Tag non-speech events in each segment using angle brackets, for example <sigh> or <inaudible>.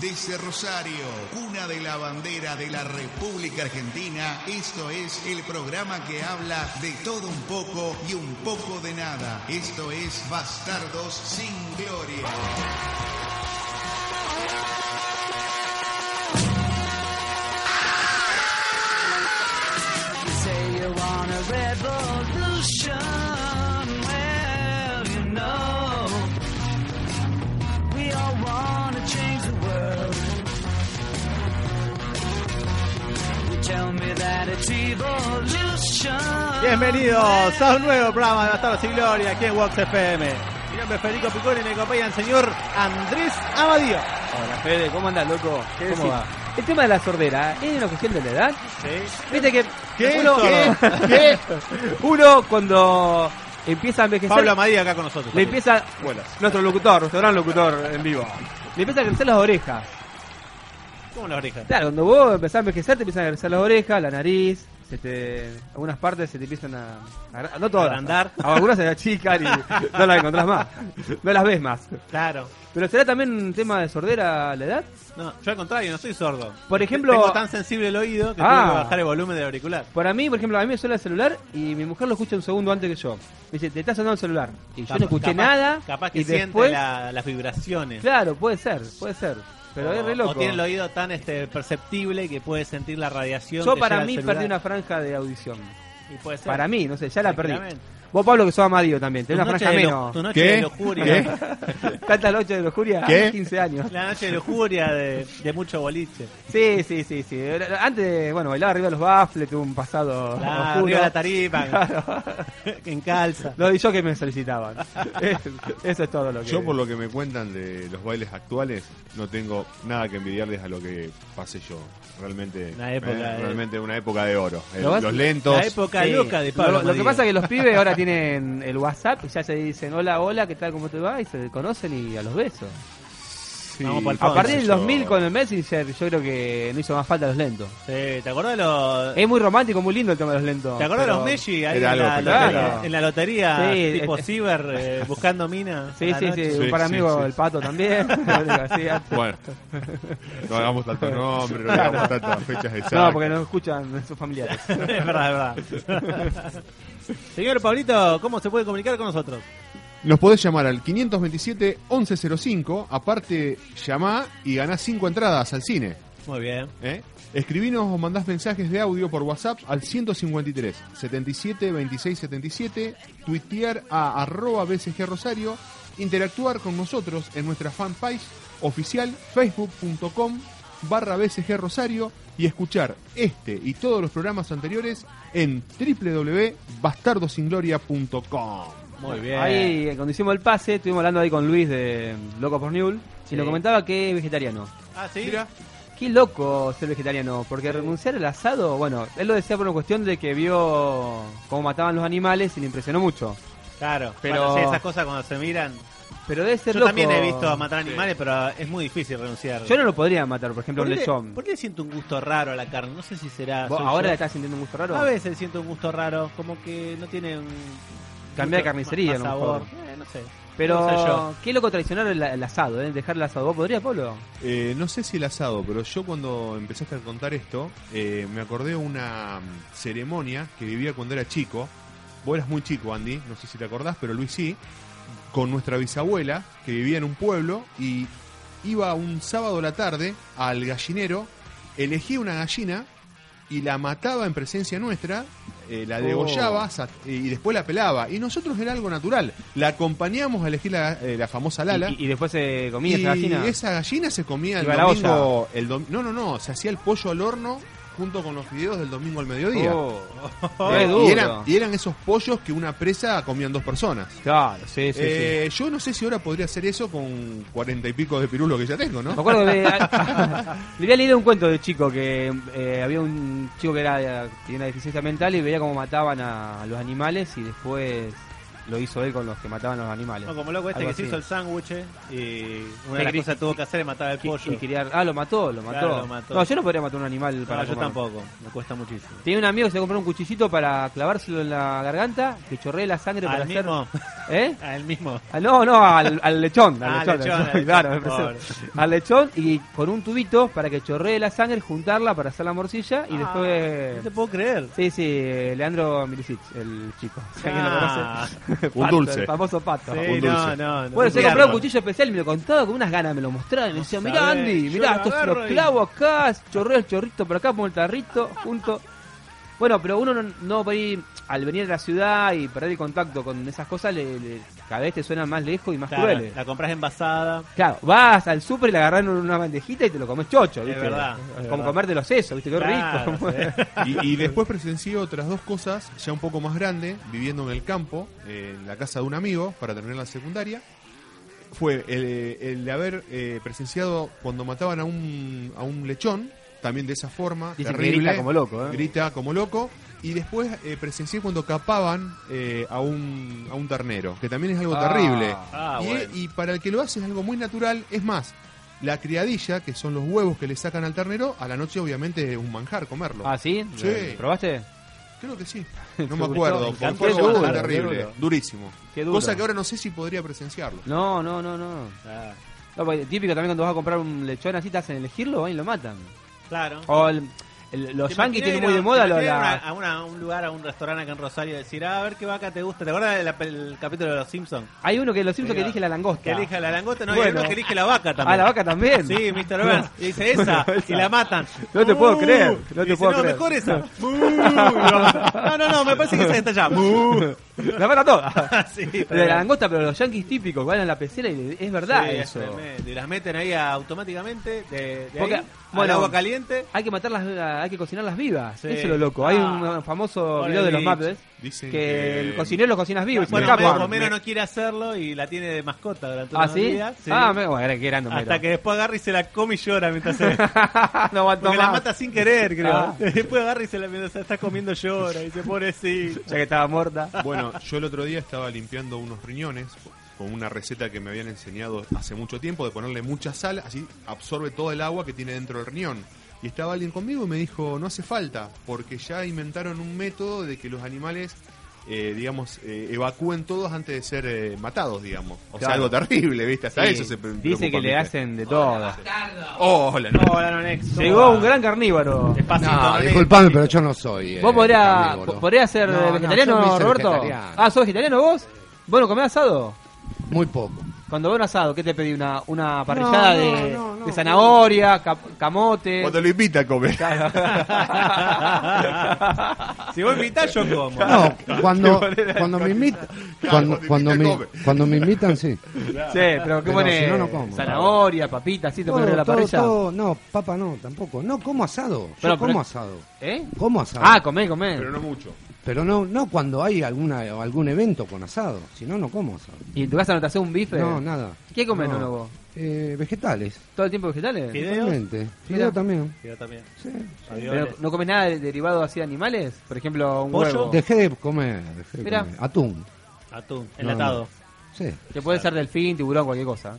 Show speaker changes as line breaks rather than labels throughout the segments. Desde Rosario, cuna de la bandera de la República Argentina, esto es el programa que habla de todo un poco y un poco de nada. Esto es Bastardos sin Gloria.
You say you want a revolution. Well, you know, we all want to change the world. You tell me that it's evolution.
Bienvenidos a un nuevo programa de Bastardos y Gloria aquí en Vox FM. Mi nombre es Federico Picón y me acompaña el señor Andrés Amadío.
Hola Fede, ¿cómo andas loco?
¿Qué
¿Cómo
decís?
va? El tema de la sordera, ¿eh? ¿es una cuestión de la edad? Viste que
¿Qué?
uno,
¿Qué?
uno cuando empieza a envejecer,
Pablo Amadío acá con nosotros.
le empieza, nuestro locutor, nuestro gran locutor en vivo, le empieza a crecer las orejas.
¿Cómo las orejas?
Claro, cuando vos empezás a envejecer te empiezan a crecer las orejas, la nariz, se te, algunas partes se te empiezan a... a- no todas.
Agrandar.
Algunas se achican y no las encontrás más, no las ves más.
Claro.
¿Pero será también un tema de sordera la edad?
No, yo al contrario, no soy sordo.
Por ejemplo-
Tengo tan sensible el oído que
Ah.
tengo que bajar el volumen del auricular.
Para mí, por ejemplo, a mí me suena el celular y mi mujer lo escucha un segundo antes que yo. Me dice, te está sonando el celular. Y yo
Capaz-
no escuché
capaz-
nada.
Capaz que
y
siente
después,
la- las vibraciones.
Claro, puede ser, puede ser. Pero
o,
es re
o
loco.
tiene el oído tan este, perceptible que puede sentir la radiación.
Yo
que llega
para
al
mí
celular.
perdí una franja de audición.
Y puede ser.
Para mí, no sé, ya la perdí.
Tranquilamente.
Vos, Pablo, que sos amadio también,
Tu
tenés una
noche
franja
de lo-
menos.
tu noche
¿Qué?
de lujuria.
<laughs> Tanta noche de lujuria, <laughs>
¿Qué?
15 años.
La noche de lujuria de, de mucho boliche.
Sí, sí, sí, sí. Antes, bueno, bailaba arriba de los baffles, tuve un pasado
La,
oscuro.
arriba de la
<laughs>
tarifa.
Claro.
<laughs> en calza.
Lo di yo que me solicitaban. Es- Eso es todo lo que...
Yo por lo que me cuentan de los bailes actuales, no tengo nada que envidiarles a lo que pasé yo. Realmente, eh,
Una época de-
realmente una época de oro. El-
Lo vas-
los
La
lentos.
época
Sí.
loca de Pablo.
Lo, lo que
Madrid.
pasa es que los pibes ahora tienen el WhatsApp y ya se dicen hola, hola, ¿qué tal, cómo te va? Y se conocen y a los besos.
sí,
Vamos pa'l
qué
A
fondo. Ah,
partir
sé
del
yo.
2000 con el Messenger yo creo que no hizo más falta los lentos.
Sí, Eh, ¿Te acordás de los.?
Es muy romántico, muy lindo el tema de los lentos.
¿Te acordás de
pero-
los Messi ahí en
Era
la,
algo
lotería-
claro.
en la lotería
Sí,
tipo
es-
ciber
<laughs>
eh, buscando mina?
Sí,
a
sí,
la
sí,
noche?
un
Sí,
par
sí,
amigo,
sí.
el
<laughs>
pato también. Sí, antes-
Bueno, no hagamos tantos nombres, no hagamos tantas fechas exactas.
no, porque no escuchan sus familiares.
<laughs> es verdad,
<laughs>
es verdad. Señor Pablito, ¿cómo se puede comunicar con nosotros?
Nos podés llamar al 527-1105. Aparte, llamá y ganás 5 entradas al cine.
Muy bien.
¿eh? Escribinos o mandás mensajes de audio por WhatsApp al 153 77 26 77, tuitear a arroba BCG Rosario, interactuar con nosotros en nuestra fanpage oficial facebook.com barra BCG Rosario y escuchar este y todos los programas anteriores en www.bastardosingloria.com.
Muy bien.
Ahí, eh, cuando hicimos el pase, estuvimos hablando ahí con Luis de Loco por Newell
Sí.
y nos comentaba que es vegetariano.
Ah, sí.
Qué loco ser vegetariano, porque renunciar al asado, bueno, él lo decía por una cuestión de que vio cómo mataban los animales y le impresionó mucho.
Claro,
Pero-
bueno, sí, esas cosas cuando se miran.
Pero debe ser
Yo
loco.
también he visto matar animales, pero es muy difícil renunciar.
Yo no lo podría matar, por ejemplo,
¿Por
un
qué,
lechón.
¿Por qué siento un gusto raro a la carne? No sé si será.
¿Vos
soy
ahora
yo.
le estás sintiendo un gusto raro?
A veces siento un gusto raro, como que no tiene un.
Cambiar de
mucho
carnicería,
más
a lo
sabor.
mejor.
Eh, no sé.
Pero,
No sé yo.
qué loco traicionar el, el asado, ¿eh? dejar el asado. ¿Vos podrías, Pablo?
Eh, no sé si el asado, pero yo cuando empezaste a contar esto, eh, me acordé de una mm, ceremonia que vivía cuando era chico. Vos eras muy chico, Andy, no sé si te acordás, pero Luis sí. Con nuestra bisabuela, que vivía en un pueblo, y iba un sábado a la tarde al gallinero, elegía una gallina y la mataba en presencia nuestra, eh, la degollaba sa- y después la pelaba. Y nosotros era algo natural. La acompañamos a elegir la, eh, la famosa Lala.
Y, y después se comía esa
Y
gallina.
esa gallina se comía el
Iba a la
domingo. El dom- no, no, no. Se hacía el pollo al horno junto con los fideos del domingo al mediodía.
Oh,
Eh,
qué duro.
y, eran, y eran esos pollos que una presa comían dos personas.
Claro, sí, sí, sí.
Eh, Yo no sé si ahora podría hacer eso con cuarenta y pico de pirulo que ya tengo,
Me
¿no?
acuerdo <laughs>
<laughs>
que le había leído un cuento de chico que eh, había un chico que era tenía una deficiencia mental y veía cómo mataban a los animales y después lo hizo él con los que mataban los animales.
No, como loco este
Algo
que se
así.
hizo el sándwich y
Que
una de las
cri-
cosas que tuvo que hacer es matar al
Qui-
pollo.
Y criar. Ah, lo mató, lo mató.
Claro, lo mató.
No, yo no podría matar un animal
No,
para
yo
comer.
tampoco, me cuesta muchísimo.
Tenía un amigo que se compró un cuchillito para clavárselo en la garganta, que chorree la sangre para
Al
hacer.
mismo,
¿Eh?
<laughs> al mismo.
Ah, no, no, al, al lechón. Al
Ah,
lechón,
lechón,
al lechón,
al
<laughs> claro,
lechón,
me parece. Al lechón y con un tubito para que chorree la sangre, juntarla para hacer la morcilla y
Ah, No
después.
te puedo creer.
Sí, sí, Leandro Milicic, el chico. Si alguien
Ah.
lo
<laughs>
conoce.
Un dulce.
El famoso pato.
Sí,
Un
no,
dulce.
no, no.
Bueno, se
Cuidado.
compró un cuchillo especial y me lo contaba con unas ganas, me lo mostraba y me decía, mira
sabés,
Andy,
yo
mira,
lo
esto se lo
agarro y-
clavo acá, chorreo el chorrito por acá, pongo el tarrito junto. Bueno, pero uno no, no por ahí, al venir a la ciudad y perder el contacto con esas cosas, le, le- cada vez te suenan más lejos y más
Claro,
crueles.
La compras envasada.
Claro, vas al súper y le agarran una bandejita y te lo comes chocho,
Es
¿viste?
verdad, es
Como
verdad.
comerte los sesos, ¿viste? Qué <laughs>
Claro,
rico.
sí.
Y, y después presencié otras dos cosas, ya un poco más grande, viviendo en el campo, eh, en la casa de un amigo, para terminar la secundaria. Fue el, el de haber eh, presenciado cuando mataban a un, a un lechón, también de esa forma,
Dicen que
terrible.
grita como loco, ¿eh?
Grita como loco. Y después eh, presencié cuando capaban eh, a, un, a un ternero, que también es algo
Ah.
terrible.
Ah,
y,
bueno.
y para el que lo hace es algo muy natural. Es más, la criadilla, que son los huevos que le sacan al ternero, a la noche obviamente es un manjar comerlo.
¿Ah, sí?
Sí.
¿Probaste?
Creo que sí. No me
gustó?
acuerdo.
Me
Fue
encantó.
fue algo
Qué duro,
bastante terrible.
qué duro.
Durísimo.
Qué duro.
Cosa que ahora no sé si podría presenciarlo.
No, no, no, no.
Ah,
No, porque típico también cuando vas a comprar un lechón así, te hacen elegirlo, van y lo matan.
Claro.
O el- el- los yankees
¿Te imaginé
tienen
ir
muy
a-
de moda
te
lo,
imaginé ir
la...
a, una- a un lugar, a un restaurante acá en Rosario y decir, ah, a ver qué vaca te gusta. ¿Te acuerdas del el capítulo de Los Simpsons?
Hay uno que lo siento que
Diga,
elige la langosta.
Que elija la langosta, no,
Bueno.
y hay uno que elige la vaca también.
Ah, la vaca también.
Sí, Mr. Burns. Y dice esa,
Bueno, esa.
y la matan.
<laughs>
Uh.
No te puedo creer, no
Y
te
dice,
puedo creer". <laughs>
mejor esa. Uh, no, no, no, me parece que esa está allá.
Uh, La mata
<laughs>
toda.
Sí,
Pero
tremendo.
la langosta, pero los yankees típicos van a la pecera y le- es verdad
Sí,
eso.
es tremendo. Y las meten ahí a- automáticamente de, de
Porque,
ahí,
bueno,
bueno, agua caliente.
Hay que matarlas, hay que cocinarlas vivas.
Sí.
Eso es lo loco. Hay
Ah.
un famoso
Pobre
video de los
bicho.
Muppets
Dicen
que
que-
el cocinero los cocinas vivos. y se
Bueno,
escapan.
Homero, Homero no quiere hacerlo y la tiene de mascota durante
¿Ah,
unos
sí?
días. sí.
Ah, me- bueno, era que grande Homero.
Hasta que después agarra y se la come y llora mientras se...
<laughs> no aguanto
Porque la
más.
mata sin querer, creo.
Ah.
<laughs> Después agarra y se la mientras se la está comiendo llora y dice, pobrecito.
Ya que estaba muerta.
Bueno, yo el otro día estaba limpiando unos riñones con una receta que me habían enseñado hace mucho tiempo de ponerle mucha sal, así absorbe todo el agua que tiene dentro del riñón. Y estaba alguien conmigo y me dijo, no hace falta, porque ya inventaron un método de que los animales, eh, digamos, eh, evacúen todos antes de ser eh, matados, digamos. O sea,
Claro.
algo terrible, ¿viste? Hasta
Sí,
eso se pre-
Dice que
preocupan,
le
¿viste?
hacen de todo.
Oh, hola, no.
Hola, Nonex.
Llegó un gran carnívoro.
Despacito,
No,
Nonex.
disculpame, pero yo no soy. eh,
¿Vos podrías, <laughs>
carnívoro.
podrías ser eh,
No, no,
vegetariano,
yo me hice
Roberto?
vegetariano.
Ah, ¿sos vegetariano vos? Bueno, comés asado.
Muy poco.
Cuando veo un asado, ¿qué te pedí? Una, una parrillada
No, no,
de,
no, no.
de zanahoria, cap- camote.
Cuando lo invita a comer.
<laughs>
Ah.
<laughs> Si vos invitás, yo como.
No, cuando,
<laughs>
cuando me invitan, cuando,
cuando
cuando
te
me,
invita, come.
cuando me invitan, sí.
Sí, pero ¿qué
Pero
pones?
si no, no como.
Zanahoria, papitas, ¿sí te pones la
Todo,
parrilla?
todo, no, papa no, tampoco. No, como asado. Yo
Pero-
como
pero-
asado.
¿Eh?
Como asado.
Ah, comé, comé.
Pero no mucho.
Pero no, no cuando hay alguna, algún evento con asado. Si no, no como asado.
¿Y en tu casa no te haces un bife?
No, nada.
¿Qué comés,
No.
Nono, vos?
Eh, vegetales,
¿Todo el tiempo vegetales?
¿Fideos?
totalmente.
Mira.
Fideo también.
Yo también.
Sí.
Pero, ¿No comes nada de- derivado así de animales? Por ejemplo, un
¿Pollo?
huevo.
Dejé de comer, dejé de
Mira.
comer. Atún.
Atún,
No,
enlatado.
Sí.
Que puede ser delfín, tiburón, cualquier cosa.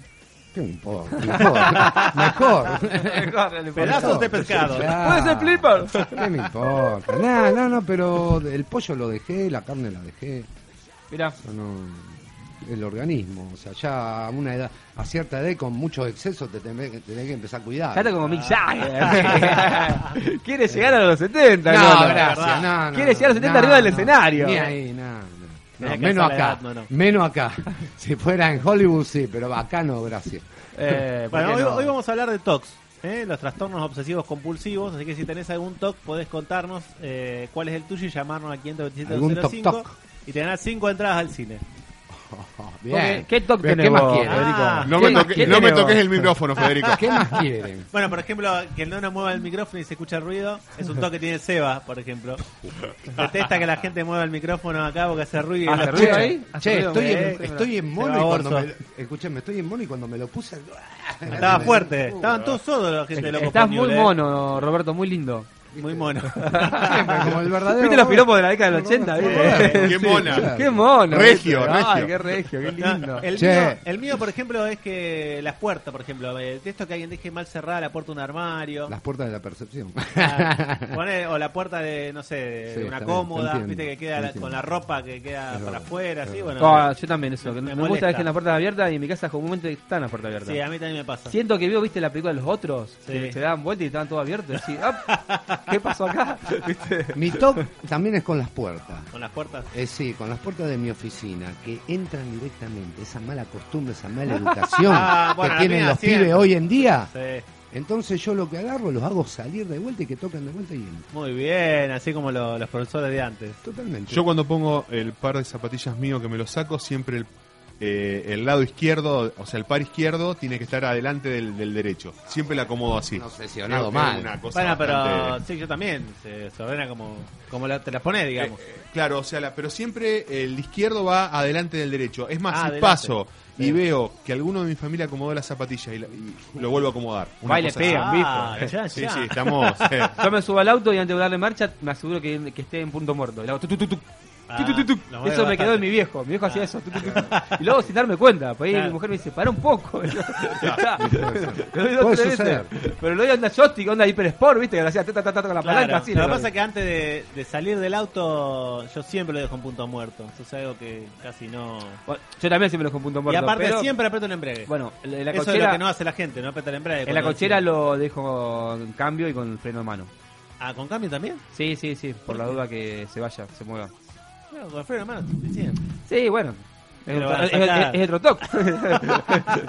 ¿Qué me importa?
<laughs>
Mejor. Mejor.
Pedazos de pescado.
Puede ser flipper.
¿Qué me importa? No, no, no, pero el pollo lo dejé, la carne la dejé.
Mirá,
Yo no- el organismo, o sea, ya a una edad, a cierta edad y con muchos excesos te tenés, que- tenés que empezar a cuidar.
trata como
<laughs>
Mick Jagger. Quiere llegar a los 70,
No,
Nono.
gracias, Ah, no, no,
Quiere llegar a los 70
no,
arriba del
no.
escenario.
Ni ahí, no, no. No,
Tenés que
menos
alzar la
acá,
edad, no, no.
menos acá. <laughs> Si fuera en Hollywood sí, pero acá no, gracias.
Eh,
<laughs>
¿por
Bueno,
qué
hoy,
no?
hoy vamos a hablar de TOCs, ¿eh? los trastornos obsesivos compulsivos. Así que si tenés algún TOC, podés contarnos eh, cuál es el tuyo y llamarnos al
Algún toc
527-05
toc.
y te ganás 5 entradas
<laughs>
al cine.
Bien.
¿Qué toc
Pero
tenés
¿Qué más
vos?
quieren?
Ah.
No me,
¿Qué-
toque-
qué
no me
tenés
toques
vos?
el micrófono, Federico.
¿Qué más quieren?
<laughs> Bueno, por ejemplo, que el nono mueva el micrófono y se escucha el ruido. Es un toque que tiene el Seba, por ejemplo. Detesta que la gente mueva el micrófono acá porque hace ruido. y
¿Hace
lo
ruido
escucha.
ahí? ¿Hace
Che,
ruido?
estoy
Eh,
en, estoy en mono
Se
y
va
cuando me,
Orso.
lo- escúchame, estoy en mono y cuando me lo
<laughs>
puse <laughs> Uh.
Estaba fuerte. Estaban todos sodos la gente loco.
Uh. Estás
por Newell,
muy
¿eh?
mono, Roberto, muy lindo.
Muy
<laughs>
mono.
Siempre, como el verdadero.
¿Viste los
Robert.
piropos de la década del 80?
Robert.
¿viste?
Qué mona.
claro.
<laughs> ¡Qué mono!
Regio,
¿viste? Ay,
regio.
qué regio, qué lindo.
No, el,
Che.
mío, el mío, por ejemplo, es que las puertas, por ejemplo, eh, de esto que alguien deje mal cerrada la puerta de un armario, <laughs>
Las puertas de la percepción.
Ah, pone- o la puerta de, no sé, de
Sí, está
una
bien,
cómoda,
te entiendo,
viste que queda
te
la-
entiendo.
con la ropa que queda
Es
para
verdad,
afuera,
es
así,
verdad.
bueno. eh,
Ah, yo también eso. que no
Me
me gusta
molesta.
dejar las puertas abiertas y en mi casa comúnmente están las puertas abiertas.
sí, a mí también me pasa.
Siento que veo, viste, la película de los otros,
Sí.
que se daban vuelta y estaban todos abiertos. Y decís,
<laughs>
"Ah, ¿qué pasó acá? ¿Viste?
<laughs> Mi top también es con las puertas.
Con las puertas.
Eh, sí, con las puertas de mi oficina, que entran directamente, esa mala costumbre, esa mala educación
<laughs> Ah, bueno, la
que tienen
mía
los
siempre.
pibes hoy en día.
Sí,
Entonces yo lo que agarro, los hago salir de vuelta y que tocan de vuelta y entran.
muy bien, así como lo- los profesores de antes.
Totalmente.
Yo cuando pongo el par de zapatillas mío que me lo saco, siempre el, eh, el lado izquierdo, o sea, el par izquierdo tiene que estar adelante del, del derecho. Siempre la acomodo así.
Obsesionado
Es
mal.
una cosa
Bueno, pero
bastante-
sí, yo también. Se, se ordena como, como la- te las pones, digamos.
Eh, claro, o sea, la- pero siempre el izquierdo va adelante del derecho. Es más,
Ah,
si
adelante.
paso
Sí.
y veo que alguno de mi familia acomodó la zapatilla y, la- y lo vuelvo a acomodar. Una
Baile
cosa
pega.
así.
Ah,
<laughs>
viejo.
ya,
Sí,
ya.
sí,
<laughs>
estamos. eh,
Yo me subo al auto y antes de darle marcha me aseguro que, que esté en punto muerto. Y le hago tu, tu, tu, tu,
Ah,
tu, tu, tu, tu.
lo mueve
Eso me
bastante. Ah.
quedó de mi viejo. Mi viejo hacía eso. tu, tu, tu, tu. Y luego sin darme cuenta. Por ahí
Claro.
mi mujer me dice, para un poco. <laughs> Y yo,
<laughs>
"Está". Lo doy
Puede
dos, tres veces.
suceder.
Pero lo doy onda joystick, onda hipersport, viste, que lo hacía ta, ta, ta, ta, con la
Claro,
palanca así.
Lo que
lo-
pasa es que antes de, de salir del auto, yo siempre lo dejo en punto muerto. Eso es algo que casi no.
Bueno, Yo también siempre los con punto
y
muerto.
aparte,
pero,
siempre aprieto el embrague.
Bueno, en la
Eso
cochera,
es lo que no hace la gente, no aprieta el embrague.
en la
cuando
cochera
decide.
lo dejo en cambio y con el freno de mano.
Ah, ¿con cambio también?
Sí, sí, sí, por la duda que se vaya, se mueva.
Bueno, con el freno de mano, te decían.
Sí, bueno. Es,
Pero
otro,
van a
es,
sacar.
es- es otro
<laughs>
toc. ¿No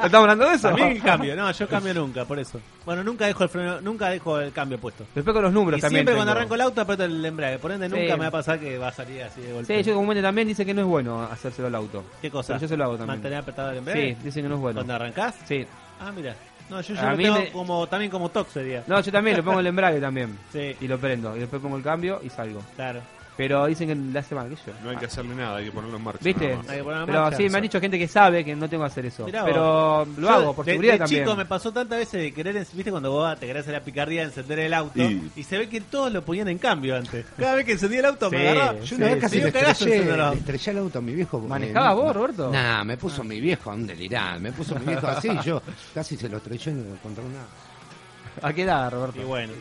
estamos hablando de eso?
A mí el cambio, no, yo cambio nunca, por eso. Bueno, nunca dejo el freno, nunca dejo el cambio puesto.
Después con los números
Y
también.
siempre cuando
tengo.
arranco el auto aprieto el embrague, por ende
Sí.
nunca me va a pasar que va a salir así de golpe.
Sí, yo comúnmente también dice que no es bueno hacérselo al auto.
¿Qué cosa?
Pero yo se lo hago también.
¿Mantener apretado el
Sí,
embrague?
dicen que no es bueno.
¿Cuando arrancás?
Sí.
Ah, mira. No, yo, yo
A
lo
mí
tengo
me-
como, también como tox sería.
No, yo también le pongo el embrague también.
Sí.
Y lo prendo. Y después pongo el cambio y salgo.
Claro.
Pero dicen que le hace mal que yo.
no hay que hacerle nada, hay que ponerlo en marcha.
¿Viste?
nada más.
Hay que poner la
Pero
marcha.
sí, me han dicho gente que sabe que no tengo que hacer eso.
Mirá vos.
Pero lo
Yo
hago, por
de-
seguridad
de
también.
chico me pasó tantas veces de querer, ens- viste, cuando vos ah, te querés hacer la picardía de encender el auto
Y-
y... se ve que todos lo ponían en cambio antes. Cada vez que encendía el auto
Sí.
me agarraba.
Yo una vez
Sí,
casi
sí.
le
Dio cagazo
estrellé,
encendiéndolo.
le estrellé el auto a mi viejo. porque-
¿Manejabas vos, Roberto? Ah.
Nah, me puso mi viejo a un delirar. Me puso mi viejo
<laughs>
así. Yo casi se lo estrellé contra una.
¿A qué edad, Roberto?
Y bueno,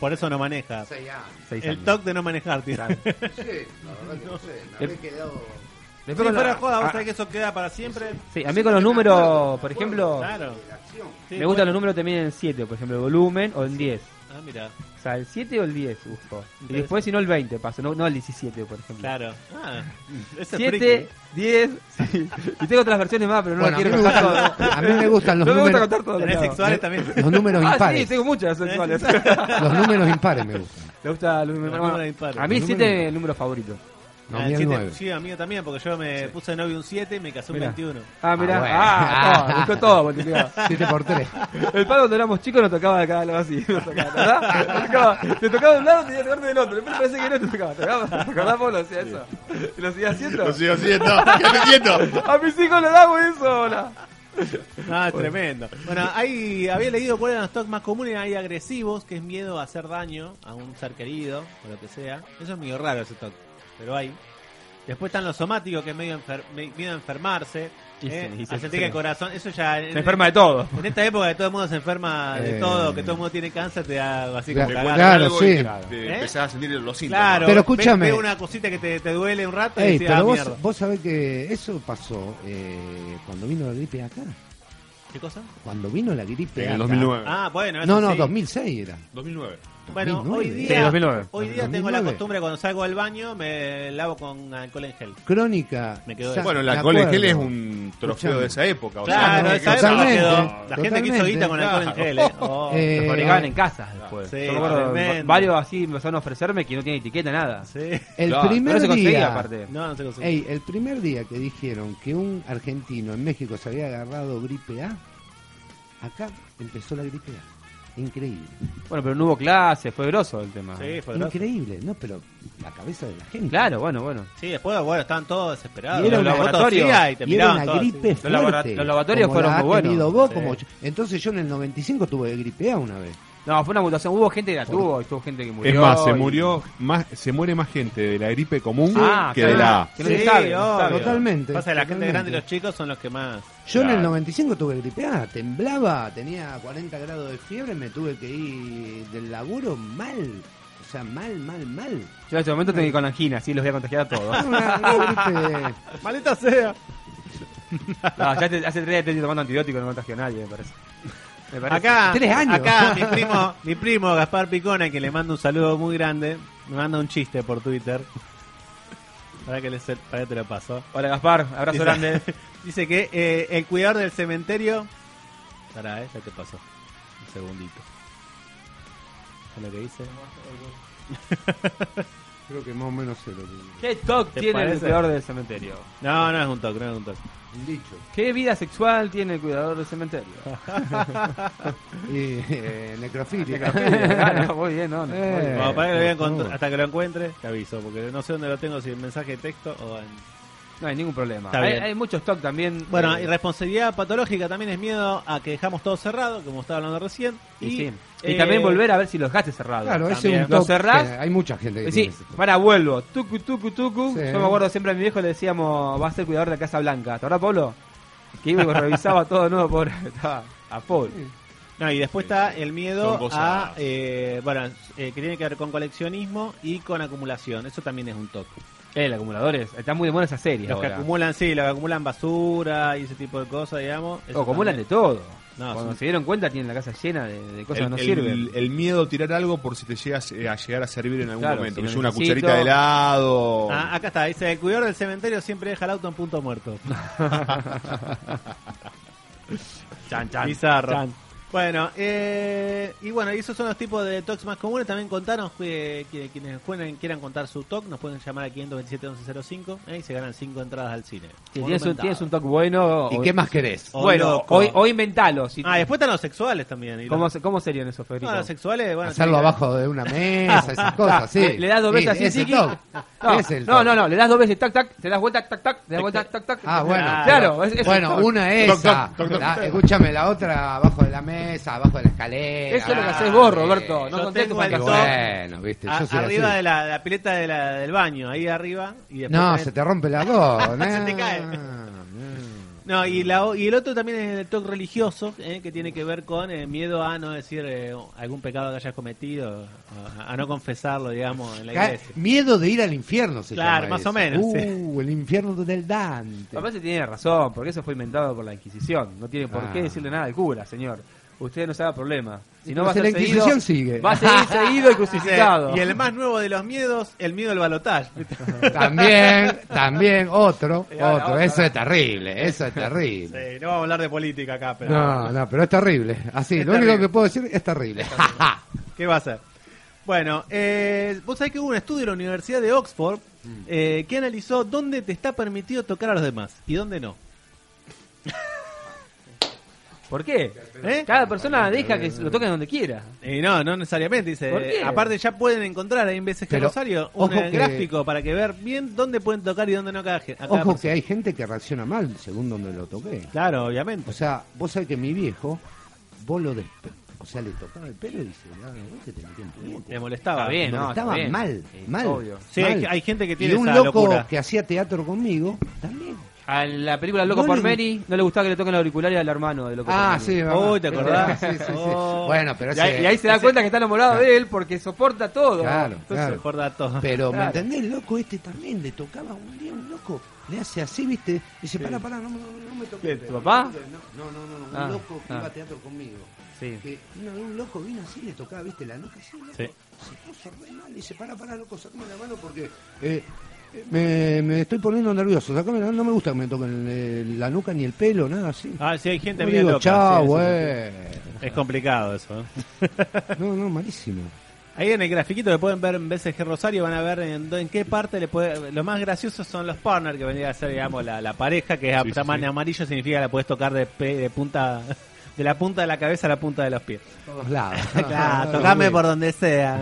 por eso no maneja.
Seis años.
Seis
El
años.
toque de no manejar, tío. <laughs>
Claro.
Sí, la verdad que no sé.
me
Me
habré
había quedado.
Si
Después con
fuera
la-
joda, vos
ah,
sabés que eso queda para siempre.
Sí, a mí con los números, por ejemplo,
Claro. Sí,
me gustan
bueno.
los números también en 7, por ejemplo, el volumen o en 10.
Ah, mira.
O sea, el 7 o el 10 busco. Y
Interesante.
después, si no, el 20 paso, no, no el 17, por ejemplo.
Claro. Ah, ese es friki.
7, 10, <laughs> sí. y tengo otras versiones más, pero no
Bueno, a
las
mí,
quiero
me
contar
gustan,
todas.
a mí me gustan los
No me gusta
números,
contar todo.
Tenés sexuales también.
los números
Ah, sí,
impares.
tengo muchas sexuales.
Los números impares me
<laughs>
gustan.
Le gusta el número
Los
bueno,
números impares.
A mí
Los
7 es
números-
el número favorito.
No,
Ah,
mira el
siete-
9.
Sí, amigo también, porque yo me puse de novio un 7 y me casé un
Mirá.
21.
Ah, mirá.
Ah, bueno.
Ah, todo, buscó
<laughs>
todo. multiplicado.
7 por 3.
El padre cuando éramos chicos nos tocaba de cada lado así. Nos tocaba, ¿verdad? Nos tocaba- te tocaba de un lado, tenías que tocarte del otro. Después parece que no te tocaba. ¿Te acordás? ¿Te acordás vos? Lo hacía eso. Y lo seguía haciendo.
Lo sigo haciendo,
<laughs>
quédate quieto.
A mis hijos les damos eso ahora.
Ah, es tremendo. Bueno, ahí había leído cuáles eran los toques más comunes. Hay agresivos, que es miedo a hacer daño a un ser querido o lo que sea. Eso es medio raro ese toque, pero hay. Después están los somáticos, que es medio enfer- me- miedo a enfermarse.
Y
eh,
sí, y sí,
a sentir
sí.
que el corazón. Eso ya. en-
Se enferma de todo.
En esta época que todo el mundo se enferma de
Eh.
todo, que todo el mundo tiene cáncer, te da así
Claro,
Te
como cagazo.
cuentan
Claro,
algo y
sí.
te- te
¿Eh?
empezás a sentir los síntomas.
Claro,
Pero
ve-
escúchame.
ve una cosita que te, te duele un rato y
Ey,
decís, ah,
pero vos,
mierda.
vos sabés que eso pasó eh, cuando vino la gripe acá.
¿Qué cosa?
Cuando vino la gripe
En
acá.
el 2009.
Ah, bueno. eso
No, no,
sí.
2006 era.
2009.
Bueno,
2009.
hoy día,
Sí, 2009.
hoy día
En
tengo la
2009.
costumbre cuando salgo del baño me lavo con alcohol en gel.
Crónica.
Me quedó
sa-
Bueno, el
me
alcohol en gel es
acuerdo.
un trofeo
Escuchame.
de esa época. o sea,
Claro,
no-
esa época
totalmente,
quedó. La
totalmente.
gente que hizo guita con alcohol en gel. eh. Oh,
Eh,
Se fabricaban en casas después.
Sí,
Yo me acuerdo,
tremendo.
varios así empezaron a ofrecerme que no tiene etiqueta, nada.
sí.
El
Claro,
primer
no se conseguía,
día.
aparte.
No, no se consigue.
Ey, el primer día que dijeron que un argentino en México se había agarrado gripe A, acá empezó la gripe A. Increíble.
Bueno, pero no hubo clases, fue grosso el tema.
Sí, fue grosso.
Increíble, ¿no? Pero la cabeza de la gente.
Claro, bueno, bueno.
Sí, después, bueno, estaban todos desesperados.
Y era
Los
un
laboratorios,
laboratorio.
Y te
Y era
miraban
una
todos,
gripe
sí.
Los labora-
fuerte,
los laboratorios
como la
fueron
has
muy buenos.
tenido vos,
Sí.
como yo. Entonces yo en el 95 tuve gripe A una vez.
No, fue una mutación. Hubo gente que la tuvo, y tuvo gente que murió.
Es más, se
y-
murió, más, se muere más gente de la gripe común
Ah,
que
claro.
de la A.
Que no se sabe, no se
obvio.
sabe.
Totalmente,
Pasa que la gente
totalmente.
grande y los chicos son los que más.
Yo en
Claro.
el 95 tuve gripe A, temblaba, tenía 40 grados de fiebre, me tuve que ir del laburo mal. O sea, mal, mal, mal.
Yo en este momento tengo que ir con angina, sí, los voy a contagiar a todos.
<laughs> Una, una gripe.
<laughs> Maleta sea.
No, ya te- hace tres días estoy tomando antibiótico, no contagio a nadie, me parece. Me parece.
Acá,
Tres años.
acá mi primo, mi primo Gaspar Picona, que le mando un saludo muy grande, me manda un chiste por Twitter. Para que, le, se- para que te lo paso.
Hola Gaspar, abrazo
Dice-
grande.
<laughs> Dice que eh, el cuidador del cementerio. Pará, eh, ya te pasó. Un segundito. ¿Es lo que dice?
Creo que más o menos se lo
¿Qué toc
¿Te
tiene el
parece?
cuidador del cementerio?
No, no es un toque, no es un toque.
Un dicho. <laughs>
¿Qué vida sexual tiene el cuidador del
<laughs>
cementerio?
Y, eh, necrofilia.
<laughs> Claro, muy bien, no, no, muy
Eh.
bien.
Bueno, para que lo voy a
por
encontr-
favor.
hasta que lo encuentre, te aviso, porque no sé dónde lo tengo, si en mensaje de texto o en...
No hay ningún problema.
Está
Hay,
bien.
hay mucho stock también.
Bueno,
eh,
irresponsabilidad patológica también es miedo a que dejamos todo cerrado, como estaba hablando recién.
y, sí. y
eh,
también volver a ver si los gastes cerrados.
Claro, ese
También.
es un
Lo
toque.
cerrás.
Hay mucha gente que
Eh,
tiene
Sí,
ese toque.
para, vuelvo. Tucu, tucu, tucu.
Sí.
Yo me acuerdo siempre a mi viejo le decíamos, va a ser cuidador de la Casa Blanca. ¿Te acuerdas, Pablo? Que iba y revisaba todo de nuevo, pobre. <laughs> Estaba a full.
No, y después está el miedo
Son cosas-
a... eh, bueno, eh, que tiene que ver con coleccionismo y con acumulación. Eso también es un toque.
Eh, los acumuladores. Están muy de moda esa serie
Los que
ahora.
acumulan, sí, los que acumulan basura y ese tipo de cosas, digamos.
O
eso
acumulan de
también.
todo.
No,
Cuando
son-
se dieron cuenta tienen la casa llena de, de cosas
El,
que no
el-
sirven.
el miedo a tirar algo por si te llegas eh, a llegar a servir en algún
Claro,
momento.
si
que
lo
sea una
necesito.
cucharita de helado.
Ah, acá está, dice, el cuidador del cementerio siempre deja el auto en
<laughs>
punto muerto.
Chan,
Bizarro.
chan.
Bueno, eh, y bueno, y esos son los tipos de talks más comunes. También contanos eh, que- quienes pueden- quieran contar su talk, nos pueden llamar al 527 1105 eh, y se ganan 5 entradas al cine.
Si tienes un,
Monumental.
tienes un toque bueno.
¿Y
o-
qué más querés?
o
Bueno,
loco.
hoy, hoy inventalo. si-
Ah, después están los sexuales también. y
¿cómo,
los-
se- ¿Cómo serían esos, Federico?
No, los sexuales, bueno.
Hacerlo
tienen-
abajo de una <laughs> mesa, esas cosas, sí.
Ah, Le das dos veces
Sí,
así,
ese
tiki.
toque.
No,
Ese es el
no,
toque.
no, no, le das dos veces, tac, tac, te das vuelta, tac, tac, te das vuelta, tac, tac.
Ah, bueno.
Claro,
pero-
es- es-
bueno, una es esa.
toc, toc, toc.
La- escúchame, la otra abajo de la mesa, abajo de la escalera.
Eso es lo que haces vos, Roberto.
Ah, eh, Yo
No conté tu
tengo el
Y
Casó.
fantasía.
bueno, viste,
a-
yo soy
arriba
así.
de la, la pileta de la- del baño, ahí arriba. Y después
No,
tenés-
se te rompe la
<laughs>
dos. ¿eh?
Se te cae. No, y, la, o- y el otro también es el toque religioso, eh, que tiene que ver con el miedo a no decir eh, algún pecado que hayas cometido, a, a no confesarlo, digamos, en la
Ca-
<laughs>
iglesia.
Miedo de ir al infierno, se
Claro,
llama
más
eso.
o menos,
Uh, el infierno del Dante.
Papá se tiene razón, porque eso fue inventado por la Inquisición. No tiene por
Ah.
qué decirle nada al cura, señor. Usted no se haga problema. Si no
Pues
va a ser
la Inquisición
seguido,
sigue.
Va
<laughs>
a seguir seguido y
Dice,
crucificado.
Y el más nuevo de los miedos, el miedo al balotaje.
También, también, otro,
ahora,
otro.
ahora,
eso es terrible, eso es terrible.
<laughs> Sí, no vamos a hablar de política acá, pero
No, no, pero es terrible. Así,
Es
lo único
terrible.
que puedo decir es terrible.
<laughs> ¿qué va a ser? Bueno, eh, vos sabés que hubo un estudio de la Universidad de Oxford
Mm.
eh, que analizó dónde te está permitido tocar a los demás y dónde no.
¿Por qué?
¿Eh?
Cada persona deja que lo toquen donde quiera.
Y no, no necesariamente, dice.
¿Por qué?
Eh, Aparte ya pueden encontrar, hay veces que
Pero,
Rosario, un
ojo
eh,
que-
gráfico para que ver bien dónde pueden tocar y dónde no cada, gen- a cada
Ojo que
persona.
hay gente que reacciona mal según donde lo toqué.
Claro, obviamente.
O sea, vos sabés que mi viejo, vos lo despe... O sea, le tocaba el pelo y se le daba la vuelta y Ah, te metía un puñete.
Le molestaba.
Está bien, no, está
Estaba
bien.
mal,
Sí,
mal.
obvio.
Sí,
mal.
hay- hay gente que
Y
tiene
un
esa
loco
locura.
que hacía teatro conmigo, también.
A la película Loco
No
por
le-
Mary no le gustaba que le toquen los auriculares al hermano de Loco
Ah,
por Mary.
mamá. Uy, ¿te acordás?
Sí, sí, sí.
Oh.
Bueno, pero
Y ahí,
ese-
y ahí se da
ese-
cuenta que está enamorado de él porque soporta todo.
Claro, claro.
Recuerda todo.
Pero, ¿me
Claro.
entendés? El loco este también le tocaba un día un loco. Le hace así, ¿viste? Dice, pará, pará, no, no, no me toques.
¿Tu papá?
No, no, no, no, un
Ah,
loco que
ah.
iba a teatro conmigo.
Sí.
Que vino de un loco, vino así, le tocaba, ¿viste? La nuca así, loco.
Sí.
Se puso re mal. Le dice, pará, pará, loco, sacame la mano porque... eh, eh, me, me estoy poniendo nervioso. Sacame la mano, no me gusta que me toquen eh, la nuca ni el pelo, nada así.
Ah, sí, hay gente
Yo
bien
digo,
loca.
chao,
sí, sí,
güey.
sí. Es complicado eso. ¿eh?
No, no, malísimo.
Ahí en el grafiquito que pueden ver en BCG Rosario van a ver en, do- en qué parte le puede... Lo más gracioso son los partners que vendría a ser, digamos, la, la pareja, que a
Sí, sí,
tamaño
sí.
amarillo significa que la puedes tocar de, pe- de punta... De la punta de la cabeza a la punta de los pies.
Todos lados.
<laughs> Claro, tocame por
<laughs>
donde sea.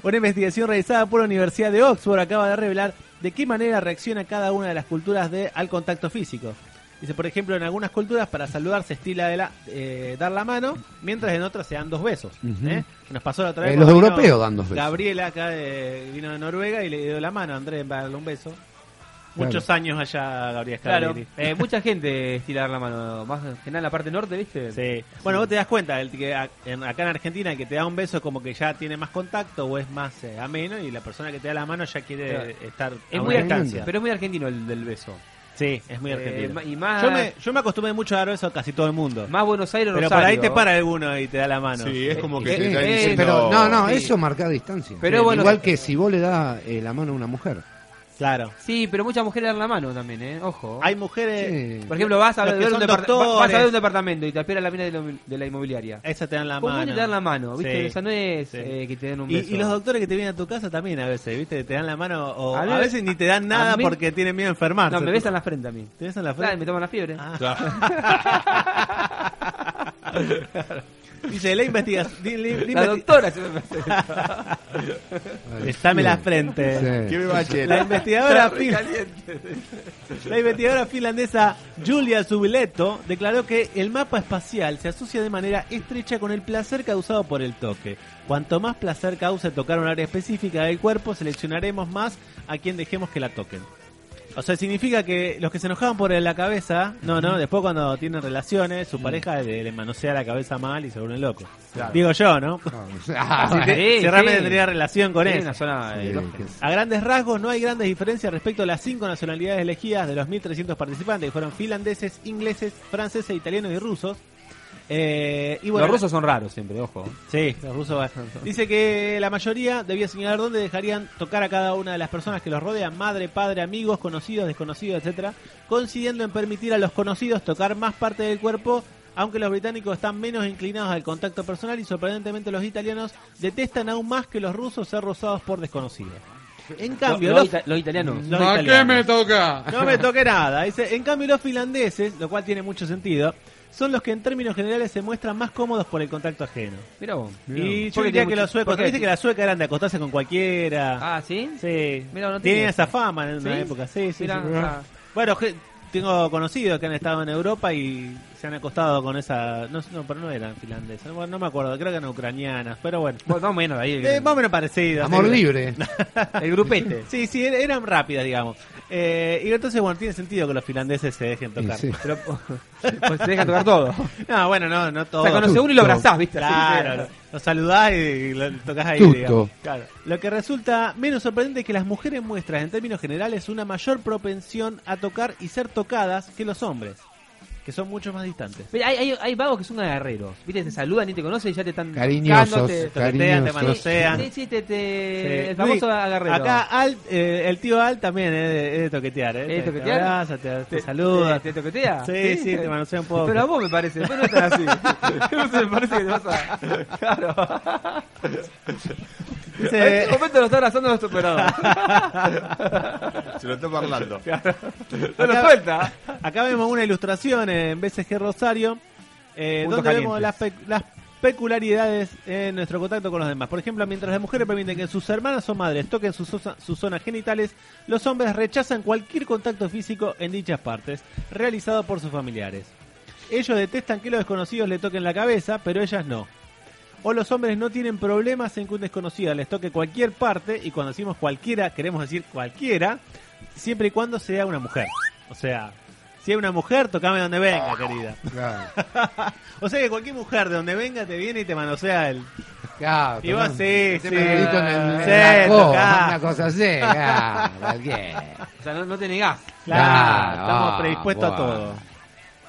Una investigación realizada por la Universidad de Oxford acaba de revelar de qué manera reacciona cada una de las culturas de, al contacto físico. Dice, por ejemplo, en algunas culturas para saludar se estila de la, eh, dar la mano, mientras en otras se dan dos besos.
Ujú.
¿eh? Que nos pasó la otra vez.
Eh, los
cuando
europeos
vino
dan dos besos.
Gabriela acá de- vino de Noruega y le dio la mano a Andrés para darle un beso.
Claro.
Muchos años allá, Gabriela
Claro,
Scaglieri. <laughs>
eh, mucha gente estira dar la mano, más que nada en la parte norte, ¿viste?
Sí. Bueno, vos te das cuenta, el que a- en- acá en Argentina el que te da un beso como que ya tiene más contacto o es más eh, ameno y la persona que te da la mano ya quiere
Claro.
estar
Es
a
muy
una
argentino,
distancia.
Pero es muy argentino el del beso.
Sí, es muy
Eh,
argentino.
ma- y más-
yo, me, yo me acostumbré mucho a dar besos a casi todo el mundo.
Más Buenos Aires,
pero por
Rosario.
ahí te para alguno y te da la mano.
Sí, es como que
Eh,
te están
eh,
diciendo-
Pero
Ah,
no, no,
sí.
eso es marcar distancia.
Pero bueno-
Igual que si vos le das eh, la mano a una mujer.
Claro.
Sí, pero muchas mujeres dan la mano también, ¿eh? Ojo.
Hay mujeres,
Sí.
Por ejemplo, vas a,
Los que
ver un
son
depart-
doctores.
vas a ver un departamento y te espera la mina de la, de la inmobiliaria.
esas te dan la
Vos
mano.
vos le das la mano, ¿viste?
Sí.
O sea, no es
Sí.
eh, que te den un
Y,
beso.
y los
<laughs>
doctores que te vienen a tu casa también a veces, ¿viste? Te dan la mano o
A
a,
mí-
veces ni te
a
dan nada
mí-
porque tienen miedo a enfermarse.
No, me besan la frente a mí.
¿Te besan la frente?
Claro, me toman la fiebre.
Ah. <laughs> Dice, la investigación...
la doctora se me hace.
<laughs> Besame la frente.
¿Qué me va a hacer?
La investigadora,
Está
fin-
recaliente.
<laughs> la investigadora finlandesa Julia Zubileto declaró que el mapa espacial se asocia de manera estrecha con el placer causado por el toque. Cuanto más placer cause tocar un área específica del cuerpo, seleccionaremos más a quien dejemos que la toquen. O sea, significa que los que se enojaban por la cabeza, no, no, después cuando tienen relaciones, su pareja le, le manosea la cabeza mal y se vuelven locos. Digo yo, ¿no? Si, te-
Sí,
si realmente
sí.
tendría relación con
Tiene
eso.
una zona
Sí,
eh,
que es-
A grandes rasgos no hay grandes diferencias respecto a las cinco nacionalidades elegidas de los 1.300 participantes, que fueron finlandeses, ingleses, franceses, italianos y rusos. Eh, y bueno,
Los rusos son raros siempre, ojo.
Sí, los rusos. Dice que la mayoría debía señalar dónde dejarían tocar a cada una de las personas que los rodean, madre, padre, amigos, conocidos, desconocidos, etcétera, coincidiendo en permitir a los conocidos tocar más parte del cuerpo, aunque los británicos están menos inclinados al contacto personal y sorprendentemente los italianos detestan aún más que los rusos ser rozados por desconocidos. En cambio,
los,
los,
ita- los italianos.
los italianos. No me toque nada. Dice, en cambio los finlandeses, lo cual tiene mucho sentido, son los que en términos generales se muestran más cómodos por el contacto ajeno.
Mirá vos.
Y yo
Porque
diría
tiene
que
mucho-
los suecos,
porque-
porque viste que las suecas eran de acostarse con cualquiera.
Ah, ¿sí?
sí.
Mirá, no
Tienen
tenía
esa fama en una
¿Sí?
época, sí, sí.
Mirá,
sí.
ah.
Bueno, je- tengo conocidos que han estado en Europa y se han acostado con esa. No, sé, no pero no eran finlandesas. Bueno, no me acuerdo, creo que eran ucranianas, pero bueno.
Bueno, vamos menos ahí.
Eh, más o menos parecido.
Amor
sí. <laughs>
libre.
El grupete.
Sí, sí, er- eran rápidas, digamos. Eh, y entonces, bueno, tiene sentido que los finlandeses se dejen tocar.
Sí, sí.
Pero, <laughs> pues te deja tocar todo. O
No, bueno, no, no todo.
sea, conoce uno y lo abrazás, ¿viste? Así,
Claro,
eh.
<laughs> lo saludás y lo tocas ahí.
Tuto.
digamos. Claro. Lo que resulta menos sorprendente es que las mujeres muestran, en términos generales, una mayor propensión a tocar y ser tocadas que los hombres, que son mucho más distantes.
Pero hay, hay, hay vagos que son agarreros. Viste, te saludan y te conocen y ya te están. tocando,
Cariñosos,
te-
toquetean, te
cariñosos.
manosean. cariñosean.
Sí, sí, te, te-
Sí.
el famoso
Luis,
agarrero.
Acá Al, eh, el tío Al también es de, es de toquetear. ¿eh?
¿Es de
Te-
toquetear?
Te, abraza, te, te saluda.
¿Te, te toquetea?
Sí, sí, te manosea un poco.
Pero a vos me parece, vos no estás
<laughs>
así. No sé, me parece que te vas a. Claro. En
Dice-
este momento lo está abrazando nuestro operador.
Se lo está parlando.
No lo
Acá-
suelta.
Acá vemos una ilustración en BCG Rosario, eh,
Puntos
donde vemos las,
calientes.
pe- las peculiaridades en nuestro contacto con los demás. Por ejemplo, mientras las mujeres permiten que sus hermanas o madres toquen sus, osa- sus zonas genitales, los hombres rechazan cualquier contacto físico en dichas partes, realizado por sus familiares. Ellos detestan que los desconocidos le toquen la cabeza, pero ellas no. O los hombres no tienen problemas en que un desconocido les toque cualquier parte, y cuando decimos cualquiera, queremos decir cualquiera, siempre y cuando sea una mujer. O sea, si hay una mujer, tocame donde venga, querida.
Claro,
<laughs> O sea que cualquier mujer de donde venga te viene y te manosea el.
claro.
Y
¿no?
vos sí, sí.
Ese peludito en el- en
Sí,
la coba,
tocá.
una cosa así. claro, cualquiera.
O sea, no, no te negás.
Claro,
Ah,
estamos
ah,
predispuestos a
buah.
todo.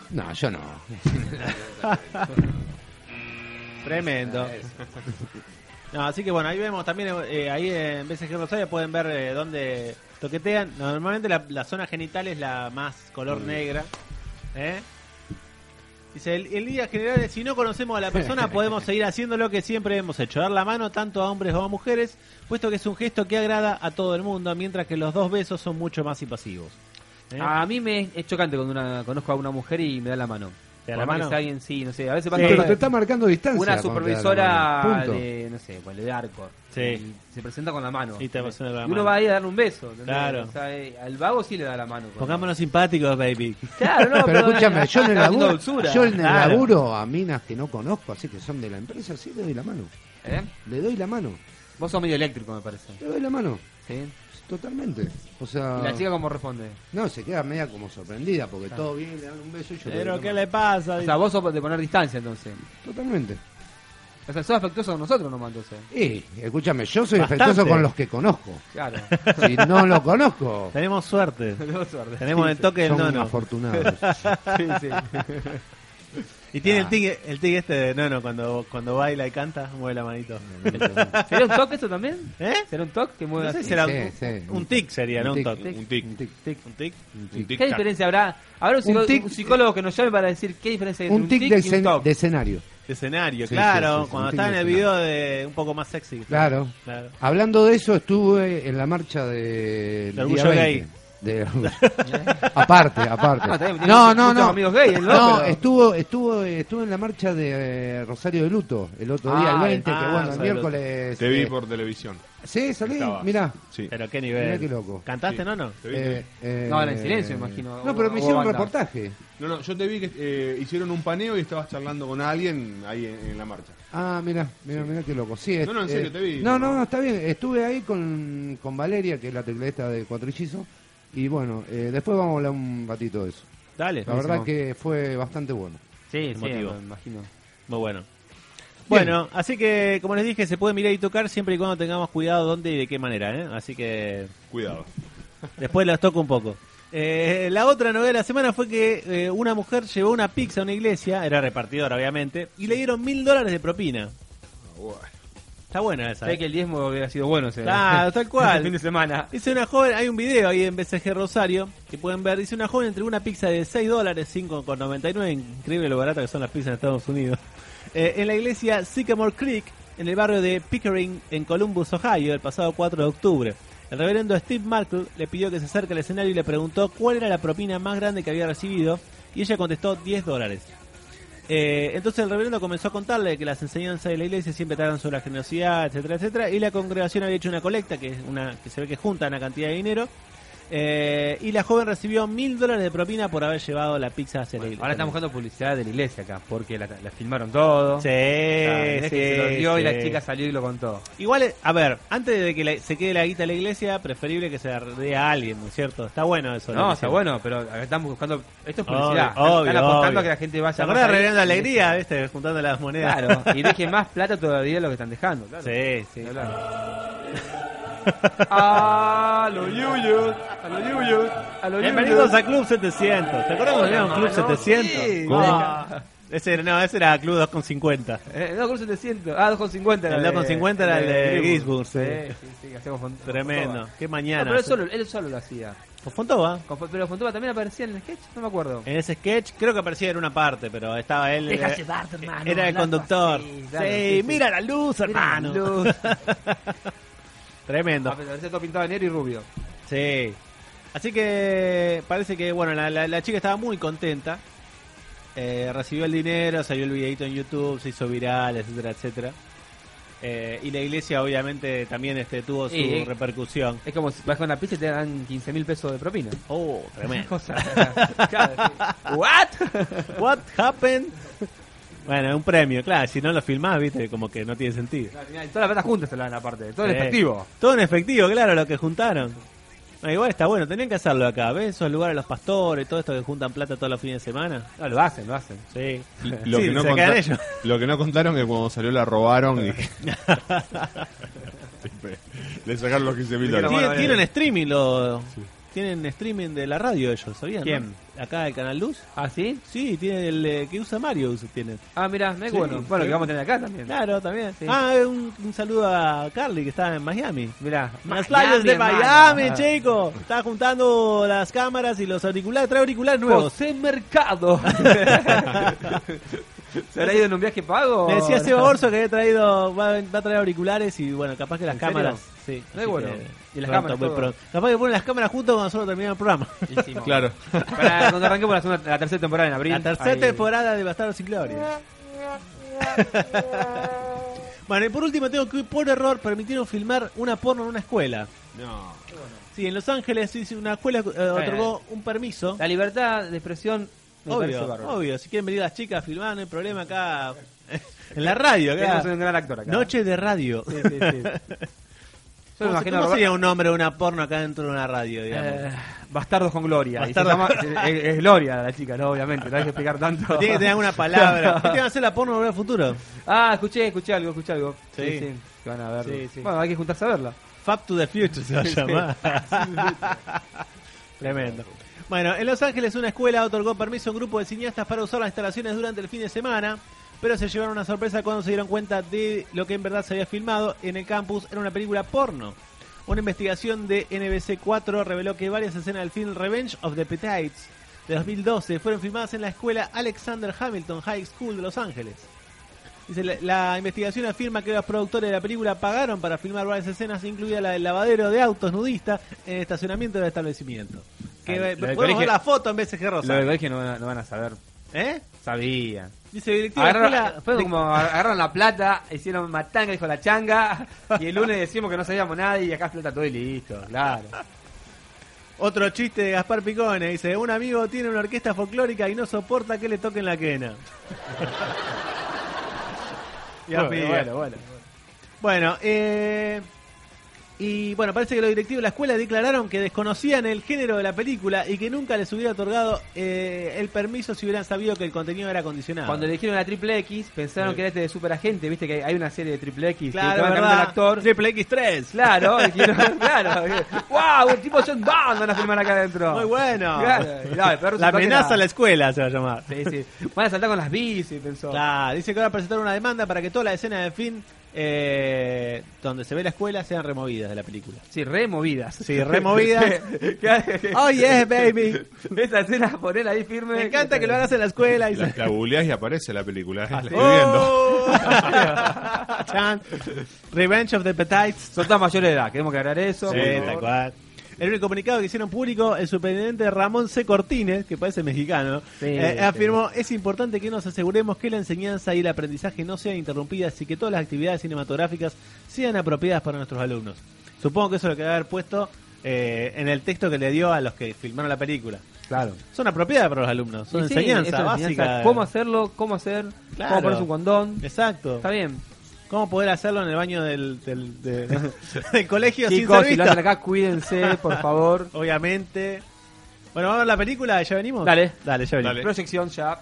No, yo no.
<laughs> Tremendo. <laughs> No, así que bueno, ahí vemos también, eh, ahí en BCG Rosario pueden ver eh, dónde toquetean. Normalmente la, la zona genital es la más color negra. ¿eh? Dice, el, el día general, si no conocemos a la persona, podemos seguir haciendo lo que siempre hemos hecho, dar la mano tanto a hombres como a mujeres, puesto que es un gesto que agrada a todo el mundo, mientras que los dos besos son mucho más invasivos. ¿eh?
Ah. A mí me es chocante cuando una, conozco a una mujer y me da la mano.
¿Te da
Por
la
más que
mano?
sea alguien, sí, no sé. A veces
Sí.
van
Pero te
con
está marcando distancia. cuando
una
te da la
supervisora
mano. Punto.
de, no sé, bueno, de arco.
Sí.
Y se presenta con la mano.
Y te presenta con la
Y uno
mano.
va ahí a darle un beso. ¿entendés?
Claro.
O sea, eh, al vago sí le da la mano. con-
Pongámonos simpáticos, baby.
Claro, Ah, no,
Pero escúchame, yo en el
está <laughs> haciendo
laburo,
dulzura.
yo en el
claro.
laburo a minas que no conozco, así que son de la empresa, sí le doy la mano.
¿Eh?
Le doy la mano.
Vos sos medio eléctrico, me parece.
Le doy la mano.
¿Sí?
Totalmente. O
¿Y
sea,
la chica cómo responde?
no, se queda media como sorprendida porque todo bien, le dan un beso y yo le doy la
Pero, ¿qué
mano.
le pasa?
O sea, vos sos de poner distancia, entonces.
Totalmente.
O sea, sos afectuoso con nosotros nomás, entonces.
Y, escúchame, yo soy
Bastante.
afectuoso con los que conozco.
Claro.
Si <laughs> no lo conozco,
<laughs> Tenemos
<laughs>
suerte.
Tengo suerte.
Tenemos el toque del
son
nono. <laughs>
afortunados.
Sí, <laughs> sí.
Y tiene el
Ah.
tic, el tic este de nono cuando, cuando baila y canta, mueve la
<laughs>
manito.
¿Sería un toque eso también?
¿Eh?
¿Será un toque que mueve
No sé
así?
si era
Sí,
un,
sí.
un tic sería, no un toque.
Un tic.
Un tic.
Un tic.
Un tic.
¿Qué diferencia habrá? Habrá un,
Un
psico-
tic-
un psicólogo que nos llame para decir qué diferencia hay entre
Un tic de,
y un
escen- de
toque.
escenario.
De escenario,
Sí, sí,
claro.
sí, sí,
cuando
un tic
está en
de
el video de un poco más sexy.
Claro.
Claro.
Hablando de eso, estuve en la marcha de...
De orgullo gay. <laughs>
De- aparte, aparte.
Ah, está bien, tiene
No,
muchos-
no,
muchos
no.
amigos gay, el loco,
no,
pero-
estuvo, estuvo, eh, estuvo en la marcha de eh, Rosario de Luto el otro día,
Ah,
el 20,
ah,
que bueno, el
Rosario de Luto.
miércoles.
Te vi
eh,
por televisión.
Sí, salí,
Estabas.
mirá.
Sí.
Pero qué
Mirá
nivel.
qué loco. Eh,
¿Cantaste
Sí.
nono?
Te vi, te vi.
No, era en silencio, imagino.
No,
O-
pero me
o
hicieron un
banda.
reportaje.
No, no, yo te vi que eh, hicieron un paneo y estabas charlando con alguien ahí en, en la marcha.
Ah, mira, mira, mira qué loco. Sí, es-
No, no, en
eh,
serio, te vi.
No, no, no, está bien. Estuve ahí con, con Valeria, que es la tecleta de Cuatrillizos. Y bueno, eh, después vamos a hablar un ratito de eso.
Dale.
La verdad que fue bastante bueno.
Sí, sí,
Emotivo.
me imagino.
Muy bueno. Bueno, así que como les dije, se puede mirar y tocar siempre y cuando tengamos cuidado dónde y de qué manera, ¿eh? Así que
Cuidado.
después las toco un poco. Eh, la otra novedad de la semana fue que eh, una mujer llevó una pizza a una iglesia, era repartidora obviamente, y le dieron mil dólares de propina. Está buena esa.
Sabés
¿eh?
que el diezmo hubiera sido bueno. ese-
Claro, tal cual.
el Este fin de semana.
Dice una joven, hay un video ahí en BCG Rosario que pueden ver. Dice una joven entre una pizza de 6 dólares, 5,99. Increíble lo barata que son las pizzas en Estados Unidos. <laughs> eh, en la iglesia Sycamore Creek, en el barrio de Pickering, en Columbus, Ohio, el pasado 4 de octubre. El reverendo Steve Markle le pidió que se acerque al escenario y le preguntó cuál era la propina más grande que había recibido. Y ella contestó 10 dólares. Eh, entonces el reverendo comenzó a contarle que las enseñanzas de la iglesia siempre tratan sobre la generosidad, etcétera, etcétera, y la congregación había hecho una colecta, que es una que se ve que junta una cantidad de dinero, eh, y la joven recibió mil dólares de propina por haber llevado la pizza hacia la iglesia.
Ahora estamos buscando publicidad de la iglesia acá, porque la, la filmaron <laughs> todo.
Sí,
O sea, no es que se lo
sí,
dio y la
sí.
chica salió y lo contó.
Igual, eh, a ver, antes de que la- se quede la guita de la iglesia, preferible que se la dé a alguien, ¿no es cierto? Está bueno eso. lo
No,
que
o sea,
hicieron.
bueno, pero acá estamos buscando. Esto es
Obvio,
publicidad. Están-
obvio,
Están apostando
obvio.
a que la gente
¿Se
vaya
acuerdan
más ahí.
reverendo alegría, viste? Juntando las monedas.
Claro, y deje más plata todavía de lo que están dejando. Claro.
Sí, sí.
Ni
<laughs>
hablar. A los yuyos, a los yuyos, a los
Bienvenidos
yuyos.
a Club 700. ¿Te acuerdas cuando
Hola,
era un Club
mano.
700?
Sí.
Ah, ese, era- no, ese era Club 2,50.
Eh, 2,700. Ah, 2,50 era
El 2,50 era el de Gisburg, sí.
Sí, sí, sí, que hacemos con- con
Tremendo.
Fontova.
Qué
No,
mañana.
pero él solo, él solo lo hacía.
Con Fontova.
Con Fo- Pero Fontova también aparecía en el sketch, no me acuerdo.
En ese sketch creo que aparecía en una parte, pero estaba él.
Deja
eh,
llevarte, hermano,
Era el
la
conductor.
paz,
Sí,
sí, claro, sí, sí.
mira la luz, hermano.
Luz.
<laughs> Tremendo.
Aparecía todo pintado de negro y rubio.
Sí. Así que parece que, bueno, la, la- la chica estaba muy contenta. Eh, recibió el dinero, salió el videito en YouTube, se hizo viral, etcétera, etcétera. Eh, y la iglesia obviamente también este, tuvo su
Sí, eh.
repercusión.
Es como si vas con la pizza y te dan 15 mil pesos de propina.
Oh, tremendo. <laughs>
Cosa. claro, sí. <laughs> ¿What?
What happened? Bueno, un premio, claro, si no lo filmás, viste, como que no tiene sentido.
Claro, mirá, y Todas las plata juntas se la dan aparte, todo en
Sí.
efectivo.
Todo en efectivo, claro, lo que juntaron. No, igual está bueno, tenían que hacerlo acá, ¿ves? Esos lugares, los pastores, todo esto que juntan plata todos los fines de semana.
No, lo hacen, lo hacen.
Sí.
Lo,
Sí,
que no
se quedan
conta-
ellos.
lo que no contaron que cuando salió la robaron
<laughs>
y... <laughs> Siempre Le sacaron los 15 mil
Pero
dólares.
Tienen,
bueno,
tienen
eh.
streaming lo, tienen streaming de la radio ellos, ¿sabían?
¿Quién?
no? Acá del canal Luz.
¿Ah, sí?
Sí, tiene el eh, que usa Mario usa- tiene.
Ah, mirá, me
Sí,
bueno. Bueno,
sí.
que vamos a tener acá también.
Claro, también.
Sí.
Ah, un, un saludo a Carly que está en Miami.
Mirá,
Las playas de
hermano.
Miami, chico. Está juntando las cámaras y los auriculares. Trae auriculares nuevos.
José
<laughs>
Mercado. <laughs> ¿Se habrá ido en un viaje pago?
Le decía a
No. <laughs>
Seba Orso que había traído, va, a- va a traer auriculares y bueno, capaz que las
¿En serio?
cámaras. Sí,
Re
así
bueno.
que
Y las
pronto,
cámaras,
muy
todo.
<laughs> pronto. Capaz que ponen las cámaras junto cuando nosotros terminamos el programa.
Hicimos.
Claro.
Pará, Cuando, cuando arranquemos la, segunda- la tercera temporada en abril.
La tercera
ahí-
temporada de Bastardos sin Gloria. <laughs> bueno, y por último tengo que por error permitieron filmar una porno en una escuela.
No.
Sí, en Los Ángeles sí, sí, una escuela eh, otorgó un permiso.
La libertad de expresión me parece
Obvio,
bárbaro.
obvio. Si quieren venir las chicas a filmar, no hay problema acá. <laughs> en la radio,
Tenemos un
acá.
gran actor acá.
Noche de radio.
Sí, sí,
<laughs>
sí. Yo me
¿Cómo,
imagino a
cómo
Robert-
sería un hombre de una porno acá dentro de una radio, digamos?
Eh, Bastardos con Gloria. Y se
Bastardos-
llama- eh, es, es Gloria la chica, ¿no? Obviamente, no hay que explicar tanto.
<laughs> Tiene que tener
<laughs>
alguna palabra. ¿Qué te van a hacer la porno de Volver al futuro?
Ah, escuché, escuché algo, escuché algo.
Sí.
Que van a verlo.
Sí, sí.
Bueno, hay que juntarse a verla.
Fab to the Future
<laughs>
<laughs> se va a llamar. Tremendo. Bueno, en Los Ángeles una escuela otorgó permiso a un grupo de cineastas para usar las instalaciones durante el fin de semana, pero se llevaron una sorpresa cuando se dieron cuenta de lo que en verdad se había filmado en el campus. Era una película porno. Una investigación de NBC4 reveló que varias escenas del film Revenge of the Petites de 2012 fueron filmadas en la escuela Alexander Hamilton High School de Los Ángeles. Dice, la, la investigación afirma que los productores de la película pagaron para filmar varias escenas, incluida la del lavadero de autos nudista en el estacionamiento del establecimiento. Que
Ah,
eh,
lo del
podemos ver
colegio-
la foto en veces que
Lo
rosa.
del colegio no, van a- no van a saber.
¿Eh?
Sabían.
Dice directiva de
Agarraron,
escuela-
fueron
de-
como agarraron la plata, hicieron matanga, dijo la changa. Y el lunes decimos que no sabíamos nada y acá flota todo y listo, claro.
Ah. Otro chiste de Gaspar Picone. Dice, un amigo tiene una orquesta folclórica y no soporta que le toquen la quena. <laughs> y
Bueno,
afirma.
bueno, bueno.
Bueno, eh, y bueno, parece que los directivos de la escuela declararon que desconocían el género de la película y que nunca les hubiera otorgado eh, el permiso si hubieran sabido que el contenido era condicionado.
Cuando le dijeron la Triple X, pensaron que era este de Super Agente, viste que hay una serie de Triple X. que
claro,
estaban cambiando
¿verdad?
el actor.
Triple X3.
Claro, dijeron, <laughs> claro. ¡Wow! El tipo John Bond van a filmar acá adentro.
Muy bueno.
<laughs> Claro, y no, el perro
la
se
amenaza
toca
a la escuela se va a llamar.
Sí, sí. Van a saltar con las bici, pensó.
Claro, dice que van a presentar una demanda para que todas las escenas del fin eh, donde se ve la escuela sean removidas de la película.
Sí, removidas. <laughs>
Sí, removidas.
oh,
Oh yeah,
<laughs>
baby.
Esa escena, ponela ahí firme.
Me encanta que lo hagas en la escuela. Y
La, la googleás y aparece la película. eh, La estoy viendo.
Oh. <laughs> Chan. Revenge of the Petites.
Son todas mayores de edad, queremos que aclarar eso.
Sí,
por
tal
favor.
En un comunicado que hicieron público, el superintendente Ramón C. Cortines, que parece mexicano,
Sí,
eh,
sí.
afirmó, es importante que nos aseguremos que la enseñanza y el aprendizaje no sean interrumpidas y que todas las actividades cinematográficas sean apropiadas para nuestros alumnos. Supongo que eso es lo que va a haber puesto eh, en el texto que le dio a los que filmaron la película.
Claro.
Son apropiadas para los alumnos, son
Y sí,
enseñanza
eso es
básica.
enseñanza. ¿Cómo hacerlo? ¿Cómo hacer?
Claro.
¿Cómo ponerse un condón?
Exacto.
Está bien.
¿Cómo poder hacerlo en el baño del,
<laughs>
del, de- del colegio
Chicos, si
sin
lo
ser
hacen
visto?
acá, cuídense,
<laughs>
por favor.
Obviamente. Bueno, ¿vamos a ver la película? ¿Ya venimos?
Dale.
Dale, ya venimos.
Dale.
Proyección ya.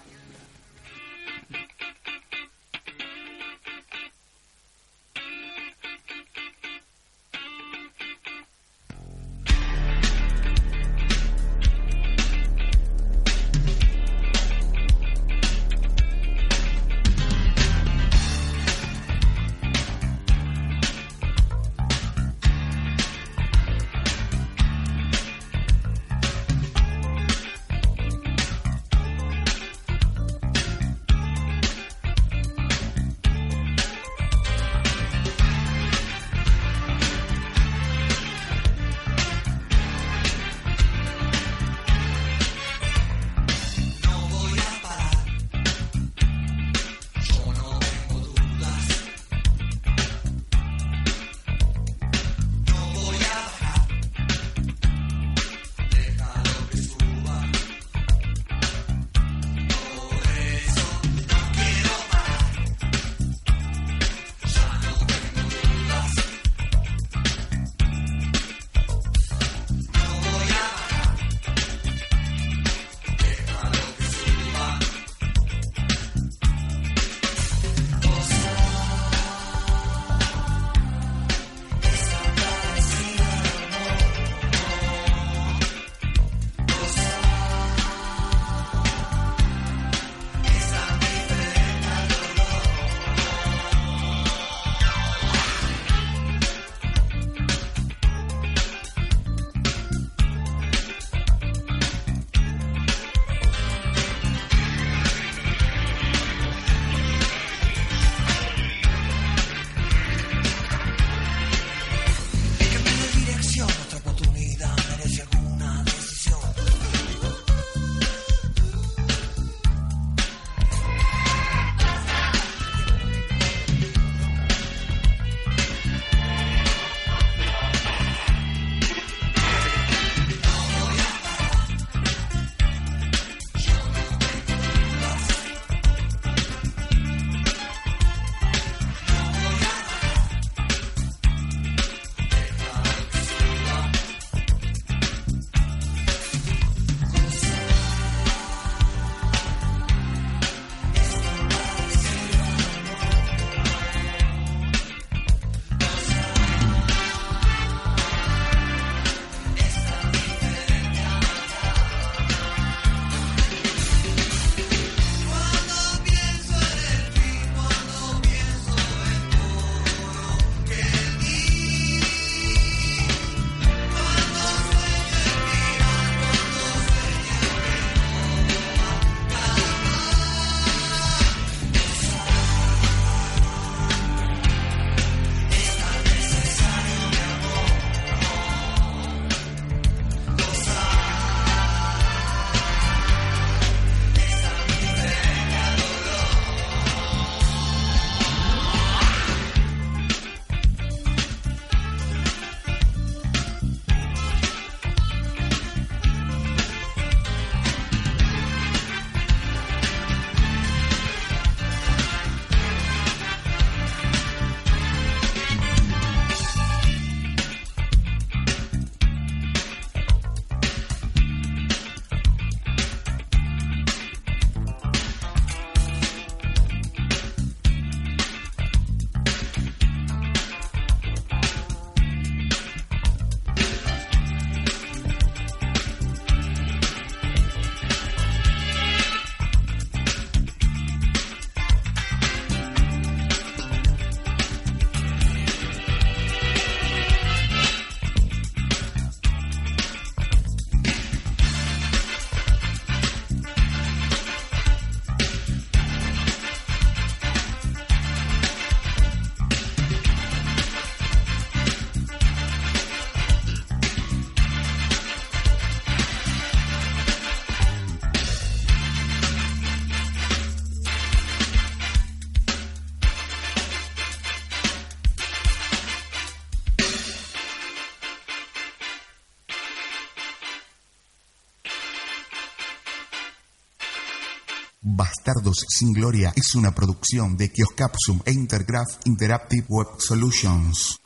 Bastardos sin Gloria es una producción de Kioscapsum e Intergraph Interactive Web Solutions.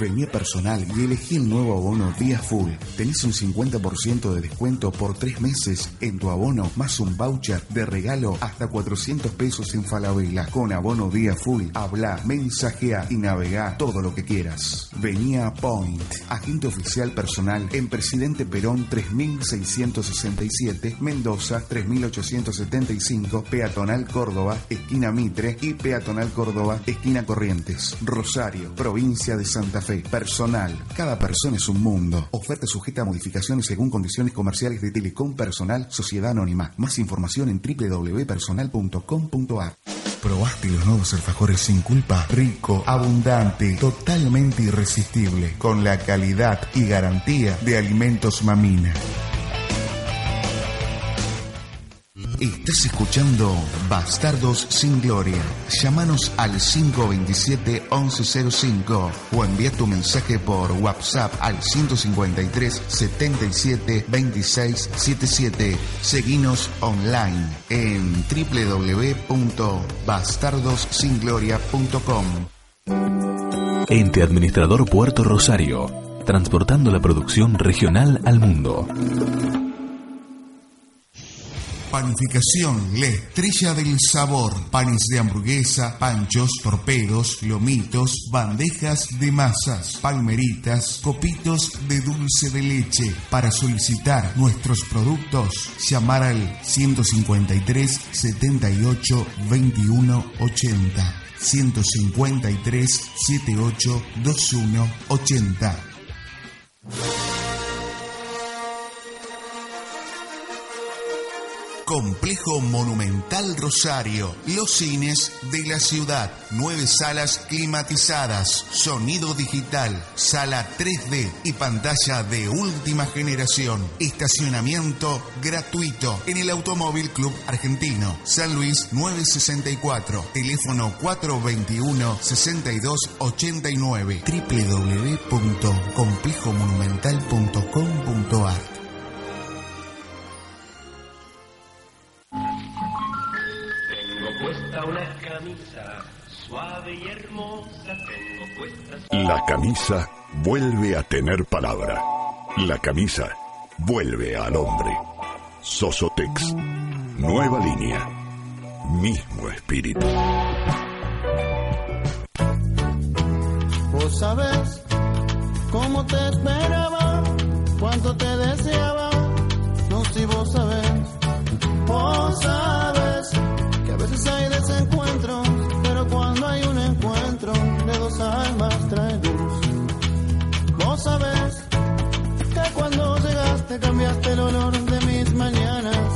Vení personal y elegí el nuevo abono Día Full. Tenés un 50% de descuento por tres meses en tu abono, más un voucher de regalo hasta 400 pesos en Falabella. Con abono Día Full, habla, mensajea y navega todo lo que quieras. Vení a Point, agente oficial personal en Presidente Perón 3667, Mendoza 3875, Peatonal Córdoba, esquina Mitre y Peatonal Córdoba, esquina Corrientes, Rosario, provincia de Santa Fe. Personal, cada persona es un mundo. Oferta sujeta a modificaciones según condiciones comerciales de Telecom Personal, Sociedad Anónima. Más información en www.personal.com.ar. ¿Probaste los nuevos alfajores sin culpa? Rico, abundante, totalmente irresistible, con la calidad y garantía de Alimentos Mamina. Estás escuchando Bastardos sin Gloria. Llámanos al 527-1105 o envía tu mensaje por WhatsApp al 153 77 26 77. Seguinos online en www.bastardosingloria.com.
Ente Administrador Puerto Rosario, transportando la producción regional al mundo.
Panificación, la estrella del sabor. Panes de hamburguesa, panchos, torpedos, lomitos, bandejas de masas, palmeritas, copitos de dulce de leche. Para solicitar nuestros productos, llamar al 153 78 21 80. 153 78 21 80. Complejo Monumental Rosario, los cines de la ciudad, nueve salas climatizadas, sonido digital, sala 3D y pantalla de última generación, estacionamiento gratuito en el Automóvil Club Argentino, San Luis 964, teléfono 421-6289, www.complejomonumental.com.ar
La camisa vuelve a tener palabra. La camisa vuelve al hombre. Sosotex. Nueva línea. Mismo espíritu.
Vos sabés cómo te esperaba, cuánto te deseaba. No, si vos sabés, vos sabés que a veces hay desencuentros, pero cuando hay un encuentro de dos almas trae luz. Vos sabés que cuando llegaste cambiaste el olor de mis mañanas.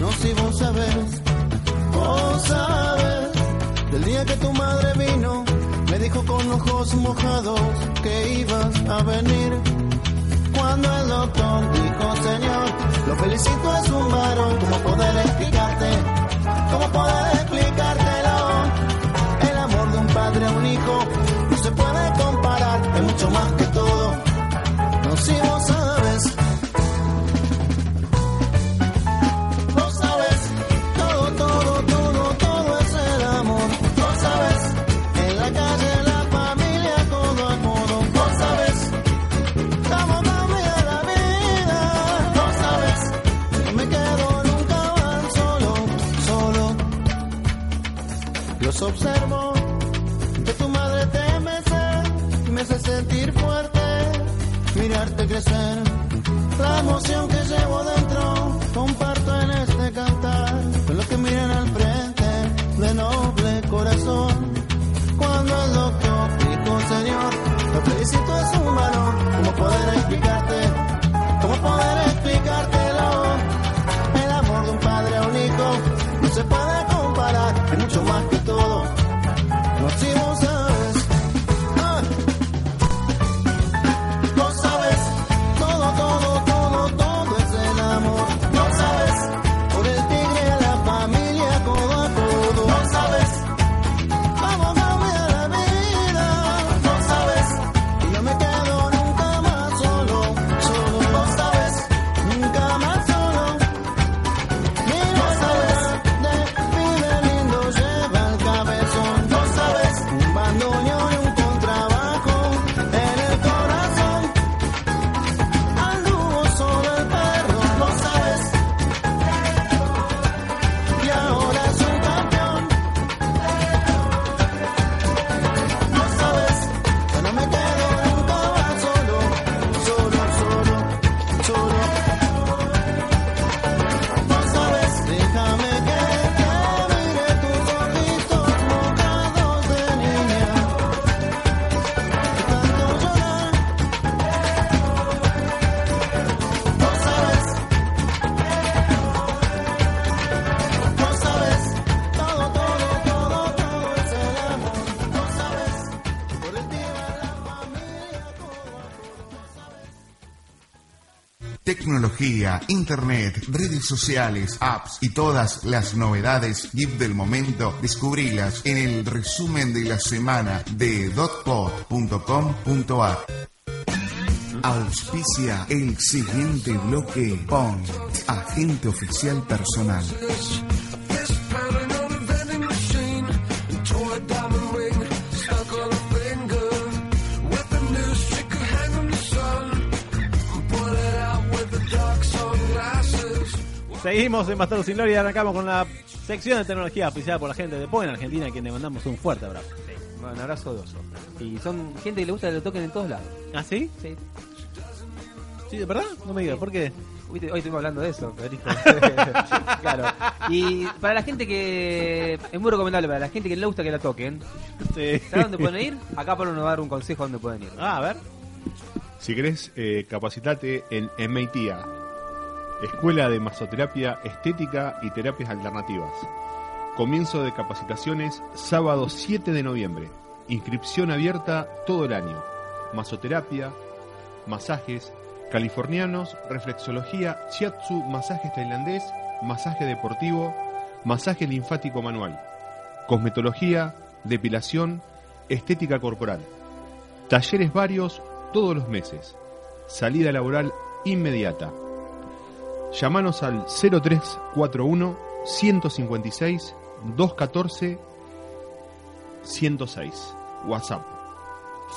No, si vos sabés, vos sabés del día que tu madre vino. Me dijo con ojos mojados que ibas a venir cuando el doctor dijo, Señor, lo felicito es un varón, ¿cómo poder explicarte? ¿Cómo poder explicártelo? El amor de un padre a un hijo no se puede comparar, es mucho más que todo. No si vos sabes. Lo sabes, todo, todo, todo, todo es el amor. Lo sabes, en la calle, en la familia, codo a codo. Lo sabes, Estamos mami a la vida, lo sabes. No me quedo nunca más solo, solo. Los observo, que tu madre te mece, me hace sentir fuerte, mirarte crecer. La emoción que llevo dentro, comparto en este cantar, con los que miran al frente, de noble corazón. Cuando el doctor dijo, Señor, lo felicito es un valor, ¿cómo poder explicarte? ¿Cómo poder explicártelo? El amor de un padre a un hijo no se puede comparar, es mucho más que todo. No si vos sabes, ah, lo sabes, todo, todo, todo, todo es el amor. Lo sabes, por el tigre a la familia, codo a codo. Lo sabes. Vamos a cambiar la vida, vos sabes. No me quedo nunca más solo, solo vos sabes. Nunca más solo, ni vos sabes de mi
Tecnología, internet, redes sociales, apps y todas las novedades GIF del momento, descubrilas en el resumen de la semana de dotpod.com.ar. Auspicia el siguiente bloque con Agente Oficial Personal.
Seguimos en Bastardo sin Gloria y arrancamos con la sección de tecnología oficial por la gente de Poen Argentina, a quien le mandamos un fuerte abrazo.
Un abrazo de oso. Y son gente que le gusta que lo toquen en todos lados.
¿Ah, sí?
Sí.
¿Sí, de verdad? No me digas, ¿por qué?
Viste, Hoy estuvimos hablando de eso, Federico. <laughs> claro. Y para la gente que. Es muy recomendable para la gente que le gusta que la toquen.
Sí.
¿Saben dónde pueden ir? Acá Pablo nos va a dar un consejo dónde pueden ir.
Ah, a ver.
Si querés, eh, capacitate en MITA, Escuela de Masoterapia Estética y Terapias Alternativas. Comienzo de capacitaciones sábado 7 de noviembre. Inscripción abierta todo el año. Masoterapia, masajes, californianos, reflexología, shiatsu, masajes tailandés, masaje deportivo, masaje linfático manual, cosmetología, depilación, estética corporal. Talleres varios todos los meses. Salida laboral inmediata. Llámanos al 0341 156 214 106. WhatsApp.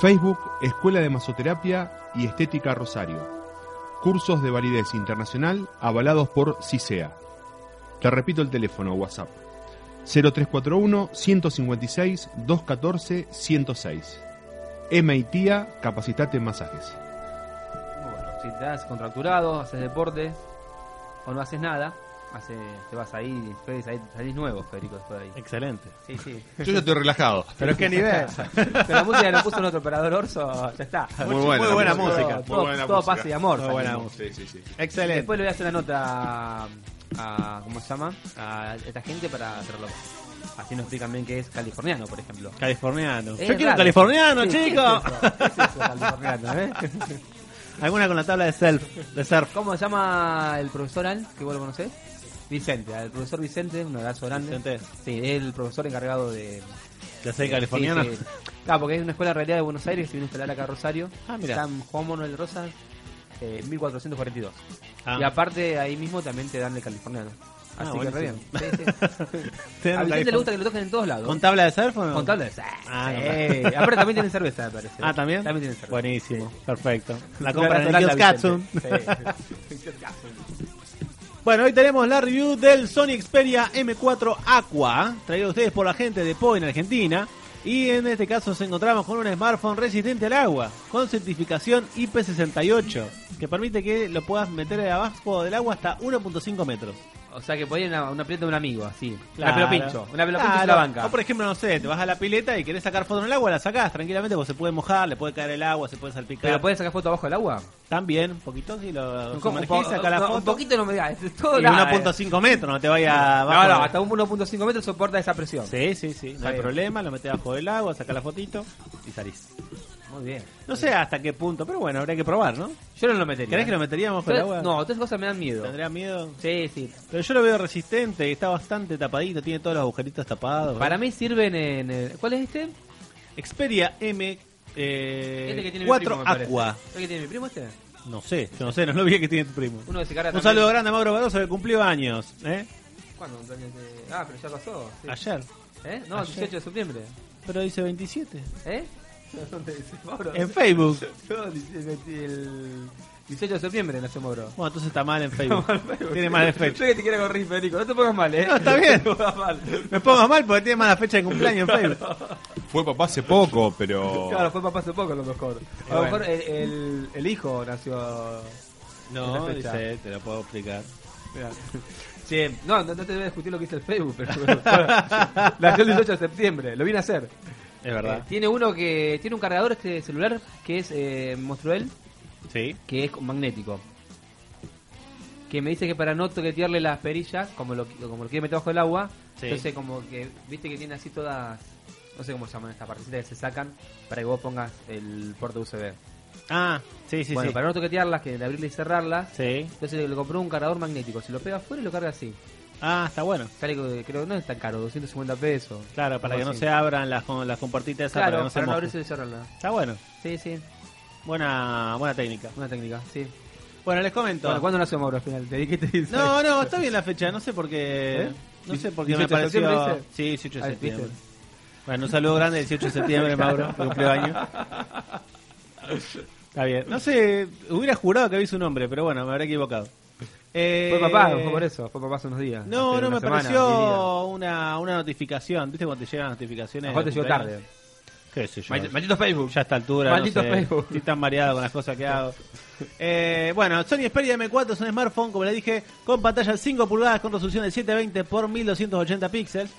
Facebook Escuela de Masoterapia y Estética Rosario. Cursos de validez internacional avalados por CISEA. Te repito el teléfono WhatsApp. 0341 156 214 106. MITIA Capacitate en Masajes.
Bueno, si estás contracturado, haces deporte o no haces nada, hace, te vas ahí, Fede, ahí- salís nuevo, Federico, después de ahí.
Excelente.
Sí, sí.
Yo ya estoy relajado.
Pero qué
<laughs>
nivel.
Pero la música la puso en otro operador Orso, ya está.
Muy buena,
muy buena
la
música.
Todo, todo pase y amor.
Muy buena
salimos.
música.
Sí, sí, sí.
Excelente.
Después le voy a hacer una nota a, a- ¿Cómo se llama? A esta gente para hacerlo. Así nos explican bien qué es californiano, por ejemplo.
Californiano.
Eh,
Yo quiero un
raro.
californiano,
Sí, ¿qué
chico.
es eso? ¿Qué es eso, californiano, eh?
<laughs> Alguna con la tabla de surf. De surf.
¿Cómo se llama el profesor Al, que vos lo conocés? Vicente, al profesor Vicente, un abrazo grande.
Vicente.
Sí, es el profesor encargado de...
Ya sé, californiano.
Sí, sí. Claro, Ah, porque es una escuela realidad de Buenos Aires que se vino a instalar acá a Rosario.
Ah, mirá.
Está en Juan Manuel Rosas, eh, 1442.
Ah.
Y aparte ahí mismo también te dan el californiano.
Ah,
Así que re
buenísimo.
bien.
<laughs>
Sí, <laughs> sí.
Te dan
A
un
Vicente
californ-
le gusta que lo toquen en todos lados.
¿Con tabla de surf o no?
Con tablas.
Ah,
Ah, <laughs>
no.
sí. Aparte también tienen cerveza, me parece.
Ah, ¿también?
También tienen cerveza.
Buenísimo.
Sí. <laughs>
Perfecto. La
Un
compran en
abrazo
el
grande a
Kioscatsun. <laughs>
Vicente. Sí. Kioscatsun.
Bueno, hoy tenemos la review del Sony Xperia M4 Aqua, traído a ustedes por la gente de PO en Argentina. Y en este caso nos encontramos con un smartphone resistente al agua, con certificación IP68, que permite que lo puedas meter abajo del agua hasta 1.5 metros.
O sea que podía ir a una pileta de un amigo, así.
Claro.
Una pelopincho. Una pelopincho
Claro.
en la banca.
O por ejemplo, no sé, te vas a la pileta y querés sacar foto en el agua, la sacás tranquilamente, porque se puede mojar, le puede caer el agua, se puede salpicar.
Pero puedes sacar foto abajo del agua.
También, un poquito, si lo
¿Cómo?
sumergís,
po-
sacás la
no,
foto.
Un poquito no me digas. es Todo
y
nada,
1.5 metros, no te vayas
eh.
abajo
No, no,
de-
hasta un 1.5 metros soporta esa presión.
Sí, sí, sí, no
Está
hay
bien.
problema, lo metés bajo del agua, sacás la fotito y salís.
Muy bien.
No sé hasta qué punto, pero bueno, habría que probar, ¿no?
Yo no lo metería.
¿Querés que lo meteríamos bajo el
Tres-
agua?
No, tres cosas me dan miedo.
¿Tendría miedo?
Sí, sí.
Pero yo lo veo resistente, está bastante tapadito, tiene todos los agujeritos tapados.
Para mí sirven en. el- ¿Cuál es este?
Xperia M eh,
Este que tiene mi
4
primo. me
Aqua.
parece. ¿Este que tiene mi primo este?
No sé, yo no sé, no lo vi que tiene tu primo.
Uno que se carga
Un
también.
saludo grande a Mauro Barroso que cumplió años, ¿eh?
¿Cuándo? Entonces, eh, Ah, pero ya pasó. sí.
Ayer.
¿Eh? No,
ayer.
18 de septiembre.
Pero dice 27.
¿Eh? ¿Dónde dice Mauro?
En Facebook.
No, dice el 18 de septiembre nació Mauro.
Bueno, entonces está mal en Facebook. tiene mal en
Yo
Facebook.
que te quiero correr, Federico. No te pongas mal, ¿eh?
No, está bien.
<laughs> No te pongas mal.
Me pongo mal porque tiene mala fecha de cumpleaños en Facebook.
Fue papá hace poco, pero.
<laughs> Claro, fue papá hace poco a lo mejor. A
bueno.
lo mejor el, el, el hijo nació.
No,
Esa fecha.
dice, te lo puedo explicar.
Mirá. Sí, no, no, no te voy a discutir lo que hizo el Facebook, pero <laughs> nació el 18 de septiembre, lo vine a hacer.
Es
Eh, tiene uno que tiene un cargador este celular que es eh, Monstruel,
Sí.
que es magnético. Que me dice que para no toquetearle las perillas, como lo, como lo quiere meter bajo el agua,
Sí.
entonces como que, viste que tiene así todas, no sé cómo se llaman estas partecitas que se sacan para que vos pongas el puerto USB.
Ah, sí, sí,
bueno,
sí.
para no toquetearlas, que de abrirlas y cerrarlas,
Sí.
entonces le compró un cargador magnético. Se lo pega afuera y lo carga así.
Ah, está bueno.
Sale, eh, creo que no es tan caro, 250 pesos.
Claro, para
Algo
que no
así.
se abran las, con- las compartitas esas,
Claro,
para que no se
para no
mojen.
abrirse y cerrarla.
Está bueno.
Sí, sí,
Buena, buena técnica.
una técnica, sí.
Bueno, les comento.
Bueno, ¿cuándo lo hacemos, bro, al final? ¿Te dije que te dice?
No, no, está bien la fecha, no sé por qué.
¿Eh?
No sé por qué me
18 de
pareció.
septiembre, dice.
Sí, 18 de
Ah,
septiembre.
viste.
Bueno, un saludo grande, 18 de
<laughs>
septiembre, Mauro, que cumplió año. Está bien. No sé, hubiera jurado que había su nombre, pero bueno, me habré equivocado. Eh,
Fue papá, fue por eso, fue papá hace unos días.
No,
hace
no,
una
me
semana, diez
pareció una, una notificación. ¿Viste cuando te llegan las notificaciones?
días. Ojo, te
de
llegó
cumpleaños?
tarde.
¿Qué sé yo?
Maldito Facebook.
Ya a esta altura, no
Maldito
sé,
Facebook.
estoy tan mareado con las cosas que hago. Eh, bueno, Sony Xperia M4 es un smartphone, como le dije, con pantalla de 5 pulgadas con resolución de 720 por 1280 píxeles.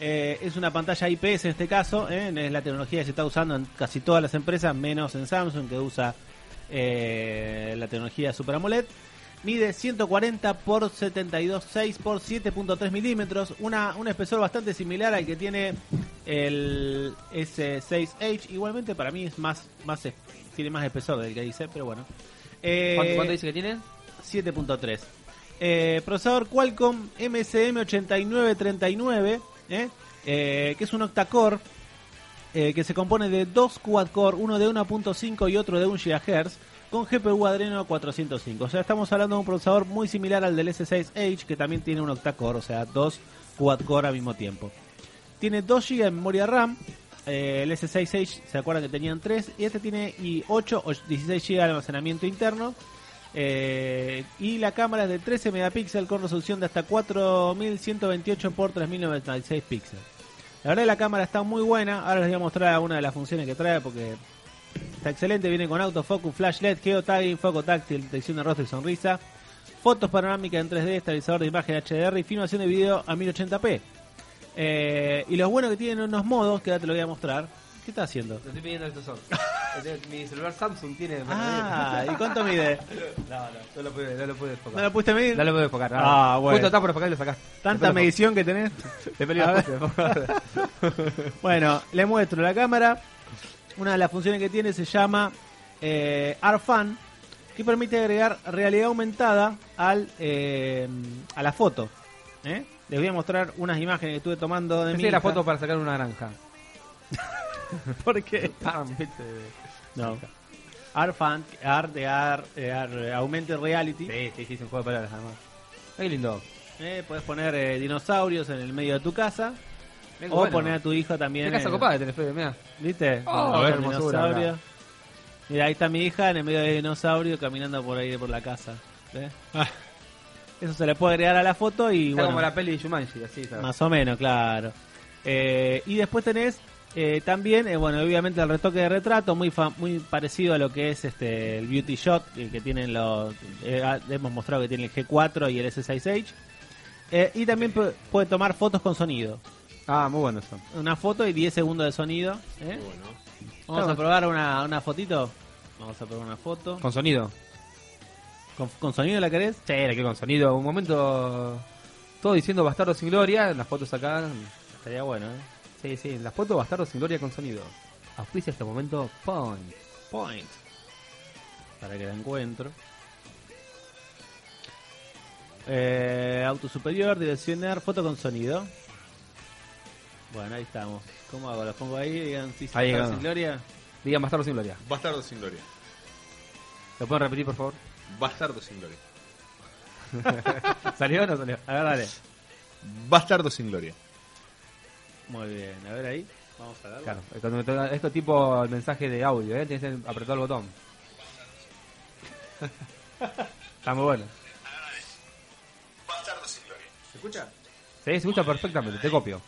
Eh, es una pantalla IPS en este caso, eh, es la tecnología que se está usando en casi todas las empresas, menos en Samsung que usa eh, la tecnología Super AMOLED. Mide 140 por 72,6 por 7.3 milímetros, una, un espesor bastante similar al que tiene el S6H. Igualmente para mí es más, más es- tiene más espesor del que dice, pero bueno. Eh,
¿Cuánto, cuánto dice que tiene?
7.3. Eh, procesador Qualcomm MSM8939, ¿eh? Eh, que es un octacore eh, que se compone de dos quad-core, uno de 1.5 y otro de 1 GHz, con GPU Adreno 405. O sea, estamos hablando de un procesador muy similar al del S6H, que también tiene un octacore, o sea, dos quad-core al mismo tiempo. Tiene 2 GB de memoria RAM. eh, el S6H, ¿se acuerdan que tenían 3? Y este tiene y 8 o 16 GB de almacenamiento interno. Eh, y la cámara es de 13 megapíxeles con resolución de hasta 4128 x 3096 píxeles. La verdad que la cámara está muy buena. Ahora les voy a mostrar una de las funciones que trae porque está excelente. Viene con autofocus, flash LED, geotagging, foco táctil, detección de rostro y sonrisa, fotos panorámicas en 3D, estabilizador de imagen HDR y filmación de video a 1080p. Eh, y lo bueno que tienen unos modos que ahora te lo voy a mostrar. ¿Qué está haciendo?
Lo estoy pidiendo al
<laughs>
tesoro. Eh, Mi celular Samsung tiene.
Ah, ¿y cuánto mide?
<laughs> No, no, no lo pude, no lo pude
¿No
desfocar.
lo pudiste medir?
No lo pude desfocar. no.
Ah, bueno.
Justo está por enfocar y lo sacás.
Tanta
Después
medición
<laughs>
que tenés.
lo-
A ver.
después lo- después lo-
Bueno, le muestro la cámara. Una de las funciones que tiene se llama eh, ArFan, que permite agregar realidad aumentada al, eh, a la foto. ¿Eh? Les voy a mostrar unas imágenes que estuve tomando de
Pensé
mi
que era
hija.
foto para sacar una granja.
<laughs> ¿Por qué?
Pam, viste.
No. ArFan, Ar de Ar, eh, Ar- eh, Augmented Reality.
Sí, sí, sí, es un juego de palabras además. Qué lindo.
Eh, puedes poner eh, dinosaurios en el medio de tu casa.
Mirá qué
O
bueno.
poner a tu hija también.
Qué casa
en-
copada que tenés, Fede, mirá.
¿Viste?
Oh,
Con
qué
el
hermosura,
dinosaurio.
mirá.
Mira, ahí está mi hija en el medio de dinosaurio caminando por ahí por la casa. ¿Ves? Eso se le puede agregar a la foto y
Está
bueno,
como la peli de Jumanji, así. está.
más o menos, claro. Eh, y después tenés eh, también, eh, bueno, obviamente el retoque de retrato, muy fa- muy parecido a lo que es este el beauty shot eh, que tienen los. eh, ah, hemos mostrado que tiene el G4 y el S6H. Eh, y también pu- puede tomar fotos con sonido
Ah, muy bueno eso.
una foto y 10 segundos de sonido. ¿eh? Vamos a probar una, una fotito. Vamos a probar una foto.
Con sonido.
¿Con, con sonido la querés?
Sí, era que con sonido. Un momento. Todo diciendo bastardo sin gloria. Las fotos acá.
Estaría bueno, ¿eh?
Sí, sí, las fotos bastardo sin gloria con sonido. Auspicia hasta el momento Point.
Point. Para que la encuentro. Eh, auto superior, direccionar, foto con sonido. Bueno, ahí estamos. ¿Cómo hago? ¿Los pongo ahí? Digan si se
Ahí
está
llegamos.
sin gloria.
Digan bastardo sin gloria.
Bastardo sin gloria.
¿Lo pueden repetir, por favor?
Bastardo sin gloria.
¿Salió o no salió?
A ver, dale.
Bastardo sin gloria.
Muy bien, a ver ahí. Vamos a darle.
Claro, cuando me toca- esto es tipo el mensaje de audio, ¿eh? Tienes que apretar el botón. <laughs> Está muy bueno. ¿Se escucha? Sí, se escucha perfectamente, te copio.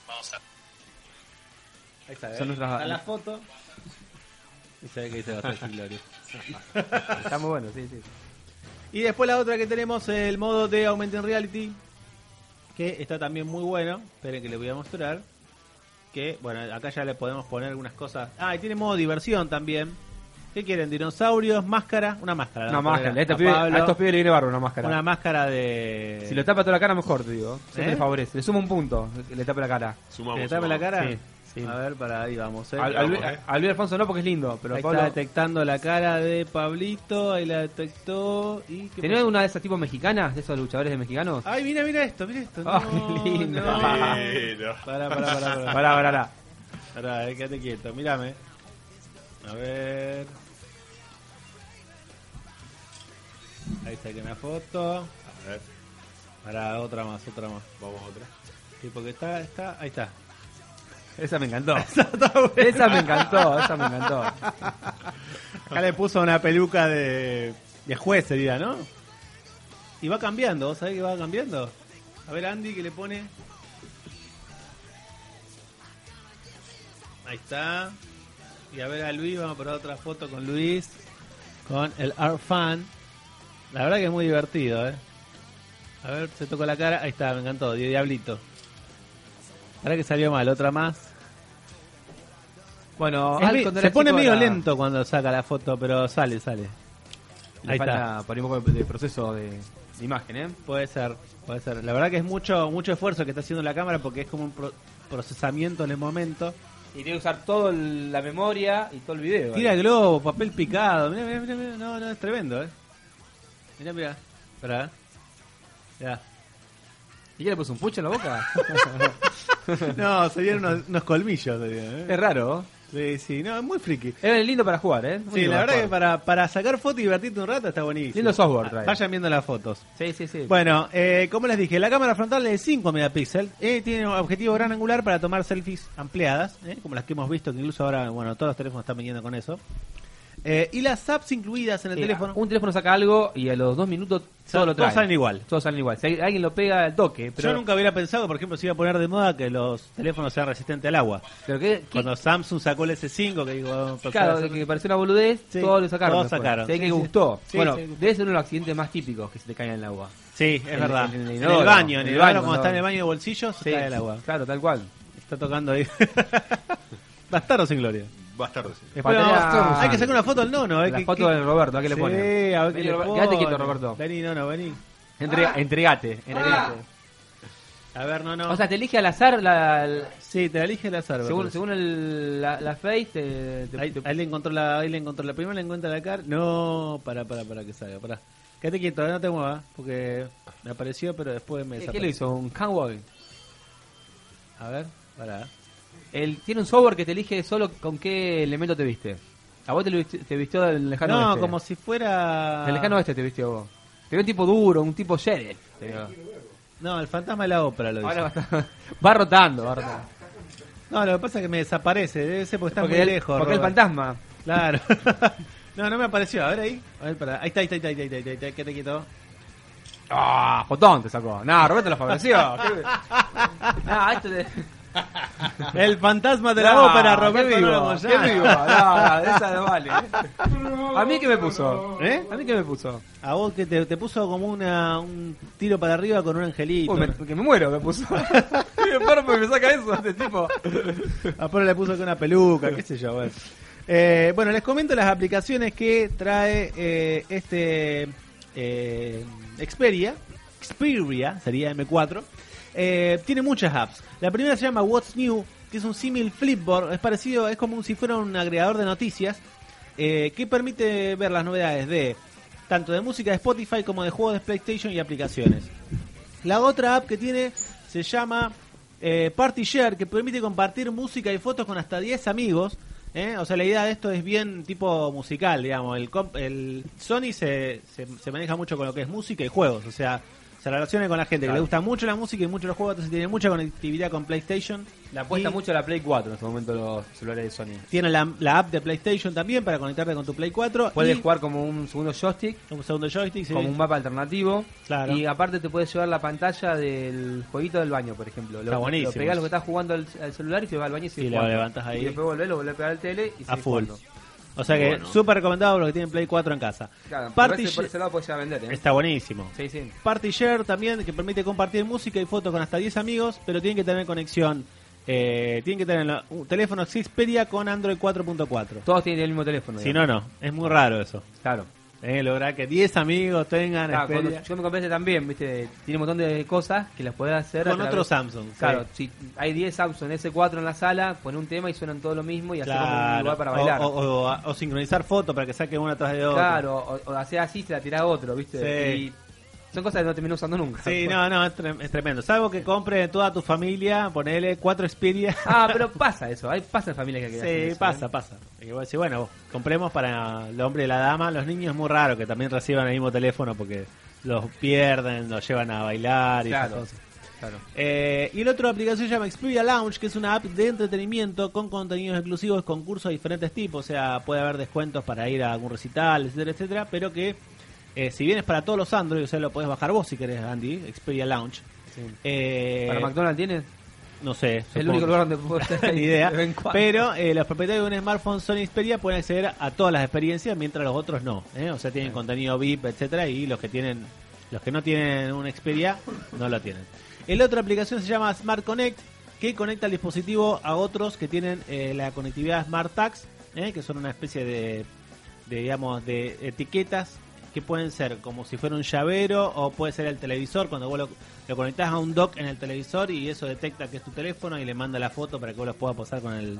Ahí está, ¿eh?
Son nuestras-
Está la foto. Y se ve que dice Bastardo sin gloria.
<laughs> Está muy bueno, sí, sí.
Y después la otra que tenemos el modo de Augmented Reality, que está también muy bueno. Esperen que les voy a mostrar. Que, bueno, acá ya le podemos poner algunas cosas. Ah, y tiene modo diversión también. ¿Qué quieren? ¿Dinosaurios? ¿Máscara? Una máscara.
Una
vamos a
máscara.
poner
A, estos
a
pibes-
Pablo.
a estos pibes le viene barro una máscara.
Una máscara de.
Si lo tapa toda la cara, mejor, te digo. Eso
¿Eh?
le favorece. Le suma un punto, que le tapa la cara.
¿Que le
Sumamos.
tape la cara?
Sí, sí.
A ver, para ahí vamos. ¿eh?
Al, al- a Luis Alfonso no, porque es lindo, pero
Ahí
Pablo.
está detectando la cara de Pablito, ahí la detectó. Y ¿qué
¿Tenés
pasó? Ah,
una de esas tipos mexicanas, de esos luchadores de mexicanos?
Ay, mira, mira esto, mira esto.
Ah,
No,
qué lindo.
no.
Pero-
Pará, pará, pará, pará.
Pará, pará, pará.
Pará, eh, quédate quieto, mírame. A ver. Ahí saqué una foto.
A ver,
Pará, otra más, otra más.
vamos a otra.
Sí, porque está, está, ahí está.
Esa me
<laughs>
encantó. esa me encantó, esa me encantó.
Acá le puso una peluca de, de juez, sería, ¿no? Y va cambiando, ¿vos sabés que va cambiando? A ver, Andy, que le pone. Ahí está. Y a ver a Luis, vamos a probar otra foto con Luis, con el Art Fan. La verdad que es muy divertido, ¿eh? A ver, se tocó la cara. Ahí está, me encantó, di- Diablito. Ahora que salió mal, otra más.
Bueno,
Es
Al
mi-
cuando
se
era
pone
chico
medio
era-
lento cuando saca la foto, pero sale, sale.
Le
Ahí
falta por ahí un poco de de proceso de, de imagen, ¿eh?
Puede ser, puede ser. La verdad que es mucho mucho esfuerzo que está haciendo la cámara porque es como un pro- procesamiento en el momento.
Y tiene que usar toda la memoria y todo el video.
Tira el globo, papel picado. Mira, mira, mira, no, no es tremendo, ¿eh? Mira, mira. Espera. Ya.
¿Y qué le puso un pucho en la boca? <laughs>
No, serían unos, unos colmillos, serían,
es
¿eh?
raro.
<laughs> Sí, sí, no, es muy friki.
Era lindo para jugar, ¿eh? Muy
Sí,
lindo
la verdad que
jugar.
para, para sacar fotos y divertirte un rato está buenísimo.
Lindo software
Ah,
trae.
Vayan viendo las fotos.
Sí, sí, sí.
Bueno, eh, como les dije, la cámara frontal es de 5 megapíxeles. eh, tiene un objetivo gran angular para tomar selfies ampliadas, eh, como las que hemos visto, que incluso ahora, bueno, todos los teléfonos están viniendo con eso. Eh, y las apps incluidas en el
Eh,
teléfono.
Un teléfono saca algo y a los dos minutos todo lo
todos
trae.
salen igual.
Todos salen igual. Si hay- alguien lo pega al toque, pero.
Yo nunca hubiera pensado, por ejemplo, si iba a poner de moda que los teléfonos sean resistentes al agua.
pero que- que-
Cuando Samsung sacó el S5, que digo, vamos a empezar a
claro,
hacer-
de que pareció una boludez,
Sí,
todos lo sacaron.
todos
después.
sacaron.
Si hay
Sí,
que
sí.
gustó.
Sí,
bueno,
sí.
debe ser uno de los accidentes más típicos que se te caiga en el agua.
Sí, es
en-
verdad.
en el
En el,
inodoro, en
baño, en
el
el baño,
baño,
cuando
no.
está en el baño de bolsillo, se cae el agua.
Claro, tal cual.
Está
<laughs>
tocando ahí. <laughs> Bastardo sin gloria.
Bastardos.
Después
Patera-
vamos- hay que sacar una foto al nono. eh,
La
que-
foto
que-
de Roberto, ¿a qué le ponen?
Sí, a ver qué
Vení,
le
Roberto,
ponen.
quédate quieto, Roberto.
Vení, no, no, vení.
Entrega- entregate, entregate.
Ah. A ver, no, no.
O sea, te elige al azar, la, la-
sí, te la elige el azar. me
según,
parece.
según el- la, la face, te, te-
ahí,
te-
ahí le encontró la, ahí le encontró la primera, le encuentra la cara. No, para, para, para que salga, para. Quédate quieto, eh, no te muevas, porque me apareció, pero después me
¿Qué, qué
desapareció.
lo hizo? ¿Un cowboy?
A ver, para.
Él tiene un software que te elige solo con qué elemento te viste. A vos te, lo visti- te vistió del lejano
No,
oeste.
como si fuera.
Del lejano oeste te vistió vos. Te veo un tipo duro, un tipo sheriff. te veo.
No, el fantasma de la ópera lo hizo.
Ahora va, <laughs> a- va rotando, va rotando.
No, lo que pasa es que me desaparece, debe ser porque está
porque
muy
él-
lejos.
porque el
Robert.
fantasma.
Claro. no, no me apareció. A ver ahí. A ver, para. Ahí está, ahí está, ahí está, ahí está, ahí está, ahí está. Quédate quieto.
<laughs> Ah, fotón te sacó. No, Roberto lo
<laughs>
favoreció. no, esto te...
El fantasma de la ópera, Roberto
qué vivo,
Nolo Moyano.
qué vivo. No, no, esa no vale. ¿eh? ¿A mí qué me puso?
¿Eh?
¿A mí qué me puso?
A vos que te, te puso como una, un tiro para arriba con un angelito.
Uy, me- que me muero, me puso. <laughs> Y me paro porque me saca eso, este tipo.
A Polo le puso acá una peluca, qué sé yo. Bueno. Eh, bueno, les comento las aplicaciones que trae eh, este eh, Xperia. Xperia sería M4. Eh, tiene muchas apps. La primera se llama What's New, que es un símil Flipboard. Es parecido, es como un- si fuera un agregador de noticias eh, que permite ver las novedades de tanto de música de Spotify como de juegos de PlayStation y aplicaciones. La otra app que tiene se llama eh, Party Share, que permite compartir música y fotos con hasta 10 amigos. ¿eh? O sea, la idea de esto es bien tipo musical, digamos. El, comp- el Sony se, se, se maneja mucho con lo que es música y juegos. O sea, se relaciona con la gente que le gusta mucho la música y mucho los juegos, entonces tiene mucha conectividad con PlayStation.
La apuesta
Y
mucho a la Play 4 en este momento los celulares de Sony.
Tiene la, la app de PlayStation también para conectarte con tu Play 4.
Puedes
y-
jugar como un segundo joystick,
Un segundo joystick, sí.
como un mapa alternativo.
Claro.
Y aparte te puedes llevar la pantalla del jueguito del baño, por ejemplo. Lo,
Está buenísimo.
Lo pegás lo que estás jugando al, al celular y se va al baño y se
Y lo levantás ahí.
Y después volvés, lo volvés a pegar al tele y
a
seguís
full.
jugando.
O sea que súper recomendado para los que tienen Play 4 en casa.
Claro, por
Party
ese- por
Share-
ese lado podés llegar a vender, ¿eh?
Está buenísimo.
Sí, sí.
Party Share también, que permite compartir música y fotos con hasta 10 amigos, pero tienen que tener conexión Eh, tienen que tener en la- un teléfono Xperia con Android 4.4.
Todos tienen el mismo teléfono.
Si no,
digamos.
no. Es muy raro eso.
Claro.
Eh, lograr que 10 amigos tengan
Claro, cuando
Xperia.
yo me compré este también, viste, tiene un montón de cosas que las podés hacer. a
Con otro
través-
Samsung, sí.
Claro, si hay 10 Samsung S4 en la sala, pon un tema y suenan todo lo mismo y hacer como un
Claro.
lugar para
O-
bailar.
O, o- o sincronizar fotos para que saque una atrás de otra.
claro, o, o hacer así, se la tirá a otro, viste.
Sí.
Y son cosas que no termino usando nunca. <laughs>
Sí, no, no, es, trem- es tremendo. Salvo que compre toda tu familia, ponele cuatro Xperia.
Ah,
<laughs>
pero pasa eso, hay, pasa en familia que que hacen
Sí,
eso,
pasa,
¿eh?
pasa. Y vos decís, bueno, compremos para el hombre y la dama. Los niños es muy raro que también reciban el mismo teléfono porque los pierden, los llevan a bailar y esas
Claro,
cosas.
claro.
Eh, y la otra aplicación se llama Xperia Lounge, que es una app de entretenimiento con contenidos exclusivos, concursos de diferentes tipos. O sea, puede haber descuentos para ir a algún recital, etcétera, etcétera. Pero que, eh, si bien es para todos los Android, o sea, lo puedes bajar vos si querés, Andy, Xperia Lounge. Eh,
¿Para McDonald's tienes?
no sé.
Es el único
supongo.
lugar donde
<laughs>
puedo estar
ni idea.
de vez en cuando.
Pero eh, los propietarios de un smartphone Sony Xperia pueden acceder a todas las experiencias, mientras los otros no. ¿eh? O sea, tienen contenido VIP, etcétera, y los que tienen, los que no tienen un Xperia no lo tienen. El otra aplicación se llama Smart Connect, que conecta el dispositivo a otros que tienen eh, la conectividad Smart Tags, ¿eh? que son una especie de, de, digamos, de etiquetas que pueden ser como si fuera un llavero o puede ser el televisor cuando vos lo, lo conectás a un dock en el televisor y eso detecta que es tu teléfono y le manda la foto para que vos lo puedas posar con el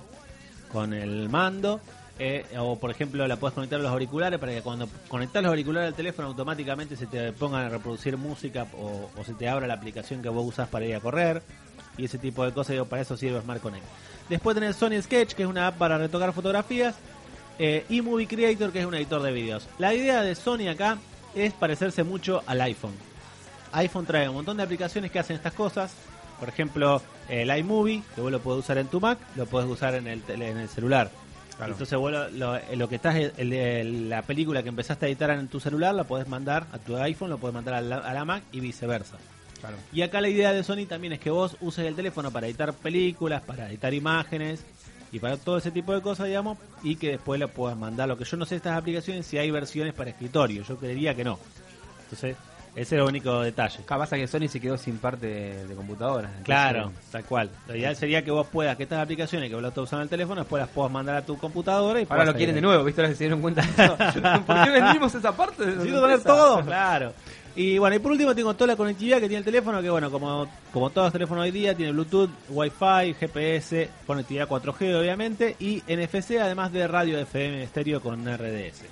con el mando eh, o por ejemplo la puedes conectar a los auriculares para que cuando conectas los auriculares al teléfono automáticamente se te pongan a reproducir música o, o se te abra la aplicación que vos usás para ir a correr y ese tipo de cosas digo, para eso sirve Smart Connect después tenés Sony Sketch que es una app para retocar fotografías eh, y Movie Creator que es un editor de videos la idea de Sony acá es parecerse mucho al iPhone iPhone trae un montón de aplicaciones que hacen estas cosas. Por ejemplo, el iMovie, que vos lo podés usar en tu Mac, lo podés usar en el, tele- en el celular. Entonces vos lo, lo- lo que estás, el- el- la película que empezaste a editar en tu celular, la podés mandar a tu iPhone, lo podés mandar a la, a la Mac y viceversa. Y acá la idea de Sony también es que vos uses el teléfono para editar películas, para editar imágenes y para todo ese tipo de cosas, digamos, y que después lo puedas mandar. Lo que yo no sé estas aplicaciones si hay versiones para escritorio, yo creería que no. Entonces, ese es el único detalle.
Acá pasa que Sony se quedó sin parte de, de computadoras. entonces-
Claro, tal cual. Lo ideal sería que vos puedas, que estas aplicaciones que vos las estás usando en el teléfono, después las puedas mandar a tu computadora y
Ahora
puedas
lo quieren de
ahí.
nuevo, ¿viste? Ahora se dieron
<laughs>
cuenta. de eso. ¿Por qué vendimos esa <laughs> parte? de la
Sí,
empresa?
tener
<laughs>
todo, <laughs> claro. Y bueno, y por último tengo toda la conectividad que tiene el teléfono, que bueno, como, como todos los teléfonos hoy día, tiene Bluetooth, Wi-Fi, GPS, conectividad 4G obviamente, y NFC, además de radio FM estéreo con RDS.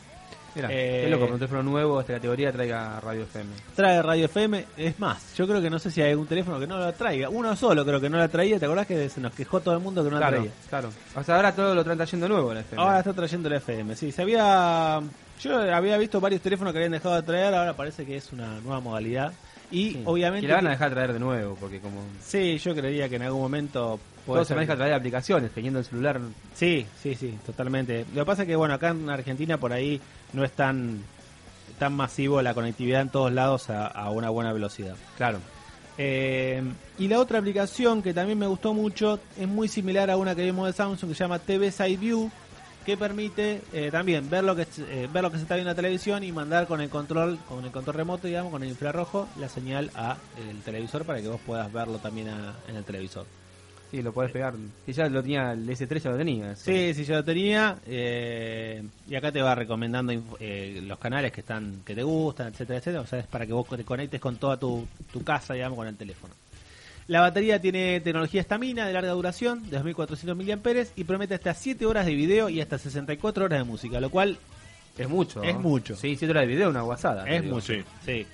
Mirá,
Eh,
qué loco, que un teléfono nuevo de esta categoría traiga Radio FM.
Trae radio FM, es más, yo creo que no sé si hay algún teléfono que no la traiga, uno solo creo que no la traía, ¿te acordás que se nos quejó todo el mundo que no la
claro,
traía?
claro. O sea, ahora todo lo traen trayendo nuevo la FM.
Ahora está trayendo la FM, sí. Se había, yo había visto varios teléfonos que habían dejado de traer, ahora parece que es una nueva modalidad. Y
Sí.
obviamente...
Que la van a dejar traer de nuevo, porque como.
Sí, yo creería que en algún momento... puede
Todo se
ser
maneja a
que-
través de aplicaciones, teniendo el celular.
Sí, sí, sí, totalmente. Lo que pasa es que, bueno, acá en Argentina por ahí no es tan, tan masivo la conectividad en todos lados a, a una buena velocidad.
Claro.
Eh, y la otra aplicación que también me gustó mucho es muy similar a una que vimos de Samsung que se llama TV Side View que permite eh, también ver lo que eh, ver lo que se está viendo en la televisión y mandar con el control con el control remoto digamos con el infrarrojo la señal a el televisor para que vos puedas verlo también a- en el televisor Eh,
Sí, lo podés pegar. Si ya lo tenía, el S3 ya lo tenía. eso.
Sí, sí, yo lo tenía. eh, y acá te va recomendando inf- eh, los canales que están que te gustan, etcétera, etcétera. O sea, es para que vos te conectes con toda tu, tu casa, digamos, con el teléfono. La batería tiene tecnología estamina de larga duración, de 2400 mAh, y promete hasta 7 horas de video y hasta 64 horas de música, lo cual
Es mucho.
Es
¿no?
mucho.
Sí, si horas de video, una guasada. te
es
digo.
mucho. Sí.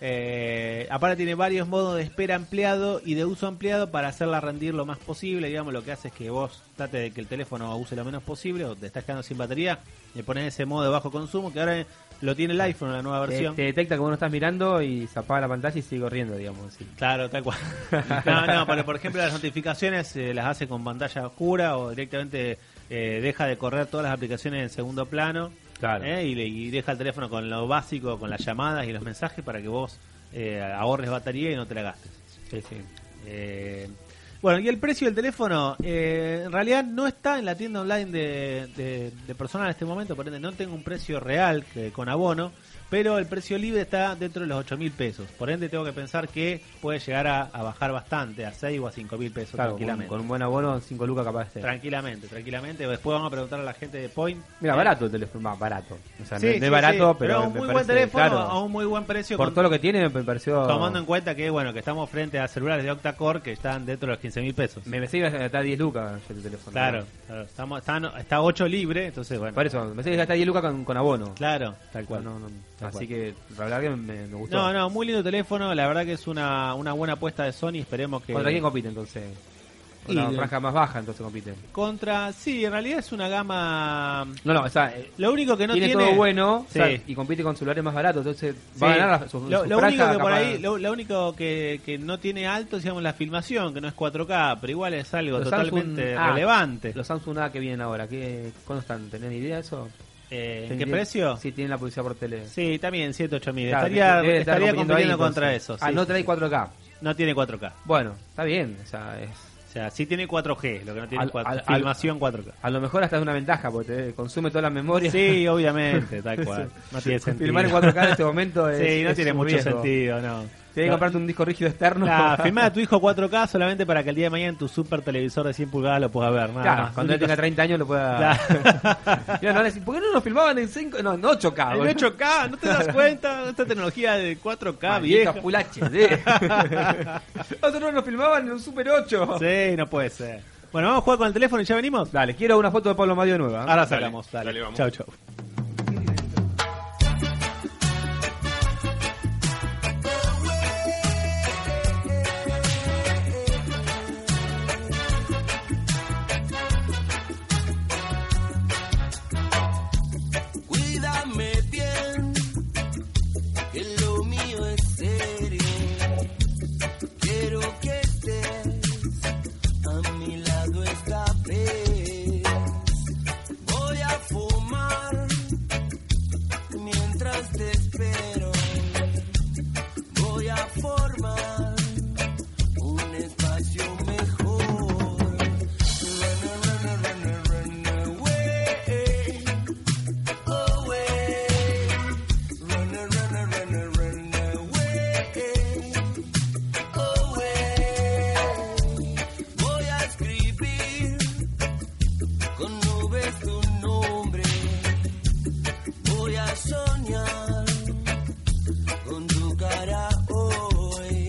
Eh, aparte tiene varios modos de espera ampliado y de uso ampliado para hacerla rendir lo más posible. Digamos, lo que hace es que vos trate de que el teléfono use lo menos posible o te estás quedando sin batería. Le pones ese modo de bajo consumo que ahora lo tiene el iPhone, la nueva
Ah. Te,
versión.
te detecta que vos no estás mirando y se apaga la pantalla y sigue corriendo, digamos. así.
Claro,
<laughs>
tal cual. No, no, pero por ejemplo las notificaciones eh, las hace con pantalla oscura o directamente eh, deja de correr todas las aplicaciones en segundo plano.
Claro.
¿eh? Y, le- y deja el teléfono con lo básico, con las llamadas y los mensajes para que vos eh, ahorres batería y no te la gastes.
Sí, sí.
Eh, bueno, y el precio del teléfono eh, en realidad no está en la tienda online de, de, de Personal en este momento, por ende no tengo un precio real que, con abono, Pero el precio libre está dentro de los 8 mil pesos. Por ende, tengo que pensar que puede llegar a, a bajar bastante, a 6 o a 5 mil pesos
Claro, con,
tranquilamente.
con un buen abono, 5 lucas capaz de ser.
Tranquilamente, tranquilamente. Después vamos a preguntar a la gente de Point.
Mira,
Eh,
barato el teléfono, más barato. O sea,
sí,
no, no
sí,
es barato,
sí,
pero.
a un
me
muy buen
parece,
teléfono
claro,
a un muy buen precio.
Por
con-
todo lo que tiene, me pareció.
Tomando en cuenta que bueno que estamos frente a celulares de octa-core que están dentro de los 15 mil pesos.
Me pensé que iba a gastar 10 lucas yo el teléfono.
Claro, claro. Estamos, están- está 8 libre, entonces bueno.
Por eso, me pensé que iba a gastar 10 lucas con, con abono.
Claro, tal cual.
No, no, no.
Tal
Así
cual.
que, la verdad que me, me gustó.
No, no, muy lindo teléfono. La verdad que es una, una buena apuesta de Sony. Esperemos que.
¿Contra quién compite entonces? Con
Y
la
de-
franja más baja entonces compite.
Contra- Sí, en realidad es una gama.
No, no, o sea, eh,
Lo único que no
tiene,
tiene.
todo bueno
Sí.
o sea, y compite con celulares más baratos, entonces
Sí.
va a ganar la- su,
lo,
su
lo
franja
único que por
capaz-
ahí, lo, lo único que, que no tiene alto es digamos, la filmación, que no es 4K, pero igual es algo
los Samsung ah,
totalmente
A,
relevante.
Los Samsung A que vienen ahora, ¿qué, ¿cuándo están? ¿Tenés idea de eso?
Eh, ¿en ¿Qué
¿Tendrían-
precio?
Sí, tienen la publicidad por tele.
Sí, también 108 mil.
Claro,
estaría
debe estar
estaría
ahí,
compitiendo
entonces.
contra eso.
Ah,
sí,
no
sí,
trae
sí.
4K.
No tiene 4K.
Bueno, está bien, o sea, es,
O sea, sí tiene 4G, lo que no tiene
Al-
es 4K.
al- al-
filmación 4K.
a lo mejor hasta es una ventaja porque te consume toda la memoria. <laughs>
Sí, obviamente, tal cual. No tiene sentido.
Filmar en 4K en este momento es.
<laughs> Sí, no
es
tiene
un
mucho
riesgo.
sentido, no.
Tenés que comprarte un disco rígido externo. <laughs>
Nah, filmá a tu hijo 4K solamente para que el día de mañana en tu super televisor de 100 pulgadas lo puedas ver. Nada
Claro,
más.
cuando él
Único-
tenga 30 años lo pueda.
<laughs> Claro.
Mira, no, le- ¿Por qué no nos filmaban en 5? No, en 8K.
En 8K, ¿no te das cuenta? Esta tecnología de 4K
vieja.
vieja.
Full
<laughs>
HD. Nosotros nos filmaban en un Super 8.
Sí, no puede ser. Bueno, vamos a jugar con el teléfono y ya venimos.
Dale, quiero una foto de Pablo Madio nueva.
Ahora sacamos. Dale,
dale, vamos.
Chau, chau.
Cuídame bien, que lo mío es serio. Quiero que estés a mi lado esta vez. Voy a fumar mientras te espero. Voy a formar un espacio mejor. Run, run, run, run, run away. Voy a escribir con nubes tu nombre. Voy a soñar con tu cara hoy.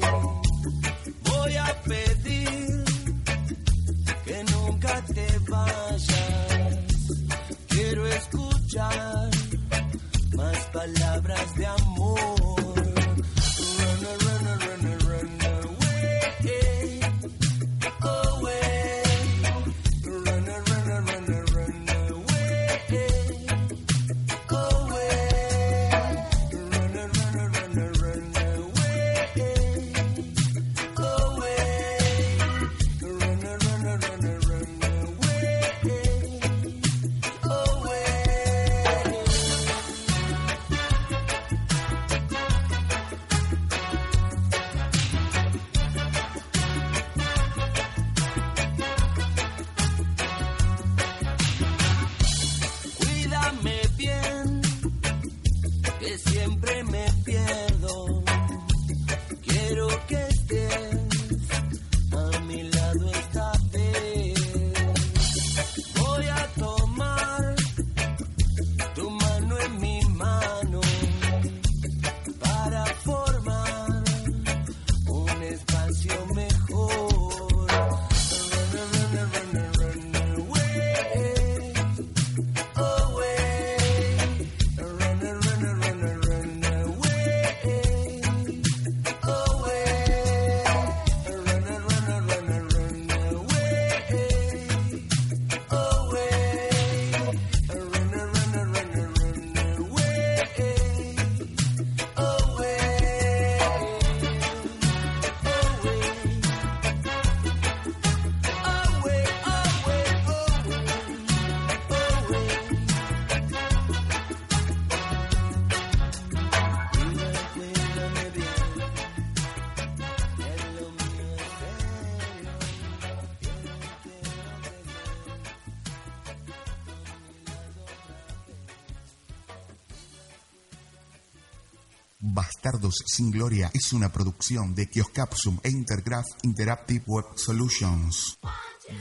Voy a pedir que nunca te vayas. Quiero escuchar más palabras de amor. Run, run, run, run, run away. Away. Run, run, run, run away. Away. Run, run, run, run away. Away. Run, run, run, run away. Away.
Bastardos sin Gloria es una producción de Kioscapsum e Intergraph Interactive Web Solutions.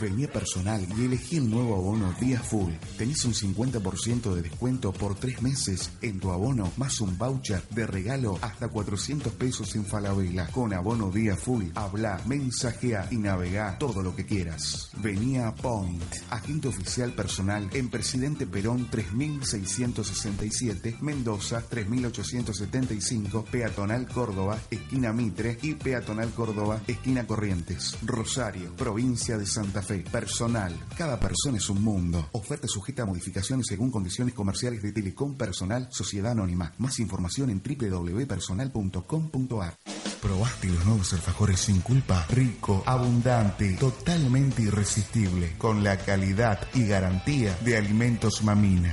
Vení a personal y elegí el nuevo abono Día Full. Tenés un 50% de descuento por tres meses en tu abono, más un voucher de regalo hasta 400 pesos en Falabella. Con abono Día Full, habla, mensajea y navega todo lo que quieras. Vení a Point, agente oficial personal en Presidente Perón 3667, Mendoza 3875, Peatonal Córdoba, esquina Mitre y Peatonal Córdoba, esquina Corrientes. Rosario, provincia de Santa Fe. Personal. Cada persona es un mundo. Oferta sujeta a modificaciones según condiciones comerciales de Telecom Personal Sociedad Anónima. Más información en www.personal.com.ar. ¿Probaste los nuevos alfajores sin culpa? Rico, abundante, totalmente irresistible, con la calidad y garantía de Alimentos Mamina.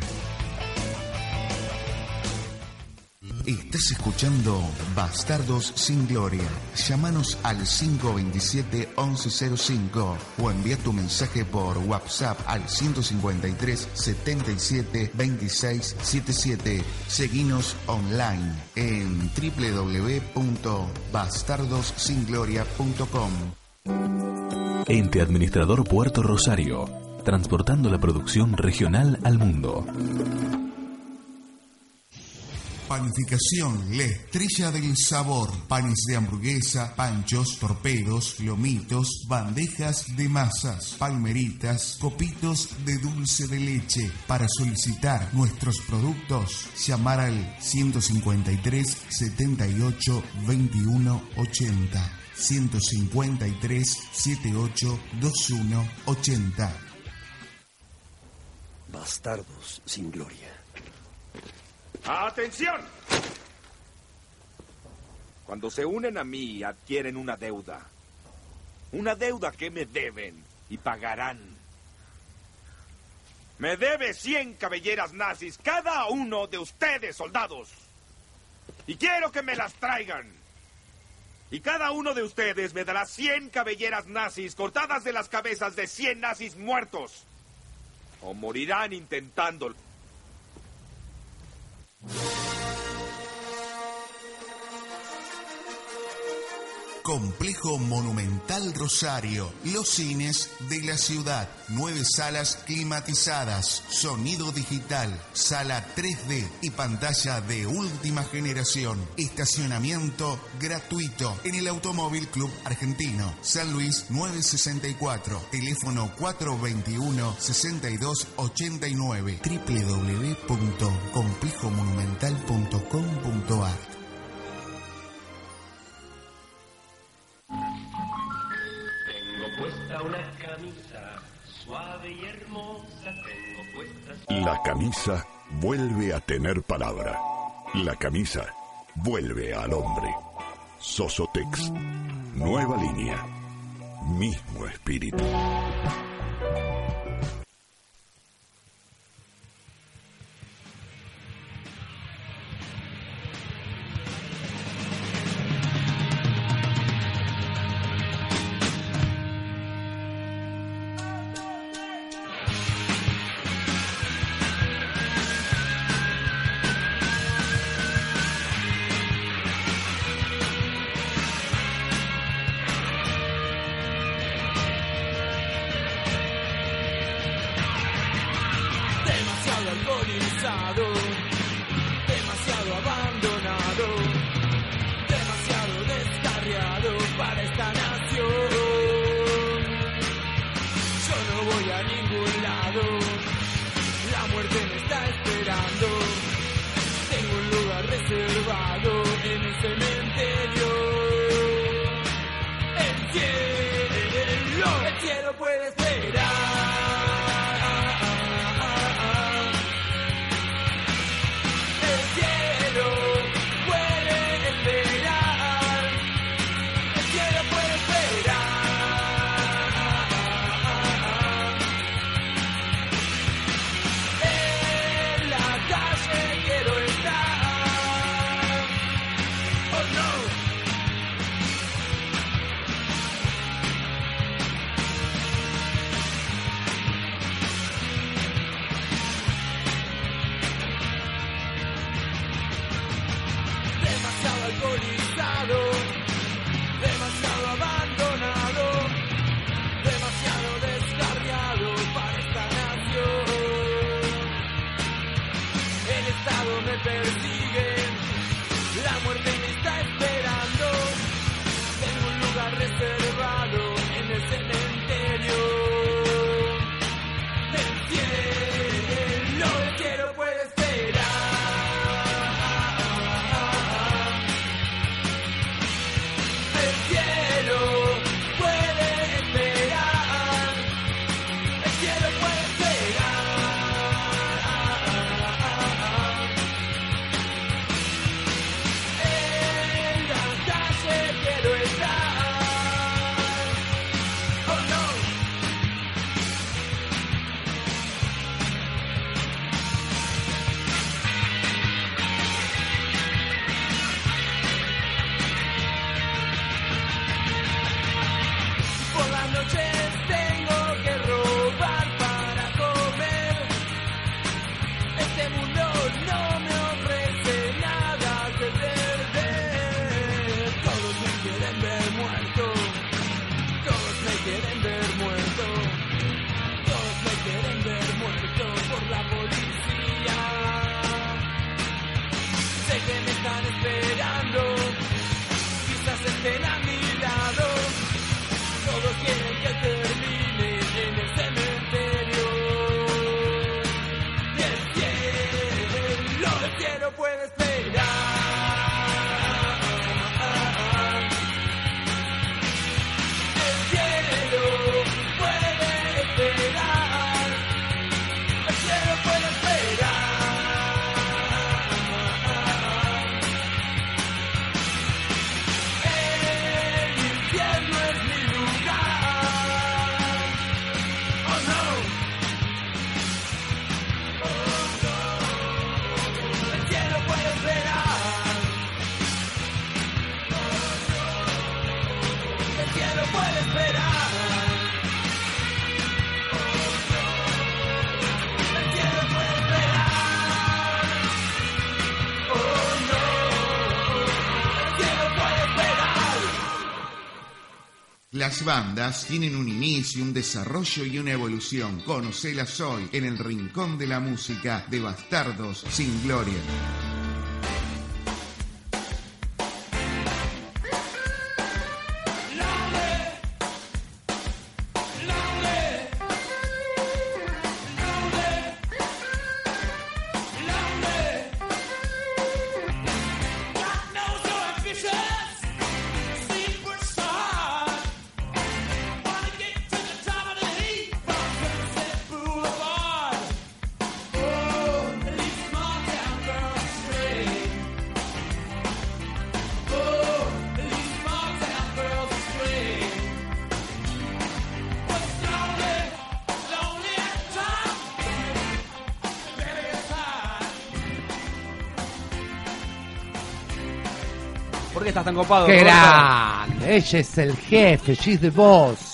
Estás escuchando Bastardos sin Gloria. Llámanos al 527-1105 o envía tu mensaje por WhatsApp al 153 77 26 77. Seguinos online en www.bastardosingloria.com.
Ente Administrador Puerto Rosario, transportando la producción regional al mundo.
Panificación, la estrella del sabor. Panes de hamburguesa, panchos, torpedos, lomitos, bandejas de masas, palmeritas, copitos de dulce de leche. Para solicitar nuestros productos, llamar al 153 78 21 80. 153 78 21 80.
Bastardos sin gloria.
¡Atención! Cuando se unen a mí, adquieren una deuda. Una deuda que me deben y pagarán. Me debe 100 cabelleras nazis cada uno de ustedes, soldados. Y quiero que me las traigan. Y cada uno de ustedes me dará 100 cabelleras nazis cortadas de las cabezas de 100 nazis muertos. O morirán intentándolo.
Complejo Monumental Rosario, los cines de la ciudad, nueve salas climatizadas, sonido digital, sala 3D y pantalla de última generación, estacionamiento gratuito en el Automóvil Club Argentino, San Luis 964, teléfono 421-6289, www.complejomonumental.com.ar
Tengo puesta una camisa suave y hermosa. Tengo puesta
La camisa vuelve a tener palabra. La camisa vuelve al hombre. Sosotex. Nueva línea. Mismo espíritu.
demasiado alcoholizado, demasiado abandonado, demasiado descarriado para esta nación. Yo no voy a ningún lado, la muerte me está esperando. Tengo un lugar reservado en el cementerio. El cielo, el cielo puede esperar. El cielo puede esperar. El cielo puede esperar. En la calle quiero estar. Olvidar Oh, Este
Las bandas tienen un inicio, un desarrollo y una evolución. Conocelas hoy en el Rincón de la Música de Bastardos sin Gloria.
¿Por qué estás tan copado?
¡Qué
Roberto?
grande! Ella es el jefe, she's the boss.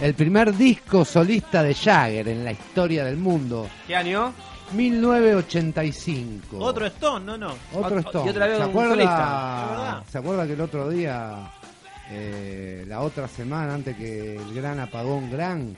El primer disco solista de Jagger en la historia del mundo.
¿Qué año?
1985.
Otro Stone, no, Ah, no.
Otro Stone.
y otra vez
¿Se
un
Es verdad.
acuerda, ¿Se acuerda que el otro día, eh, la otra semana, antes que el gran apagón gran,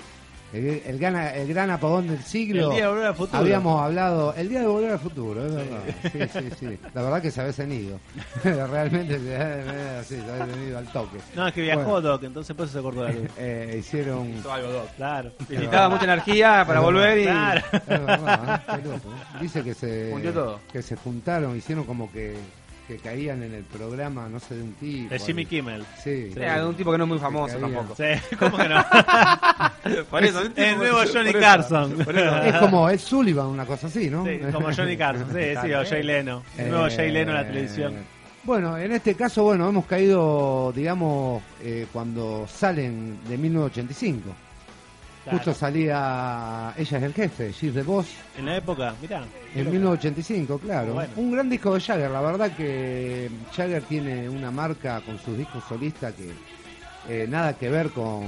el, el gran, el gran apagón del siglo,
El día de Volver al Futuro.
habíamos hablado, el día de volver al futuro, es verdad. Sí, sí, sí. La verdad que se había venido. <laughs> Realmente se había- sí, se había venido al toque.
No, es que viajó
Bueno,
Doc, entonces por eso se acordó de la luz.
<laughs> eh, hicieron...
Hizo algo, Doc.
Claro.
Necesitaba mucha energía para volver y. <laughs>
Claro.
Es verdad, ¿eh? Qué loco, ¿eh? Dice que se,
Hundió todo.
que se juntaron, hicieron como que, que caían en el programa, no sé, de un tipo.
De Jimmy
algo.
Kimmel.
Sí.
Sí, algún tipo que no es muy famoso
Sí,
tampoco.
Sí, ¿cómo que no?
<laughs> Por eso, un tipo-
el nuevo Johnny
por eso.
Carson.
Es como Ed Sullivan, una cosa así, ¿no?
Sí, como
<laughs>
Johnny Carson, sí, sí, o Jay Leno. El
Eh,
nuevo Jay Leno en la televisión.
Bueno, en este caso, bueno, hemos caído, digamos, eh, cuando salen de 1985.
Claro.
Justo salía Ella es el jefe, She's the Boss,
En la época, mirá. qué
en
loco.
1985, claro.
Bueno.
Un gran disco de Jagger, la verdad que Jagger tiene una marca con sus discos solistas que eh, nada que ver con,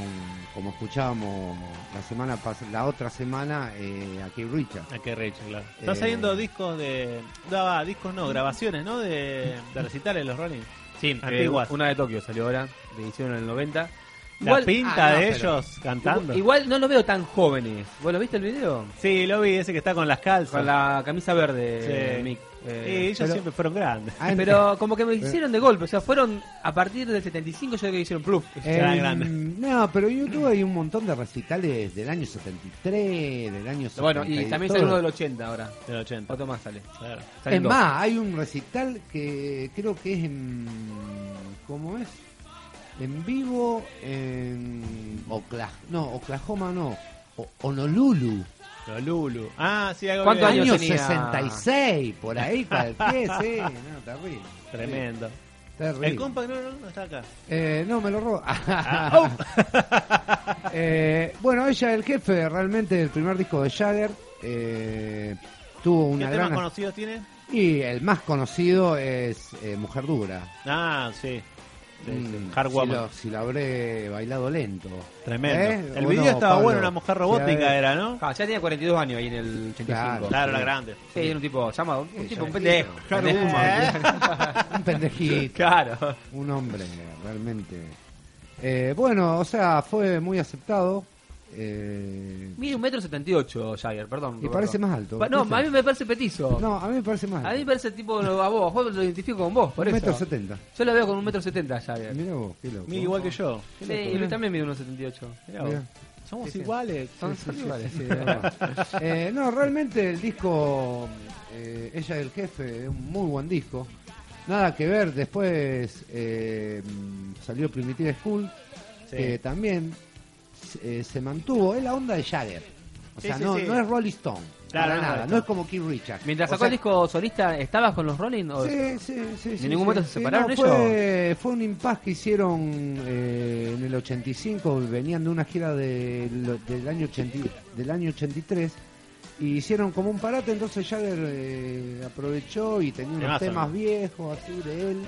como escuchábamos la semana pas- la otra semana, eh, aquí Richard.
Ah, qué recho, claro. Están
Eh.
saliendo discos de. No, va, discos no, grabaciones, ¿no? De, de recitales, los Ronnie.
Sí,
Antiguas.
eh, una de Tokio salió ahora, de edición en el 90.
La pinta de ellos cantando.
ah, Igual, igual no los veo tan jóvenes. ¿Vos lo viste el video?
Sí, lo vi, ese que está con las calzas.
Con la camisa verde,
Sí.
Eh, Mick.
Sí,
Eh,
ellos
pero-
siempre fueron grandes.
Ah,
Pero como que me hicieron de golpe, o sea, fueron a partir del 75 yo creo que hicieron pluf.
Será
Eh,
grande.
No, pero en YouTube hay un montón de recitales del año 73, del año 70.
Bueno, y también salió uno del 80 ahora.
Del 80.
Otro más sale.
Claro.
Es
Salen dos.
más, hay un recital que creo que es en... ¿Cómo es? En vivo en... Oklahoma, no, Oklahoma no. O- Honolulu.
Los Lulu. Ah, sí, algo
¿Cuántos
que-
años
Año
tenía?
66, por
<laughs>
ahí, cualquier, sí. No, terrible.
Tremendo.
terrible.
El compa no, no, no está acá.
Eh, no, me lo robo.
¡Oh!
<laughs> Eh, bueno, ella, el jefe, realmente el primer disco de Jagger eh, tuvo
¿Qué
una
temas
gran.
conocidos tiene?
Y el más conocido es eh, Mujer Dura.
Ah, sí. Sí, sí.
Mm,
Hard
si
Woman.
lo, si lo habré bailado lento.
Tremendo.
¿Eh?
El
¿O eh,
video
no,
estaba
Pablo?
bueno, una mujer
Si
robótica
habré-
era, ¿no?
Ah, ya tenía 42 años ahí en el 85.
Claro.
Claro, era grande.
Sí, era un tipo llamado, un
Sí,
tipo, un
ya
pendejo.
me
Claro,
digo. ¿eh? <laughs> Un pendejito.
Claro.
un hombre realmente. Eh, bueno, o sea, fue muy aceptado. Eh,
Mide un metro 78, Jagger, perdón.
y
Roberto.
parece más alto.
Pa- No,
¿viste?
a mí me parece petizo.
No, a mí me parece más alto.
A mí me parece tipo lo- a vos, vos lo identifico con vos, por
Un
eso.
metro setenta.
Yo lo veo con un metro setenta, Jagger.
Mira vos, qué loco.
Mira, igual que yo.
Sí, y Luis también mide 1,78.
Mirá vos.
Mirá.
Somos
Sí, sí.
iguales.
Son iguales.
Ah, <laughs>
<laughs>
Sí, de verdad. Eh, no, realmente el disco eh, Ella del Jefe es un muy buen disco. Nada que ver, después eh, mm, salió Primitive School,
Sí.
que también eh, se mantuvo, es la onda de Jagger. O
Sí,
sea,
sí,
no,
sí.
no es Rolling Stone,
Claro,
para
no,
nada,
no.
no es como Keith Richards.
Mientras
O
sacó
sea,
el disco solista, ¿estabas con los Rolling? o-
Sí, sí, sí.
¿En
sí,
ningún
sí.
momento se
Sí,
separaron
no, Fue, fue un impasse que hicieron eh, en el 85, venían de una gira del, del, año 80 del año 83 y hicieron como un parate, entonces Jagger eh, aprovechó y tenía unos
Temazo,
temas
¿no?
viejos así de él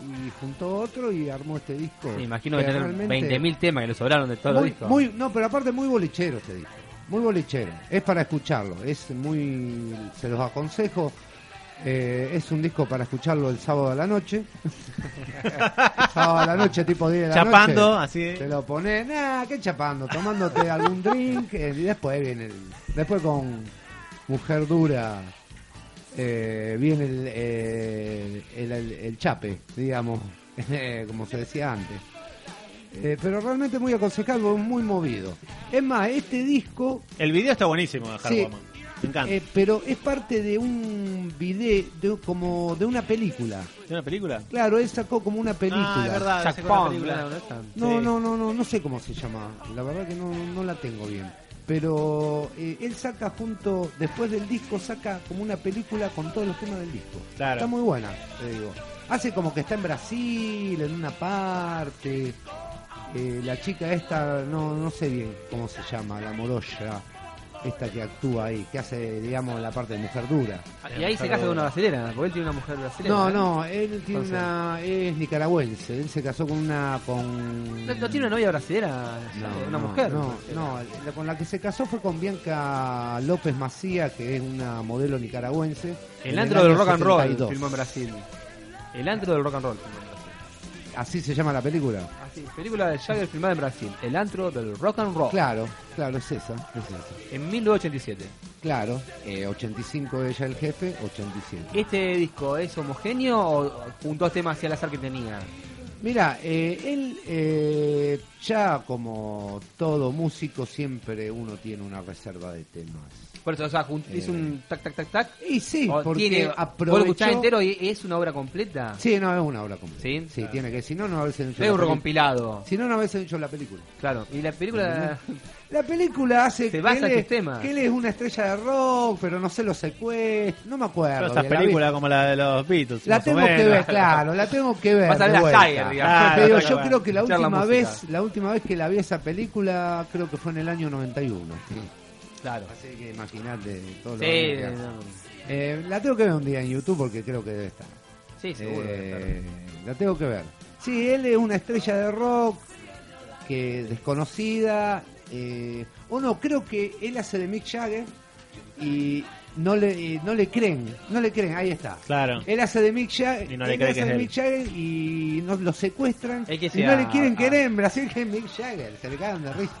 y juntó otro y armó este disco.
Me imagino que tener
realmente-
20.000 temas que le sobraron de todos los
muy,
discos.
muy- no, pero aparte muy bolichero este disco. Muy bolichero. Es para escucharlo. Es muy. Se los aconsejo. Eh, es un disco para escucharlo el sábado a la noche. sábado a la noche, tipo 10 de la
Chapando,
noche.
así.
Te lo pones, nah, que chapando, tomándote algún drink. eh, y después viene el, Después con Mujer Dura eh, viene el, eh, el, el- el chape, digamos, <laughs> como se decía antes. Eh, pero realmente muy aconsejable, muy movido. Es más, este disco
El video está buenísimo de Hard
Sí.
Woman. Me encanta.
eh, pero es parte de un video, de, como de una película.
¿Es una película?
Claro, él sacó como una película.
Ah, es verdad,
Jack
sacó una
Palm,
película.
¿verdad?
Sí.
No, no, no, no, no sé cómo se llama. La verdad que no, no la tengo bien. Pero eh, él saca junto, después del disco, saca como una película con todos los temas del disco.
Claro.
Está muy buena, te digo. Hace como que está en Brasil, en una parte. Eh, la chica esta, no, no sé bien cómo se llama, la morolla, esta que actúa ahí, que hace, digamos, la parte de mujer dura.
Ah, Y ahí se casa con una brasileña, porque él tiene una mujer brasileña.
No, no, él tiene
Entonces-
una, es nicaragüense, él se casó con una, con...
¿No, no tiene una novia brasileña?
No,
¿Una
no,
mujer?
No, no, la con la que se casó fue con Bianca López Macía, que es una modelo nicaragüense. en
El antro del rock and roll
72.
filmó en Brasil. El antro del rock and roll filmó en Brasil.
Así se llama la película.
Así, película de Jagger filmada en Brasil. El antro del rock and roll.
Claro, claro, es esa, es esa.
En 1987.
Claro, eh, 85 ella el jefe, 87.
¿Este disco es homogéneo o juntó temas hacia el azar que tenía?
Mira, eh, él eh, ya como todo músico siempre uno tiene una reserva de temas.
Por eso, o sea, jun- hizo un tac, tac, tac, tac.
Eh. Y sí,
O
porque
tiene,
aprovechó-
¿Vos lo escuchás entero y es una obra completa?
Sí, no, es una obra completa.
Sí,
Sí, tiene que, si no, no hubiesen hecho
No es un
la peli-
recompilado.
Si no, no hubiesen hecho la película.
Claro, y la película...
La película hace
Se
que,
basa
él
en sus
es-
temas.
que él es una estrella de rock, pero no se lo secuestra. No me acuerdo.
Todas esas
bien, la vi.
películas como la de los Beatles.
La
más o
tengo que
menos.
ver, claro, la tengo que ver.
Vas a ver
de
a
vuelta.
Tiger, digamos.
Claro,
Pero
la
yo
tengo que
creo que la
Escuchar la
última
música.
vez, la última vez que la vi esa película, creo que fue en el año 91.
Claro.
Así que imaginate todo lo
Sí,
que hace.
no,
Eh, La tengo que ver un día en YouTube porque creo que debe estar.
sí, seguro.
Eh, La tengo que ver. Sí, él es una estrella de rock que desconocida. eh, o no, creo que él hace de Mick Jagger y no le, eh, no le creen. No le creen, ahí está.
Claro.
Él hace de Mick Jagger.
Y no le
él
cree
hace
que es
de
él.
Mick Jagger y nos lo secuestran.
Es que
y
sea-
no le quieren
ah.
querer en Brasil que es Mick Jagger. Se le cagan de risa.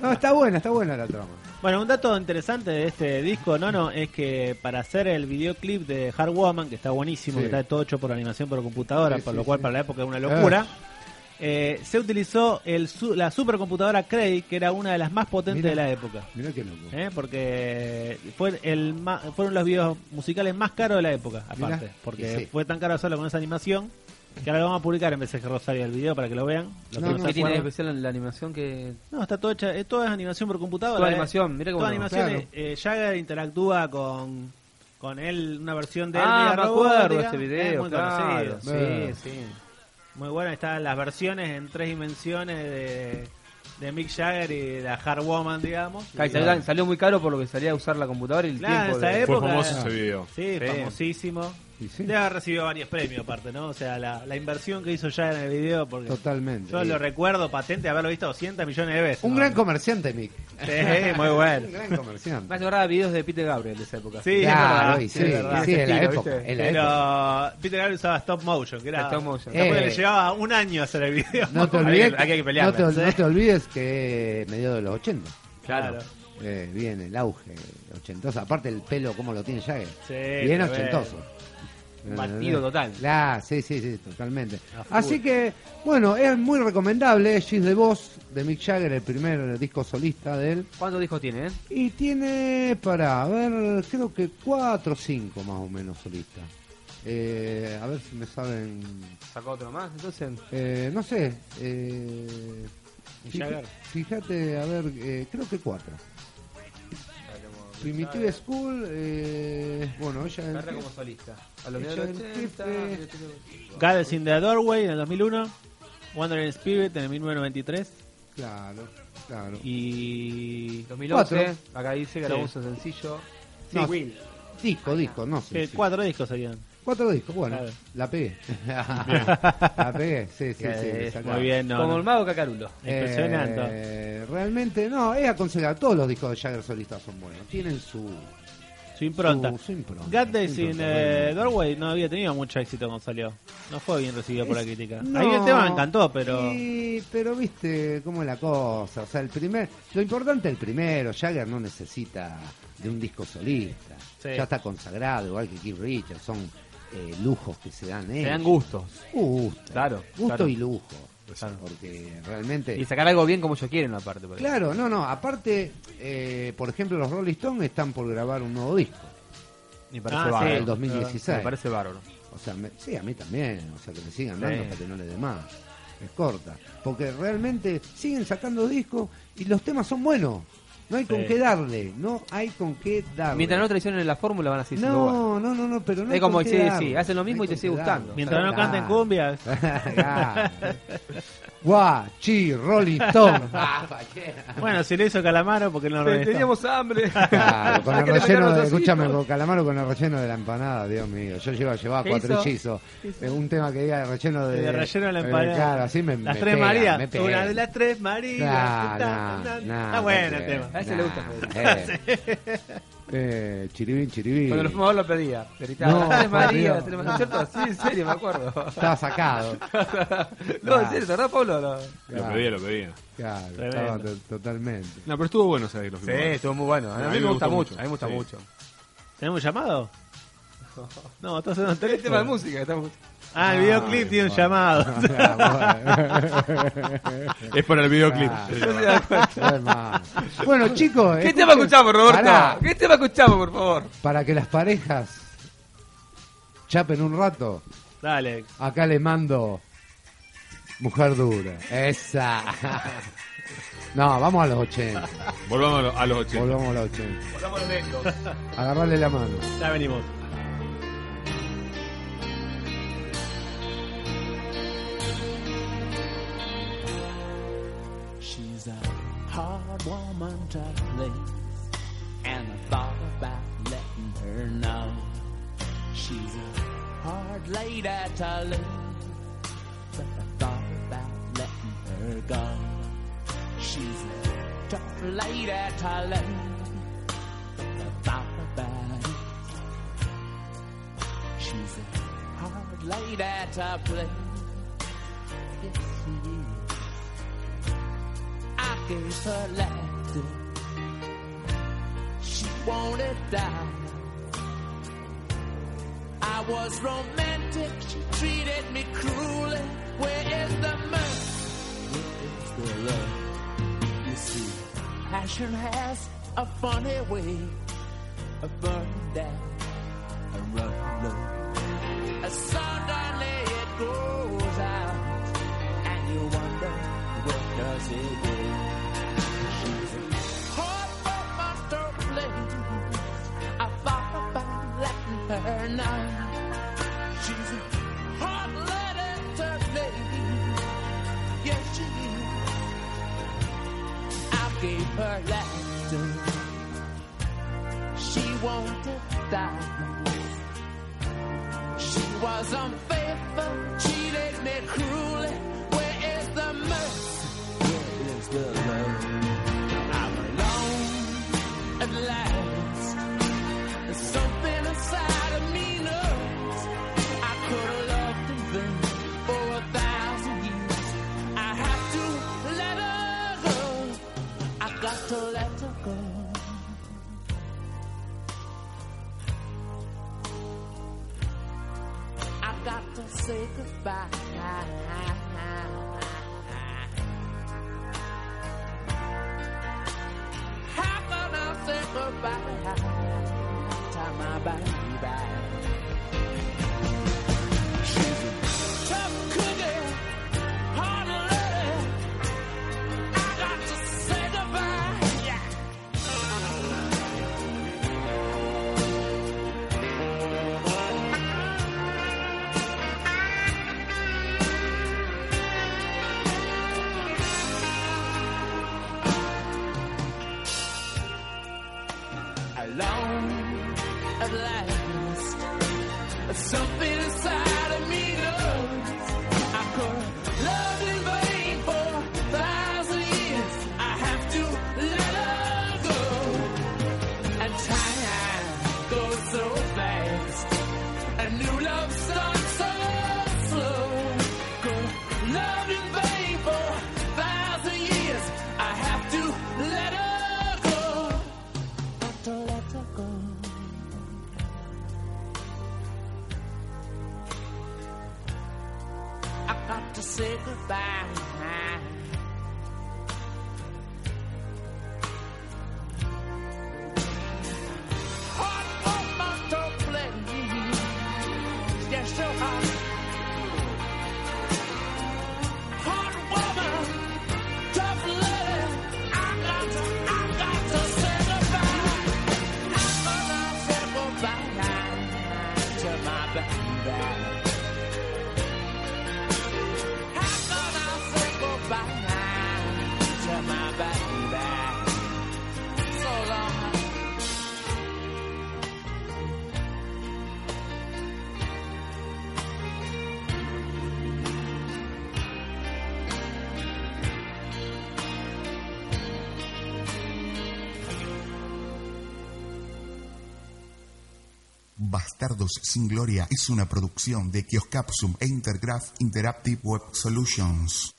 No, está buena, está buena la
<laughs>
trama.
Bueno, un dato interesante de este disco, Nono, es que para hacer el videoclip de Hard Woman, que está buenísimo,
Sí.
que está todo hecho por animación por computadora,
Sí,
por
sí,
lo cual
sí.
para la época es una locura, eh, se utilizó el su- la supercomputadora Cray, que era una de las más potentes
Mira.
de la época.
Mirá qué loco.
¿eh? Porque fue el ma- fueron los videos musicales más caros de la época, aparte.
Mirá.
Porque
Y sí.
fue tan caro hacerlo con esa animación que ahora lo vamos a publicar en BCG Rosario el video para que lo vean. Los que
No,
no
no,
se
¿Qué tiene de
acuerdan.
especial en la animación que...?
No, está todo hecha, eh, todo es animación por computadora.
Toda
eh.
animación, mirá cómo
Toda
no,
animación.
claro.
eh, eh, Jagger interactúa con, con él, una versión de él.
ah,
media
me acuerdo
robótica.
este
Es
video,
muy
claro.
conocido.
Eh.
Sí, sí.
Muy bueno, están las versiones en tres dimensiones de, de Mick Jagger y de la Hard Woman, digamos.
Claro, y
Y-
salió, salió muy caro por lo que salía a usar la computadora y el
Claro,
tiempo.
en esa
de-
Fue
época-
famoso ese video.
Sí,
Sí.
famosísimo.
Y sí.
Debe haber recibido varios premios aparte, ¿no? O sea, la, la inversión que hizo Jagger en el video, porque
Totalmente.
yo
Sí.
lo recuerdo patente de haberlo visto 200 millones de veces.
Un
¿no?
gran comerciante, Mick.
<laughs> Sí, muy
<laughs>
bueno.
Un gran comerciante.
Me hace acordar a videos de Peter Gabriel de esa época.
Sí,
Claro, y
es
sí,
verdad, es verdad.
y sí, en la
Estilo,
época.
¿viste?
en la época.
Pero Peter Gabriel usaba stop motion, que era.
Stop motion.
Capaz que
Eh.
le llevaba un año hacer el video.
No te,
<laughs> Hay que-
olvides,
Hay que
no,
pelear.
te, no te olvides que mediados de los 80
Claro.
eh, viene el auge ochentoso. Aparte el pelo, como lo tiene Jagger.
Sí,
Bien
tremendo.
ochentoso.
Batido total.
Ah, sí, sí, sí, totalmente.
A full.
Así que, bueno, es muy recomendable. She's the Boss de Mick Jagger, el primer disco solista de él.
¿Cuántos discos tiene, eh?
Y tiene, para, a ver, creo que cuatro o cinco más o menos solistas. Eh, a ver si me saben
Sacó otro más, entonces.
Eh, no sé. Eh, fija-
Jagger.
fíjate, a ver, eh, creo que cuatro. Primitive School, eh, bueno, ella en-
Carrera como solista. A los
Ella
mediados del
del
80,
jefe.
Goddess in the Doorway en el 2001. Wandering Spirit en el 1993.
Claro, claro.
Y.
2011,
Cuatro.
acá dice que
Sí.
era un sencillo.
No, Disco, disco, no sé.
eh, cuatro discos serían.
Cuatro discos, bueno,
Claro.
la pegué. <laughs> la pegué, sí, sí, sí.
Eh,
le sacaba.
muy bien, no,
Como
no.
el mago Cacarulo.
Impresionante.
Eh, realmente, no, es aconsejable. Todos los discos de Jagger solista son buenos. Tienen su,
Su impronta.
Su- su impronta,
Gat
su
Days in
impronta,
eh,
realmente.
Doorway no había tenido mucho éxito cuando salió. No fue bien recibido por la crítica.
No,
A mí el tema me encantó, pero. <laughs>
Sí, pero viste cómo es la cosa. O sea, el primer, lo importante es el primero. Jagger no necesita de un disco solista.
Sí.
Ya está consagrado, igual que Keith Richards. Son eh, lujos que se dan
Te
ellos.
dan gustos.
Gusto.
Claro,
Gusto
claro.
y lujo. Porque realmente.
Y sacar algo bien como yo quieren, aparte. por ahí.
Claro, no, no. Aparte, eh, por ejemplo, los Rolling Stones están por grabar un nuevo disco.
Me
Ah,
parece
sí,
bárbaro.
el 2016.
Me parece bárbaro.
O sea, me- sí, a mí también. O sea, que me sigan dando
Sí.
hasta que no le dé más. Es corta. Porque realmente siguen sacando discos y los temas son buenos. No hay con
Sí.
qué darle. No hay con qué darle.
Mientras no traicionen la fórmula, van a seguir siendo buenos.
no, no, no, no, pero no
Es
hay
como
con qué
decir,
darle.
sí, hacen lo mismo
No
y te
hay
sigue
con qué
gustando.
darle.
Mientras no
Claro.
<laughs>
canten cumbias.
Claro. Guachi, Rolling Stone. Ah, pa' qué.
bueno, si le hizo Calamaro, porque no lo
Te-
reventó?
Teníamos hambre.
Claro,
<laughs>
con el
Hay que
relleno,
terminar
de,
los ositos.
escúchame, con calamaro con el relleno de la empanada, Dios mío. Yo llevo a llevar
¿Qué
cuatro
hizo?
hechizos. Eh, Un tema que diga de relleno de.
De relleno de la
eh,
empanada.
claro, así me.
Las
me
tres
pega,
Marías.
me pega.
Una de las tres Marías.
Nah,
Ta,
nah,
ta, ta.
nah,
Está Ah, bueno el
eh,
tema.
A ese le gusta. pues.
nah, eh.
<laughs>
Eh, chiribín, chiribín.
Cuando los fumadores lo pedía. Gritaba,
No,
no,
por
María,
Dios.
tres María. ¿No es cierto? Sí, en serio, me acuerdo.
Estaba
<laughs>
sacado.
no, en serio, ¿verdad, Pablo? No.
Lo
Claro,
pedía, lo pedía.
claro,
Tremendo.
estaba to- totalmente.
No, pero estuvo bueno salir los
Sí,
filmadores.
estuvo muy bueno. A mí me gusta mucho. A mí me gusta
Sí.
mucho.
¿Tenemos un llamado? No, estás en un
El Este tema de
teléfono.
música. Estamos...
Ah, el videoclip tiene
<laughs>
un llamado.
Es para el videoclip.
Ah.
Sí.
<laughs>
No es más. bueno, chicos.
¿Qué
escuchen-
tema escuchamos, Roberto?
Pará,
¿Qué tema escuchamos, por favor?
para que las parejas chapen un rato.
Dale.
Acá le mando Mujer Dura. Esa. No, vamos a los 80.
Volvamos a los- a los 80.
Volvamos a los 80. Agarrarle la mano.
Ya venimos.
She's a hard woman to please, and I thought about letting her know. She's a hard lady to lose, but I thought about letting her go. She's a tough lady to lose, but I thought about it. She's a hard lady to please. Yes, she is. I gave her laughter. She wanted die. I was romantic. She treated me cruelly. Where is the mercy? Where is the love? You see, passion has a funny way of burning down a rough love. Suddenly it goes out and you wonder where does it go? She's a hard woman to please. I thought about letting her know. She's a hard letter to please. Yes, she is. I gave her laughter. She wanted diamonds. She was unfaithful, cheated me cruelly. Where is the mercy? Where is the love? I'm alone at last. There's something inside of me knows I could have loved and been for a thousand years. I have to let her go. I got to let her go. I got to say goodbye. How can I say goodbye to my baby? She's a tough cookie, hard lady. I got to say goodbye. Yeah. alone at last. Something inside of me knows I could love in vain for a thousand years. I have to let her go. And time
viento la tocó.
I got to say goodbye. Hot tomato please. They're so hot. Hot woman, tough lady. I got to, I got to say goodbye. I'm gonna say goodbye to my baby. How can I say goodbye to my baby? So long.
Bastardos sin Gloria es una producción de Kioscapsum e Intergraph Interactive Web Solutions.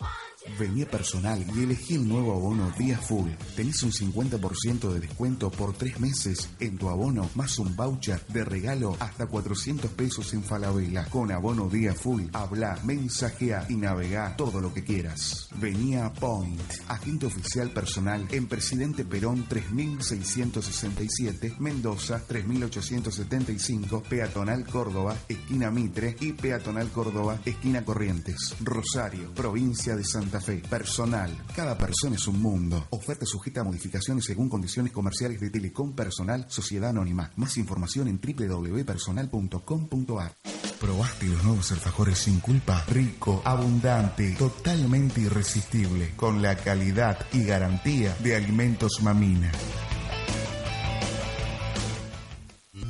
Vení a personal y elegí el nuevo abono Día Full. Tenés un 50% de descuento por tres meses en tu abono, más un voucher de regalo hasta 400 pesos en Falabella. Con abono Día Full, habla, mensajea y navega todo lo que quieras. Vení a Point, agente oficial personal en Presidente Perón 3667, Mendoza 3875, Peatonal Córdoba, esquina Mitre y Peatonal Córdoba, esquina Corrientes, Rosario, provincia de Santa Fe. Personal, cada persona es un mundo. Oferta sujeta a modificaciones según condiciones comerciales de Telecom Personal Sociedad Anónima. Más información en www.personal.com.ar. ¿Probaste los nuevos alfajores sin culpa? Rico, abundante, totalmente irresistible, con la calidad y garantía de Alimentos Mamina.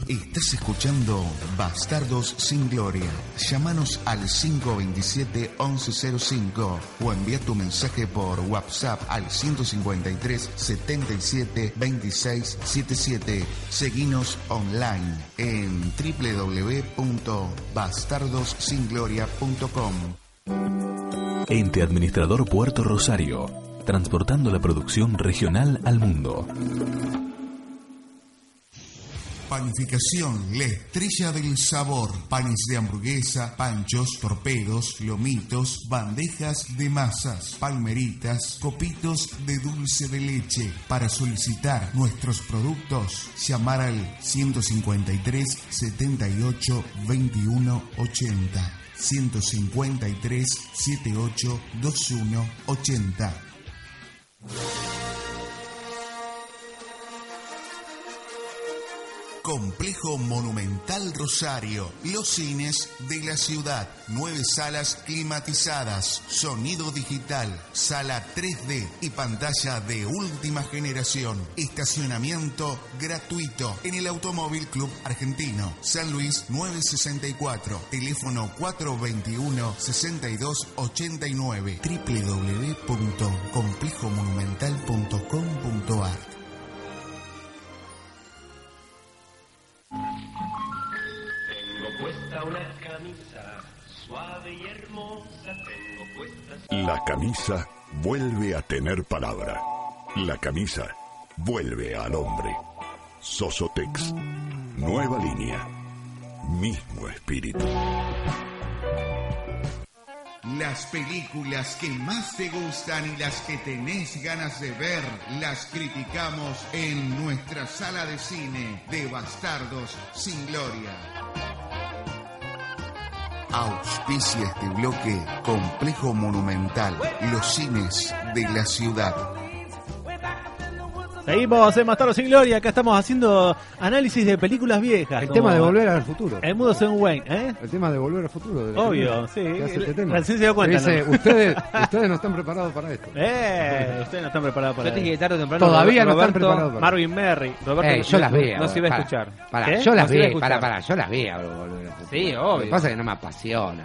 Estás escuchando Bastardos sin Gloria. Llámanos al 527-1105 o envía tu mensaje por WhatsApp al 153 77 26 77. Seguinos online en www.bastardosingloria.com.
Ente Administrador Puerto Rosario, transportando la producción regional al mundo.
Panificación, la estrella del sabor. Panes de hamburguesa, panchos, torpedos, lomitos, bandejas de masas, palmeritas, copitos de dulce de leche. Para solicitar nuestros productos, llamar al 153 78 21 80. 153 78 21 80. Complejo Monumental Rosario, los cines de la ciudad, nueve salas climatizadas, sonido digital, sala 3D y pantalla de última generación, estacionamiento gratuito en el Automóvil Club Argentino, San Luis 964, teléfono 421-6289, www.complejomonumental.com.ar
Tengo puesta una camisa suave y hermosa. Tengo puesta.
La camisa vuelve a tener palabra. La camisa vuelve al hombre. Sosotex. Nueva línea. Mismo espíritu.
Las películas que más te gustan y las que tenés ganas de ver, las criticamos en nuestra sala de cine de Bastardos sin Gloria. Auspicia este bloque Complejo Monumental, los cines de la ciudad.
Seguimos en Bastardos eh, sin Gloria, acá estamos haciendo análisis de películas viejas.
El
como
tema de volver al futuro.
El mundo según Wayne, ¿eh?
El tema de volver al futuro. de la
Obvio,
película
sí.
que hace este
El-
tema.
Recién se dio cuenta.
Que Dice,
¿no?
ustedes, ustedes no están preparados para esto.
Eh, ustedes no están preparados para
Yo te dije
eso.
tarde o temprano,
Todavía no están preparados para
Marvin Merry. Roberto,
Ey, yo las vi.
No se iba a escuchar.
Para,
¿Qué?
yo las
No se iba a
vi.
escuchar.
Para, para, yo las vi. a Volver al Futuro.
Sí,
Lo que
obvio.
pasa es que no me apasiona.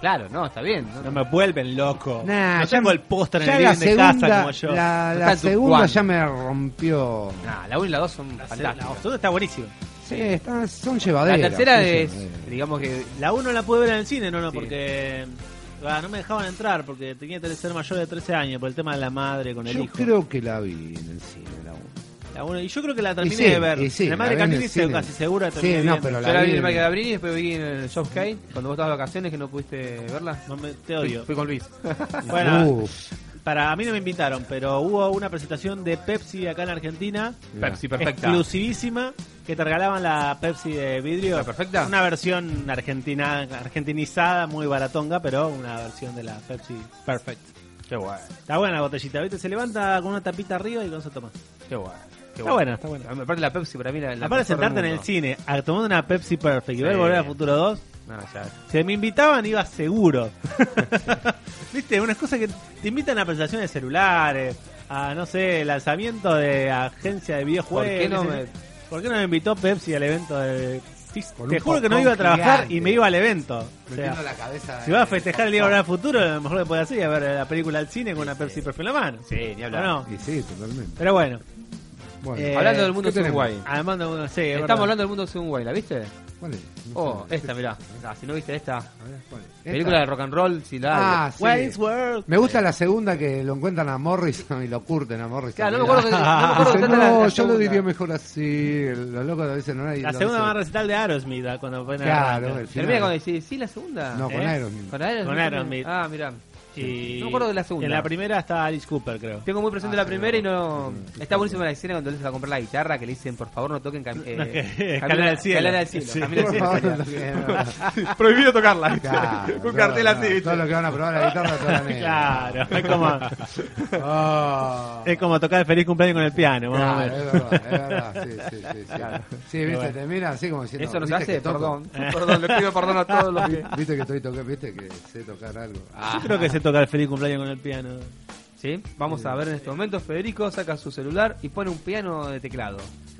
Claro, no, está bien. No,
No me vuelven loco.
Nah,
no
ya-
tengo el póster en
ya
el
la
living de
segunda,
casa como yo.
La,
No
la
está tu
segunda
Juan.
ya me rompió.
Nah, Ah, la 1 y la 2 son
La
fantásticas.
segunda está buenísima.
Sí, están, son
La
llevaderas.
tercera
son
es,
llevaderas.
digamos que.
La 1 la pude ver en el cine, no, no,
Sí.
porque ah, no me dejaban entrar porque tenía que ser mayor de 13 años por el tema de la madre con el
Yo
hijo.
creo que la vi en el cine, la uno.
La uno- y yo creo que la
Y
terminé
sí,
de ver.
y sí,
la madre
la vi en
Camille
el
se-
cine.
casi segura
Sí,
terminé
no,
viendo.
pero
Yo la vi en el Mike de Abril y después vi en el Job Kate cuando vos estabas de vacaciones que no pudiste verla.
No me, te odio.
Fui, fui con Luis.
<laughs> Bueno,
Uh.
para a mí no me invitaron, pero hubo una presentación de Pepsi acá en Argentina.
Pepsi perfecta.
Exclusivísima, que te regalaban la Pepsi de vidrio.
¿La perfecta?
Una versión argentina, argentinizada, muy baratonga, pero una versión de la Pepsi Perfect.
Qué guay,
Está buena la botellita, ¿viste? Se levanta con una tapita arriba y con eso toma.
qué guay. Qué
Está buena, está buena.
Me parece la Pepsi para mí la, la
Aparte
mejor del
sentarte en el
mundo.
cine, a tomar una Pepsi Perfect y ver
Sí.
Volver a Futuro 2,
No, ya.
si me invitaban iba seguro. <laughs> Viste, unas cosas que te invitan a presentaciones de celulares, a no sé, lanzamiento de agencia de
¿Por
videojuegos.
qué no me-
¿Por qué no me invitó Pepsi al evento de Fis-
Con un
Te juro que no
popcorn
iba a trabajar
gigante.
y me iba al evento. O sea,
Metiendo la cabeza
si vas
en
a
el
festejar el día de Volver al Futuro, lo mejor que podés hacer es ver la película al cine con una Pepsi Perfect en la mano.
Sí, ni hablar.
¿O no?
Y sí, totalmente.
Pero bueno,
Bueno,
Eh,
Hablando del mundo
¿qué tenemos?
Uruguay.
además no sí, es
Estamos
verdad.
hablando del mundo Uruguay, ¿la viste?
¿cuál es? No
Oh,
sé.
esta, mirá. Ah, si no viste esta.
A ver, ¿cuál es? ¿Esta?
Película de rock and roll, si la.
Ah, sí.
Wayne's World.
Me gusta la segunda que lo encuentran a Morrison y lo curten a Morrison.
Claro, no
<laughs>
me acuerdo que. No, me acuerdo
Dice,
que
no,
trata la- la
yo lo
segunda.
diría mejor así. Los locos lo dicen, no hay.
La
lo
segunda
dicen.
más recital de Aerosmith, ah, cuando fue en
Claro,
Arranca.
el final.
Termina cuando decís, sí, la segunda.
No, con
¿eh?
Aerosmith.
Con Aerosmith.
Con Aerosmith.
Ah, mirá.
Y
No me acuerdo de la segunda.
En la primera está Alice Cooper, creo.
Tengo muy presente la primera y no. Está buenísima la escena cuando les va a comprar la guitarra que le dicen, por favor, no toquen. cam- eh,
No,
<laughs>
que- <laughs>
Camila-
Escalera al cielo.
Escalera al cielo.
Sí.
Camila al
Por
cielo,
favor,
Camila.
no
<laughs>
toquen, no.
Prohibido tocarla,
<laughs>
¿viste?
<laughs>
Claro,
Con
todo,
cartel así,
no,
¿viste?
Todo lo que van a probar la guitarra, todo lo
Claro, es como,
Oh.
es como tocar el feliz cumpleaños con el piano. más o
Claro,
menos.
es verdad, es verdad. Sí,
<laughs>
sí, sí. Sí, sí viste,
Bueno.
te miran así como diciendo.
Eso nos
¿viste que
hace,
toco? <laughs>
perdón. Perdón, le pido perdón a todos los que. Ah.
Viste que estoy tocando, viste que sé tocar algo.
Yo creo que se toca el feliz cumpleaños con el piano.
Sí, vamos a ver en este momento. Federico saca su celular y pone un piano de teclado.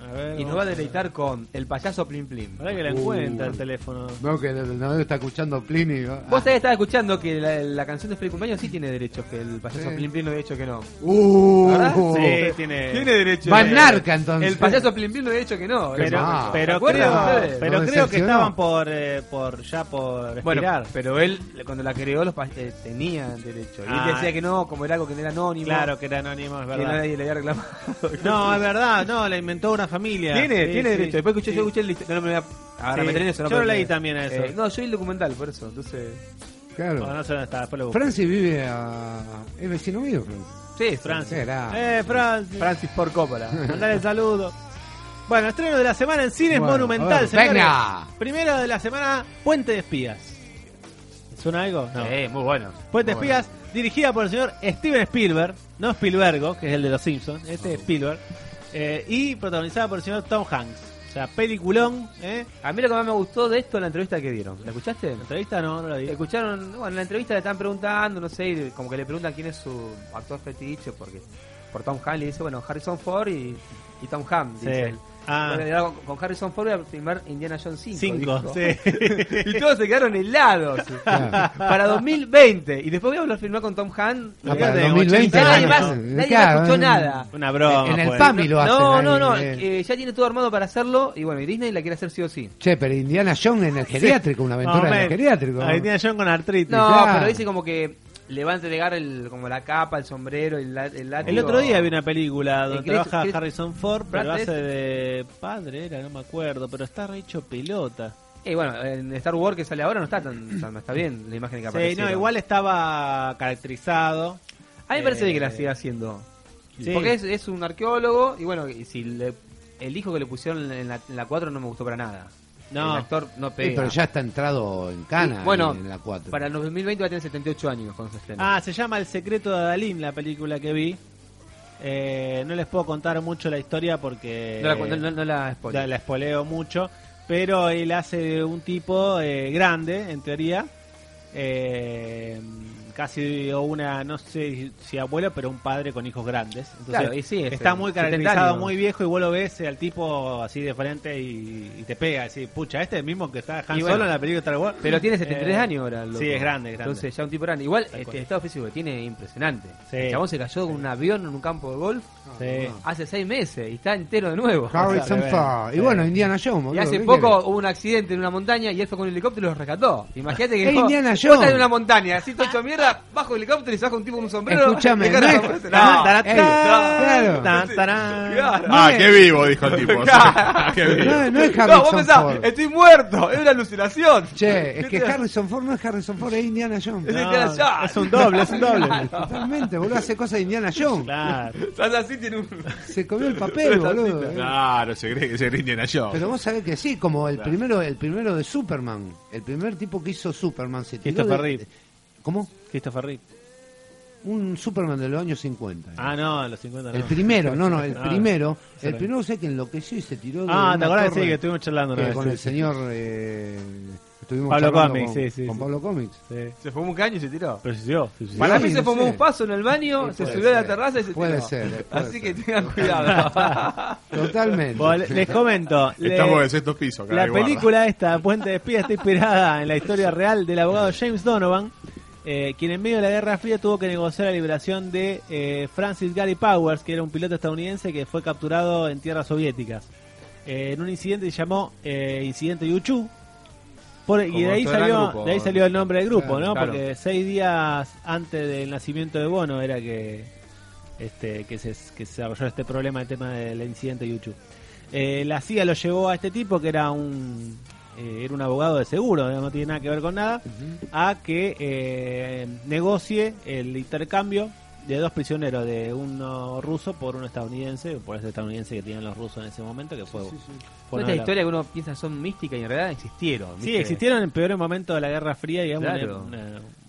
A ver,
Y nos va a deleitar con el payaso Plim Plim.
Ahora que la encuentra el teléfono.
Veo que el- el novio está escuchando Pliny. ¿no? Ah.
Ah.
Vos también estabas escuchando que la, la canción de Feliz Cumpleaños sí tiene derechos, que el payaso
Sí.
Plim Plim no ha dicho que no.
Uh,
¿Verdad?
Sí, tiene.
Tiene derecho.
Van
Eh,
Narca, entonces.
El payaso Plim Plim no ha dicho que no.
Qué
Eso.
mal.
Pero, pero
¿Se acuerdan
creo,
ustedes?
pero
Nos
creo que
decepcionó.
estaban por, eh, por ya por
Bueno,
expirar.
pero él, cuando la creó, los pa- eh, tenían derecho. Y
Ah.
él decía que no, como era algo que no era anónimo.
claro que era anónimo, es
que
verdad.
nadie le había reclamado.
<laughs> No, es verdad, no, la inventó una familia.
Tiene,
Sí,
tiene
sí.
derecho. Después escuché, yo
Sí.
escuché el list- No, no me voy a. Ahora
Sí.
meter en eso, no,
Yo lo
porque-
leí también a eso.
Eh, no, yo vi el documental, por eso. Entonces.
Bueno,
Claro.
no sé dónde está, después lo busco.
Francis vive a. Es vecino mío, Francis.
Sí,
Francis.
Qué grande.
Eh, Francis.
Francis Ford Coppola.
<laughs> Mandale el saludo. Bueno, estreno de la semana en cines
Bueno, a
monumental,
ver,
señores.
venga.
Primero de la semana, Puente de Espías. ¿Suena algo? No.
Sí, muy bueno.
Puente de
Muy bueno.
Espías, dirigida por el señor Steven Spielberg, no Spielbergo, que es el de los Simpsons, este es Spielberg, eh, y protagonizada por el señor Tom Hanks. O sea, peliculón, ¿eh?
A mí lo que más me gustó de esto es la entrevista que dieron. ¿La escuchaste?
¿La entrevista? No, no la vi.
Escucharon, bueno, en la entrevista le están preguntando, no sé, y como que le preguntan quién es su actor fetiche, porque por Tom Hanks le dice, bueno, Harrison Ford y, y Tom Hanks,
Sí.
dice él.
Ah.
Bueno, y ahora con Harrison Ford voy a filmar Indiana Jones 5.
Cinco,
dijo.
sí.
<laughs> y todos se quedaron helados.
<laughs>
para 2020. Y después voy a filmar con Tom Hanks.
Ah,
Fíjate,
para el
en
2020.
nadie más,
claro.
nadie más
Claro, eh.
escuchó
en-
nada.
Una broma.
en el
pues.
PAMI lo hacen.
No,
ahí,
no, no,
eh.
eh, ya tiene todo armado para hacerlo. Y bueno, y Disney la quiere hacer sí o sí.
Che, pero Indiana Jones en el geriátrico, una
Más o
aventura en el
menos.
geriátrico.
Ahí tiene a John con artritis.
No,
Claro.
pero dice como que le va a entregar el, como la capa, el sombrero, el, la- el látigo.
El otro día vi una película donde
Eh, Chris-
trabaja
Chris-
Harrison Ford, pero
Brad Pitt.
hace de padre, era, no me acuerdo, pero está re hecho pelota.
Eh, bueno, en Star Wars que sale ahora no está tan, tan- está bien la imagen que
Sí,
aparece.
no, igual estaba caracterizado.
A mí me parece
eh,
bien que la siga haciendo.
Sí.
Porque es, es un arqueólogo y bueno, y si le- el hijo que le pusieron en la, en la 4 no me gustó para nada.
No.
El actor no
Sí,
pega.
pero ya está entrado en cana
Y, bueno,
en la 4.
Para el 2020 va a tener 78 años cuando se estrene.
Ah, se llama El secreto de Adalín, la película que vi. Eh, no les puedo contar mucho la historia porque
no la, cu- no, no- no la spoileo.
la, la espoleo mucho, pero él hace de un tipo eh, grande, en teoría, eh, casi o una, no sé si abuelo, pero un padre con hijos grandes. Entonces,
Claro, y sí, es
está
el
muy
70
caracterizado,
años.
muy viejo, y vos lo ves eh, al tipo así de frente y, y te pega, así, pucha, este es el mismo que está Han
Y bueno,
Solo en la película de Star Wars.
Pero tiene 73
Eh,
años ahora. loco.
Sí, es grande, es grande.
Entonces ya un tipo grande. Igual este,
cual.
el estado físico que tiene es impresionante.
Sí.
El chabón se cayó con un avión en un campo de golf Ah,
Sí.
hace 6 meses y está entero de nuevo.
Harrison
Claro,
Ford. Y
sí.
bueno, Indiana Jones.
Y
boludo,
hace
¿qué
poco
querés?
hubo un accidente en una montaña y él fue con un helicóptero y los rescató. Imagínate que
Es
vos-
Indiana
vos
Jones.
estás en una montaña, así todo hecho mierda entra bajo el helicóptero y se baja un tipo con un sombrero.
Escúchame,
le gana
no
la-
es-
No,
no,
tará,
ey,
tará,
claro.
tará, tará.
Ah, qué vivo, dijo el
<laughs>
tipo.
<laughs> Claro.
Qué vivo.
No, no es
No,
Harrison
vos pensás,
Ford.
estoy muerto, es una alucinación.
Che, es
¿Qué
que
te-
Harrison Ford no es Harrison Ford, es Indiana Jones.
Es Indiana Jones.
es un doble, es un doble.
Totalmente, boludo, hace cosas de Indiana Jones.
Claro.
Estás así, tiene un.
Se comió
<laughs>
el papel, boludo. eh.
Claro, se cree que se rinden a yo.
Pero vos sabés que sí, como el primero, el primero de Superman, el primer tipo que hizo Superman se tiró
Christopher
de-
Reeve.
¿Cómo?
Christopher Reeve.
Un Superman de los años 50.
Ah, no, los 50 no.
El primero, no,
<laughs>
no, el
Ah,
primero.
ese
El
era.
primero sé que enloqueció y se tiró de
Ah,
una
¿te acordás? Sí,
torre
que estuvimos charlando una
que
vez,
con
sí,
el
sí.
señor eh, estuvimos
Pablo
charlando
Comics,
con,
sí, sí,
con
sí.
Pablo Comics.
Sí.
Se fumó un caño y se tiró.
Pero se dio, se dio.
Para
Sí,
mí se
no
fumó
sé.
un paso en el baño,
Sí,
se
puede
subió a la
ser.
terraza y se
Puede
tiró.
ser, puede
<laughs> Así
ser.
que tengan
<laughs>
cuidado.
Totalmente.
Bueno, le- les comento. le-
Estamos en el sexto piso,
La
caray, guarda.
película esta, Puente de Espía, está inspirada en la historia real del abogado James Donovan, eh, quien en medio de la Guerra Fría tuvo que negociar la liberación de eh, Francis Gary Powers, que era un piloto estadounidense que fue capturado en tierras soviéticas. Eh, en un incidente se llamó eh, Incidente Yuchu. Por- y
Como
de ahí,
todo el
salió,
grupo.
de ahí salió el nombre del grupo,
Claro,
¿no?
claro.
Porque seis días antes del nacimiento de Bono era que, este, que, se, que se desarrolló este problema, el tema del incidente Yuchu. Eh, la CIA lo llevó a este tipo, que era un eh, era un abogado de seguro, no tiene nada que ver con nada, a que eh, negocie el intercambio de dos prisioneros, de uno ruso por uno estadounidense, por ese estadounidense que tenían los rusos en ese momento, que fue... fue
Todas
una
estas
de las-
historias que uno piensa son místicas y en realidad existieron.
Sí,
¿viste?
existieron en el peor momento de la Guerra Fría, digamos,
Claro.
un, eh,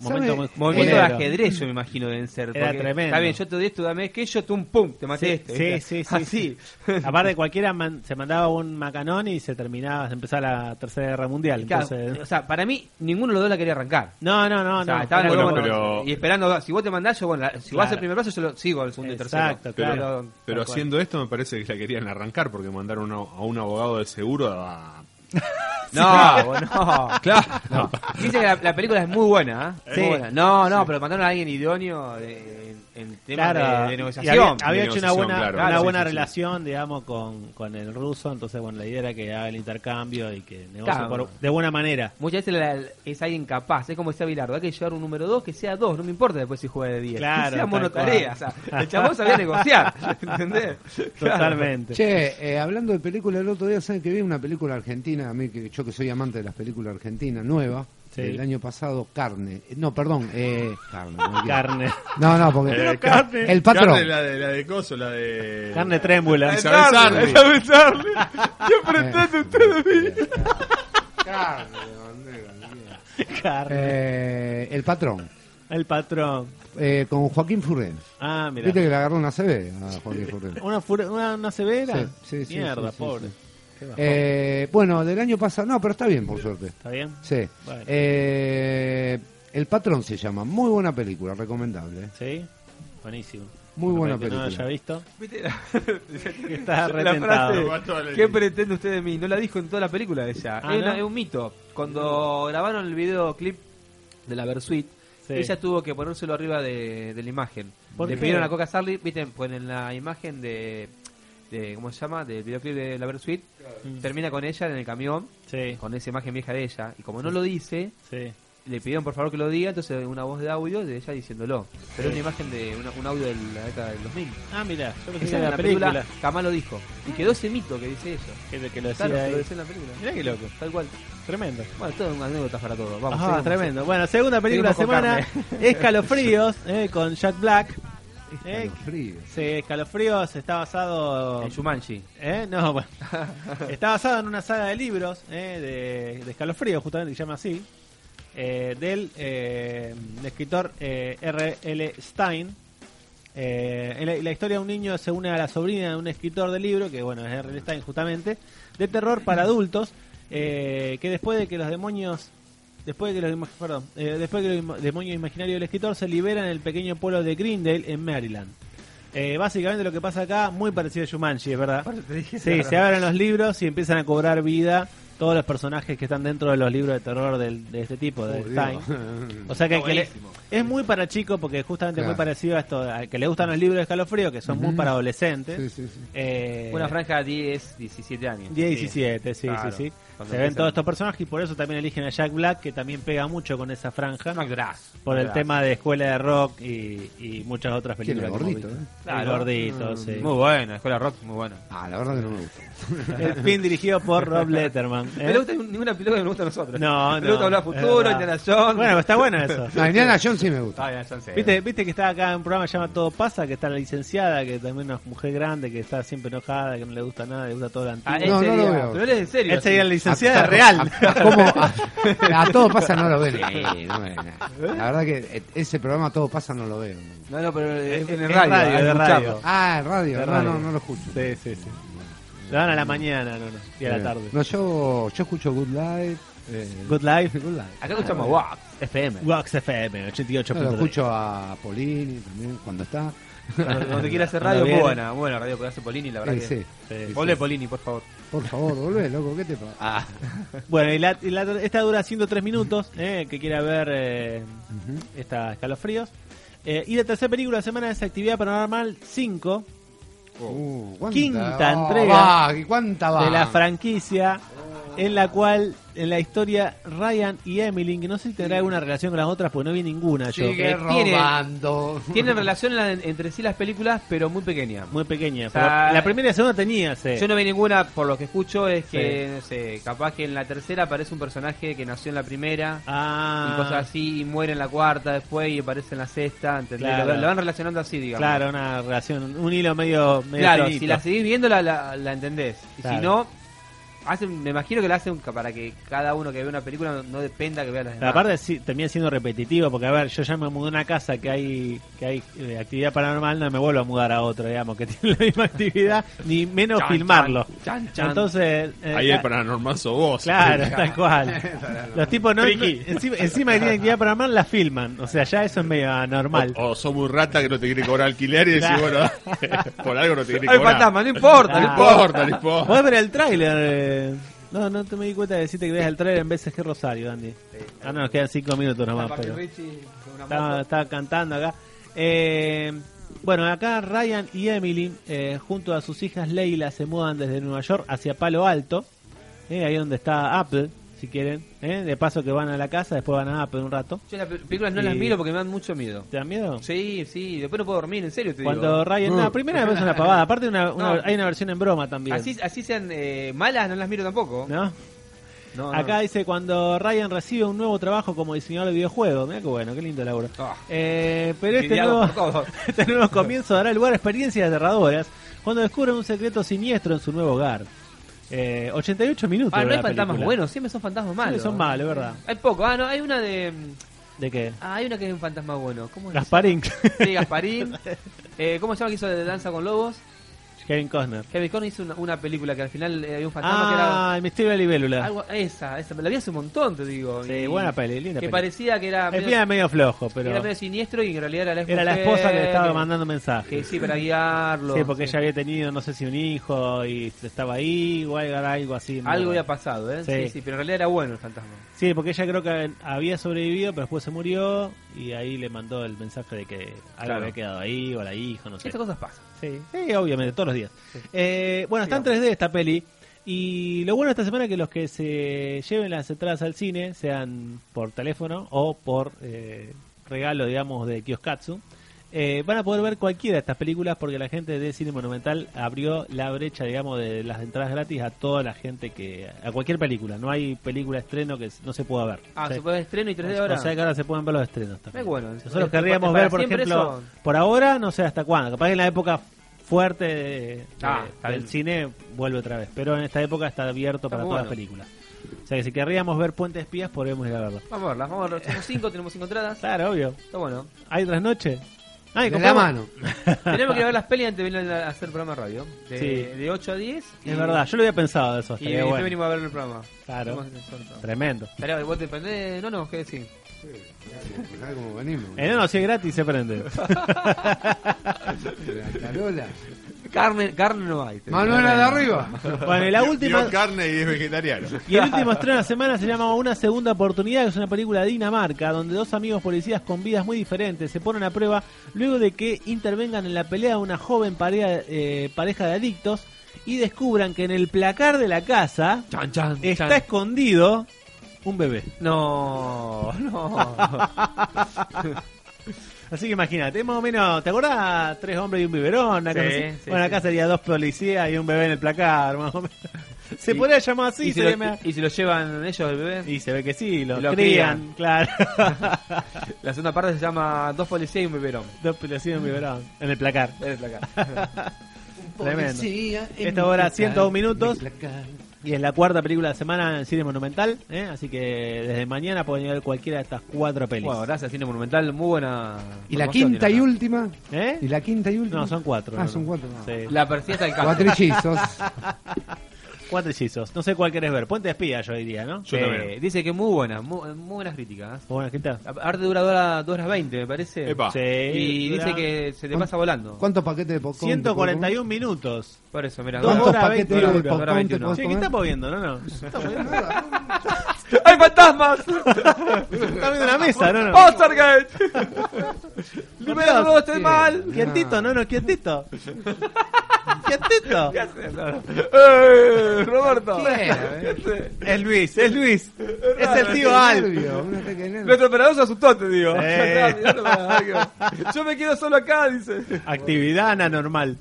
un
¿Sabe?
momento muy
Movimiento de
culero.
ajedrez, yo me imagino deben ser.
Era
porque,
tremendo.
Está bien, yo te doy esto, dame aquello, tú un pum, te maté
Sí,
esto.
sí,
¿viste?
sí, sí,
<laughs> Así.
Aparte, cualquiera man- se mandaba un macanón y se terminaba, se empezaba la Tercera Guerra Mundial.
Claro,
entonces-
o sea, para mí, ninguno de los dos la quería arrancar.
No, no, no,
O sea,
no.
estaban
Bueno,
los dos,
pero-
Y esperando, si vos te mandás, yo, bueno, la- si vas
Claro.
al primer paso, yo lo sigo al segundo y tercero.
Exacto, claro.
Pero-
Pero
tal cual.
haciendo esto me parece que la querían arrancar porque mandaron a a un abogado de seguro a... <laughs>
No, vos no. Claro. Dice que la, la película es muy buena, ¿eh?
Sí.
Muy buena. No, no, pero mandaron a alguien idóneo de- en, en temas
Claro,
de, de
y
negociación.
había, había
de
hecho una
negociación,
buena,
claro.
una
Claro, sí,
buena
sí, sí.
relación, digamos, con, con el ruso. Entonces, bueno, la idea era que haga el intercambio y que negocie
Claro.
por- de buena manera.
Muchas veces la- es alguien capaz, es como decía Bilardo, hay que llevar un número 2 que sea 2, no me importa después si juega de 10.
Claro,
que <laughs> sea
tal
monotarea, o
cual.
sea, el chabón sabía negociar,
<laughs>
¿entendés? Claro.
Totalmente.
Che, eh, hablando de películas, el otro día saben que vi una película argentina, a mí que yo que soy amante de las películas argentinas, nueva,
Sí.
del año pasado, Carne. Eh, No, perdón, eh, Carne. no quiero.
Carne.
No, no, porque
Eh,
carne.
el patrón.
Carne, la de, la de coso, la de...
Carne trémula.
Isabel Sarli. <laughs>
Isabel Sarli.
Eh.
Siempre atrás de ustedes, ¿viste?
Carne.
Eh, el patrón,
El patrón.
eh, con Joaquín Furren.
Ah, mira.
Viste que le agarró una CB a Joaquín
<laughs>
Furren.
Una, fur- una, una severa.
Sí, sí, sí,
Mierda,
sí, sí,
pobre.
sí.
Qué bajón.
Eh, bueno, del año pasado, no, pero está bien, por suerte.
¿Está bien?
Sí.
Bueno.
Eh, el patrón se llama, muy buena película, recomendable. eh.
Sí. Buenísimo.
Muy buena
Para el que No lo
película.
haya visto.
¿Viste? La, <laughs>
Está
la
retentado.
frase, ¿qué pretende usted de mí? No la dijo en toda la película ella.
Ah,
es, una-
¿no?
es un mito. Cuando grabaron el videoclip de la Versuit,
Sí.
ella tuvo que ponérselo arriba de, de la imagen.
¿Por
Le
qué?
pidieron a Coca Sarli, viste, ponen la imagen de, de- ¿cómo se llama? Del videoclip de la Versuit.
Mm.
Termina con ella en el camión,
Sí,
con esa imagen vieja de ella. Y como no lo dice,
sí.
le pidieron por favor que lo diga, entonces una voz de audio de ella diciéndolo. Pero es una imagen de una- un audio de la década del 2000.
Ah, mira, yo pensé que
Esa
era
es
la
la película,
película.
jamás lo dijo. Y quedó ese mito que dice eso.
Que, que lo decía
Claro,
ahí.
lo decía en la película.
Mirá qué loco.
Tal cual.
Tremendo.
Bueno, todo es una anécdota para todos. Vamos,
Ajá,
seguimos.
Ah, tremendo. Bueno, segunda película de
Seguimos con
semana, Escalofríos, eh, con Jack Black. Eh,
Frío.
se- Escalofríos está basado...
En Shumanji.
¿Eh? No, bueno. <laughs> Está basado en una saga de libros eh, de, de escalofríos, justamente que se llama así, eh, del eh, escritor eh, R.L. Stein. Eh, en la, la historia de un niño se une a la sobrina de un escritor de libro, que bueno, es R.L. Stein justamente, de terror para adultos, eh, que después de que los demonios... Después de que los, ima- perdón, eh, después de que los ima- demonios imaginarios del escritor se liberan en el pequeño pueblo de Greendale, en Maryland. Eh, básicamente lo que pasa acá, muy parecido a Shumanji, es verdad.
Por eso <laughs> te dije,
Sí,
claro.
se abren los libros y empiezan a cobrar vida todos los personajes que están dentro de los libros de terror del- de este tipo, de
Oh,
Stein.
Dios.
<laughs> O sea que,
Está
que le-
buenísimo.
es muy para chicos porque justamente es muy
Claro.
parecido a esto, a que le gustan los libros de escalofrío, que son muy
Ujú.
para adolescentes.
Sí, sí, sí.
Eh,
Una franja de 10, 17 años.
10 y 17, sí,
Claro.
sí, sí.
Cuando
Se ven
empiezan-
todos estos personajes y por eso también eligen a Jack Black, que también pega mucho con esa franja. Por el
Macdrazo.
tema de escuela de rock y, y muchas otras
¿Quién, el
películas. que hemos
gordito,
visto.
eh?
El
Claro.
gordito,
Mm.
sí.
Muy bueno, Escuela Rock, muy bueno.
Ah, la verdad que no me gusta.
El fin dirigido por Rob Letterman.
<laughs>
¿eh?
No le gusta ninguna película que nos gusta a nosotros.
No,
No
no.
le gusta hablar
es
futuro,
verdad.
Indiana Jones.
Bueno, está bueno eso.
<laughs> No, Indiana Jones sí me gusta.
Ah, Indiana Jones, sí.
¿Viste, viste que está acá en un programa que se llama Todo Pasa, que está la licenciada, que también es una mujer grande, que está siempre enojada, que no le gusta nada, le gusta todo lo antiguo.
Ah, él No, no sería- lo veo. pero él es en serio,
Él
sí.
sería la licenciada
A- a-
real.
a- a- ¿cómo? A,
<laughs>
a todo pasa no lo veo. Sí, no veo nada.
¿Eh?
La verdad que eh, ese programa todo pasa no lo veo.
No, no, pero eh, en, en
en
el radio.
radio,
hay
de
mucha-
radio.
Ah, en radio.
De
no,
radio.
no, no lo escucho.
Sí, sí, sí. Lo dan a la mañana, no, no. Y a la
Bien.
tarde.
Eh, No, yo, yo escucho Good Life. eh,
Good Life.
Good Life.
Acá escuchamos Wax FM.
Wax FM,
No, lo
88.3.
escucho a Polini también cuando está. <laughs>
Cuando, cuando quiera hacer radio, muy buena, muy buena radio que hace Polini, la verdad.
Sí,
que...
sí. Sí,
Volvé,
sí.
Polini, por favor.
Por favor, volvé, loco, ¿qué te pasa?
Ah. Bueno, y, la, y la- esta dura 103 minutos, eh, el que quiera ver eh, esta escalofríos. Eh, y la tercera película de la semana es Actividad Paranormal 5,
Uh, ¿cuánta-
quinta
oh,
entrega
va, ¿Cuánta va?
de la franquicia, en la cual en la historia Ryan y Emily, que no sé si tendrá alguna relación con las otras, porque no vi ninguna yo. eh,
Sigue
que tiene-
robando.
Tienen relación la- entre sí las películas, pero muy pequeñas.
Muy pequeña.
O sea,
pero la primera y la segunda tenía, sí.
Yo no vi ninguna, por lo que escucho, es que, no sé, capaz que en la tercera aparece un personaje que nació en la primera
Ah.
y cosas así, y muere en la cuarta después y aparece en la sexta, ¿entendés?
Claro.
Lo, lo van relacionando así, digamos.
Claro, una relación, un hilo medio, medio
Claro,
finito.
si la seguís viendo la, la, la entendés. Y
Claro.
si no, hacen, me imagino que la hacen ca- para que cada uno que vea una película no, no dependa que vea las
Pero
demás.
aparte sí, termina siendo repetitivo, porque a ver, yo ya me mudé a una casa que hay que hay eh, actividad paranormal, no me vuelvo a mudar a otra, digamos, que <laughs> tiene la misma actividad, ni menos
Chan,
filmarlo.
chan, chan, chan.
Entonces, eh,
Ahí
la-
el paranormal sos vos. <laughs>
Claro, tal cual. Los tipos no, no-
Friki.
encima, encima que tienen actividad paranormal la filman, o sea, ya eso es medio anormal.
O, o sos muy rata que no te quiere cobrar alquiler y decís,
Claro.
bueno, <laughs> por algo no te quiere
Ay,
cobrar.
fantasma, no importa,
no
no
importa, no importa.
Podés ver el tráiler. eh. No, no te me di cuenta de decirte que veas el tráiler en veces que Rosario, Andy. Ah, no, nos quedan cinco minutos nomás,
Papi
pero...
Richie con una
Estaba,
moto.
estaba cantando acá. Eh, bueno, acá Ryan y Emily, eh, junto a sus hijas Leila, se mudan desde Nueva York hacia Palo Alto, eh, ahí donde está Apple, si quieren. eh, de paso que van a la casa, después van a Apple un rato.
Yo las pe- películas no las
Y-
miro porque me dan mucho miedo.
¿Te da miedo?
Sí, sí, después no puedo dormir, en serio te
Cuando
digo. ¿eh? <laughs>
Ryan... No, primera vez es una pavada. Aparte una- una-
No.
hay una versión en broma también.
Así, así sean eh, malas, no las miro tampoco.
¿No?
No, no.
Acá dice cuando Ryan recibe un nuevo trabajo como diseñador de videojuegos. Mira qué bueno, qué lindo laburo.
Ah.
Eh, pero este
Envidiado
nuevo,
por todos.
<laughs> este nuevo comienzo dará lugar a experiencias aterradoras cuando descubre un secreto siniestro en su nuevo hogar. Eh, 88 minutos.
Ah, no
dura
hay
la
fantasmas
película.
buenos, siempre son fantasmas malos.
Siempre son malos, es verdad.
Hay poco, ah, no, hay una de.
¿De qué?
Ah, hay una que es un fantasma bueno. ¿Cómo es?
Gasparín.
Sí, Gasparín. Eh, ¿Cómo se llama que hizo de Danza con Lobos?
<laughs> Kevin Costner.
Kevin Conner hizo una, una película que al final eh, había un fantasma que era.
Ah, el misterio de la libélula.
Algo, esa, esa, me la vi hace un montón, te digo.
Sí, buena peli, linda
Que
peli.
parecía que era
El final es medio flojo, pero
era medio siniestro y en realidad era la
era la esposa que le estaba
mujer,
mandando
Que
mensajes.
sí, para guiarlo.
Sí, porque ella había tenido, no sé si un hijo y estaba ahí o algo, algo así. ¿no?
Algo había pasado, ¿eh?
Sí.
Sí. sí, pero en realidad era bueno el fantasma.
Sí, porque ella creo que había sobrevivido, pero después se murió y ahí le mandó el mensaje de que algo
Claro.
había quedado ahí o la hijo, no sé.
Estas cosas pasan.
Sí, sí, obviamente, todos los días. Eh, bueno, está en 3D esta peli. Y lo bueno de esta semana es que los que se lleven las entradas al cine, sean por teléfono o por eh, regalo, digamos, de Kioskatsu, eh, van a poder ver cualquiera de estas películas porque la gente de Cine Monumental abrió la brecha, digamos, de las entradas gratis a toda la gente que. a cualquier película. No hay película estreno que no se pueda ver.
Ah,
Sí.
se puede ver estreno y 3D
O-
ahora.
O sea que ahora se pueden ver los estrenos también.
Es bueno.
Nosotros
Es-
querríamos
para
ver, por
siempre
ejemplo,
eso.
por ahora, no sé hasta cuándo. Capaz que en la época fuerte de-
Ah,
de-
está
del
bien.
cine vuelve otra vez. Pero en esta época está abierto para
muy
todas las
bueno.
películas. O sea que si querríamos ver Puente Espías, podríamos ir a verlo.
Vamos a verlas, vamos a verlas. Somos cinco, tenemos cinco entradas.
Claro, obvio.
Está bueno.
¿Hay otras noches? Ay,
De la
compramos-
mano.
Tenemos que ir a ver las pelis antes de venir a hacer el programa de radio. De,
Sí.
de 8 a 10. y-
<laughs> Es verdad, yo lo había pensado de eso.
Y
estaría
después
bueno.
venimos a ver el programa.
Claro.
Vamos a hacer eso.
Tremendo.
Estaría- vos te prendés. No, no, ¿qué decís?
¿Sabes cómo
<laughs>
venimos?
<laughs> Eh, no, no, si es gratis se prende.
La Carola.
Carne, carne no hay.
Manuela de arriba.
Bueno, y la última-
Dio carne y es vegetariano.
Y el último estreno de la semana se llama Una Segunda Oportunidad, que es una película de Dinamarca, donde dos amigos policías con vidas muy diferentes se ponen a prueba luego de que intervengan en la pelea de una joven pareja, eh, pareja de adictos y descubran que en el placar de la casa está escondido un bebé.
No, no.
<laughs> Así que imagínate, más o menos, ¿te acordás? Tres hombres y un biberón, una cosa
Sí,
así.
sí,
Bueno, acá
sí.
sería dos policías y un bebé en el placar, más o menos. Se
Y-
podría llamar así,
y, se
se
lo,
me-
y se lo llevan ellos el bebé.
Y se ve que sí, lo,
Lo
crían, claro.
La segunda parte se llama Dos policías y un biberón.
Dos policías en biberón. En el placar.
Ven acá.
Tremendo.
Policía en
Esta hora,
mi
102
placar,
minutos.
mi placar.
Y es la cuarta película de la semana en Cine Monumental. ¿eh? Así que desde mañana pueden ver cualquiera de estas cuatro pelis.
Bueno, gracias, Cine Monumental. Muy buena.
Y la
promoción
quinta y
tiene acá.
última.
¿Eh?
Y la quinta y última.
No, son cuatro.
Ah,
no, no.
son cuatro. no.
Sí.
La perfecta del
Cuatro
caso.
hechizos.
<laughs> Cuatro hechizos. No sé cuál querés ver. Puente de espía, yo diría, ¿no? Eh,
Yo también.
dice que muy buena, muy, muy buenas críticas. ¿eh?
Bueno, ¿qué tal?
Aparte dura 2 horas, dos horas 20, me parece.
Epa.
Sí,
Y
dura
dice que se te pasa volando.
¿Cuántos paquetes de popcorn? te puedo comer?
141 minutos.
Por eso, mira.
Dos
¿Cuántos
horas,
paquetes
veinte
de
horas,
hora
popcorn te
21.
puedo
Che, ¿qué
comer?
estamos viendo? No, no.
¡Hay fantasmas!
<laughs> Está viendo una mesa, no, no. <laughs>
¡Ostergate! ¡Libera no estoy mal!
Quietito, no,
<laughs>
no, quietito. Quietito.
¡Eh, Roberto!
Es Luis, <laughs> es Luis. Es el tío
Qué
<laughs>
Al.
nervio, un ataque de nervio.
Nuestro operador se asustó, te <laughs> digo.
Eh.
Yo me quedo solo acá, dice.
Actividad anormal.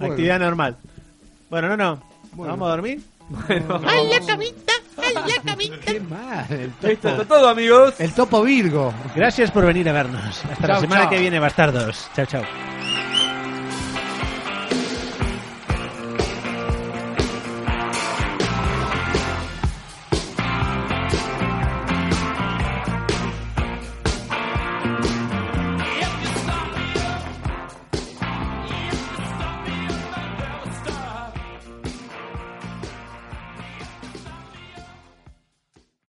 Actividad normal. Bueno, no, no. ¿Nos ¿Vamos a dormir?
Qué mal.
Esto está todo, amigos.
El topo Virgo.
Gracias por venir a vernos. Hasta la
Chau,
semana
chau.
que viene, bastardos. Chao, chao.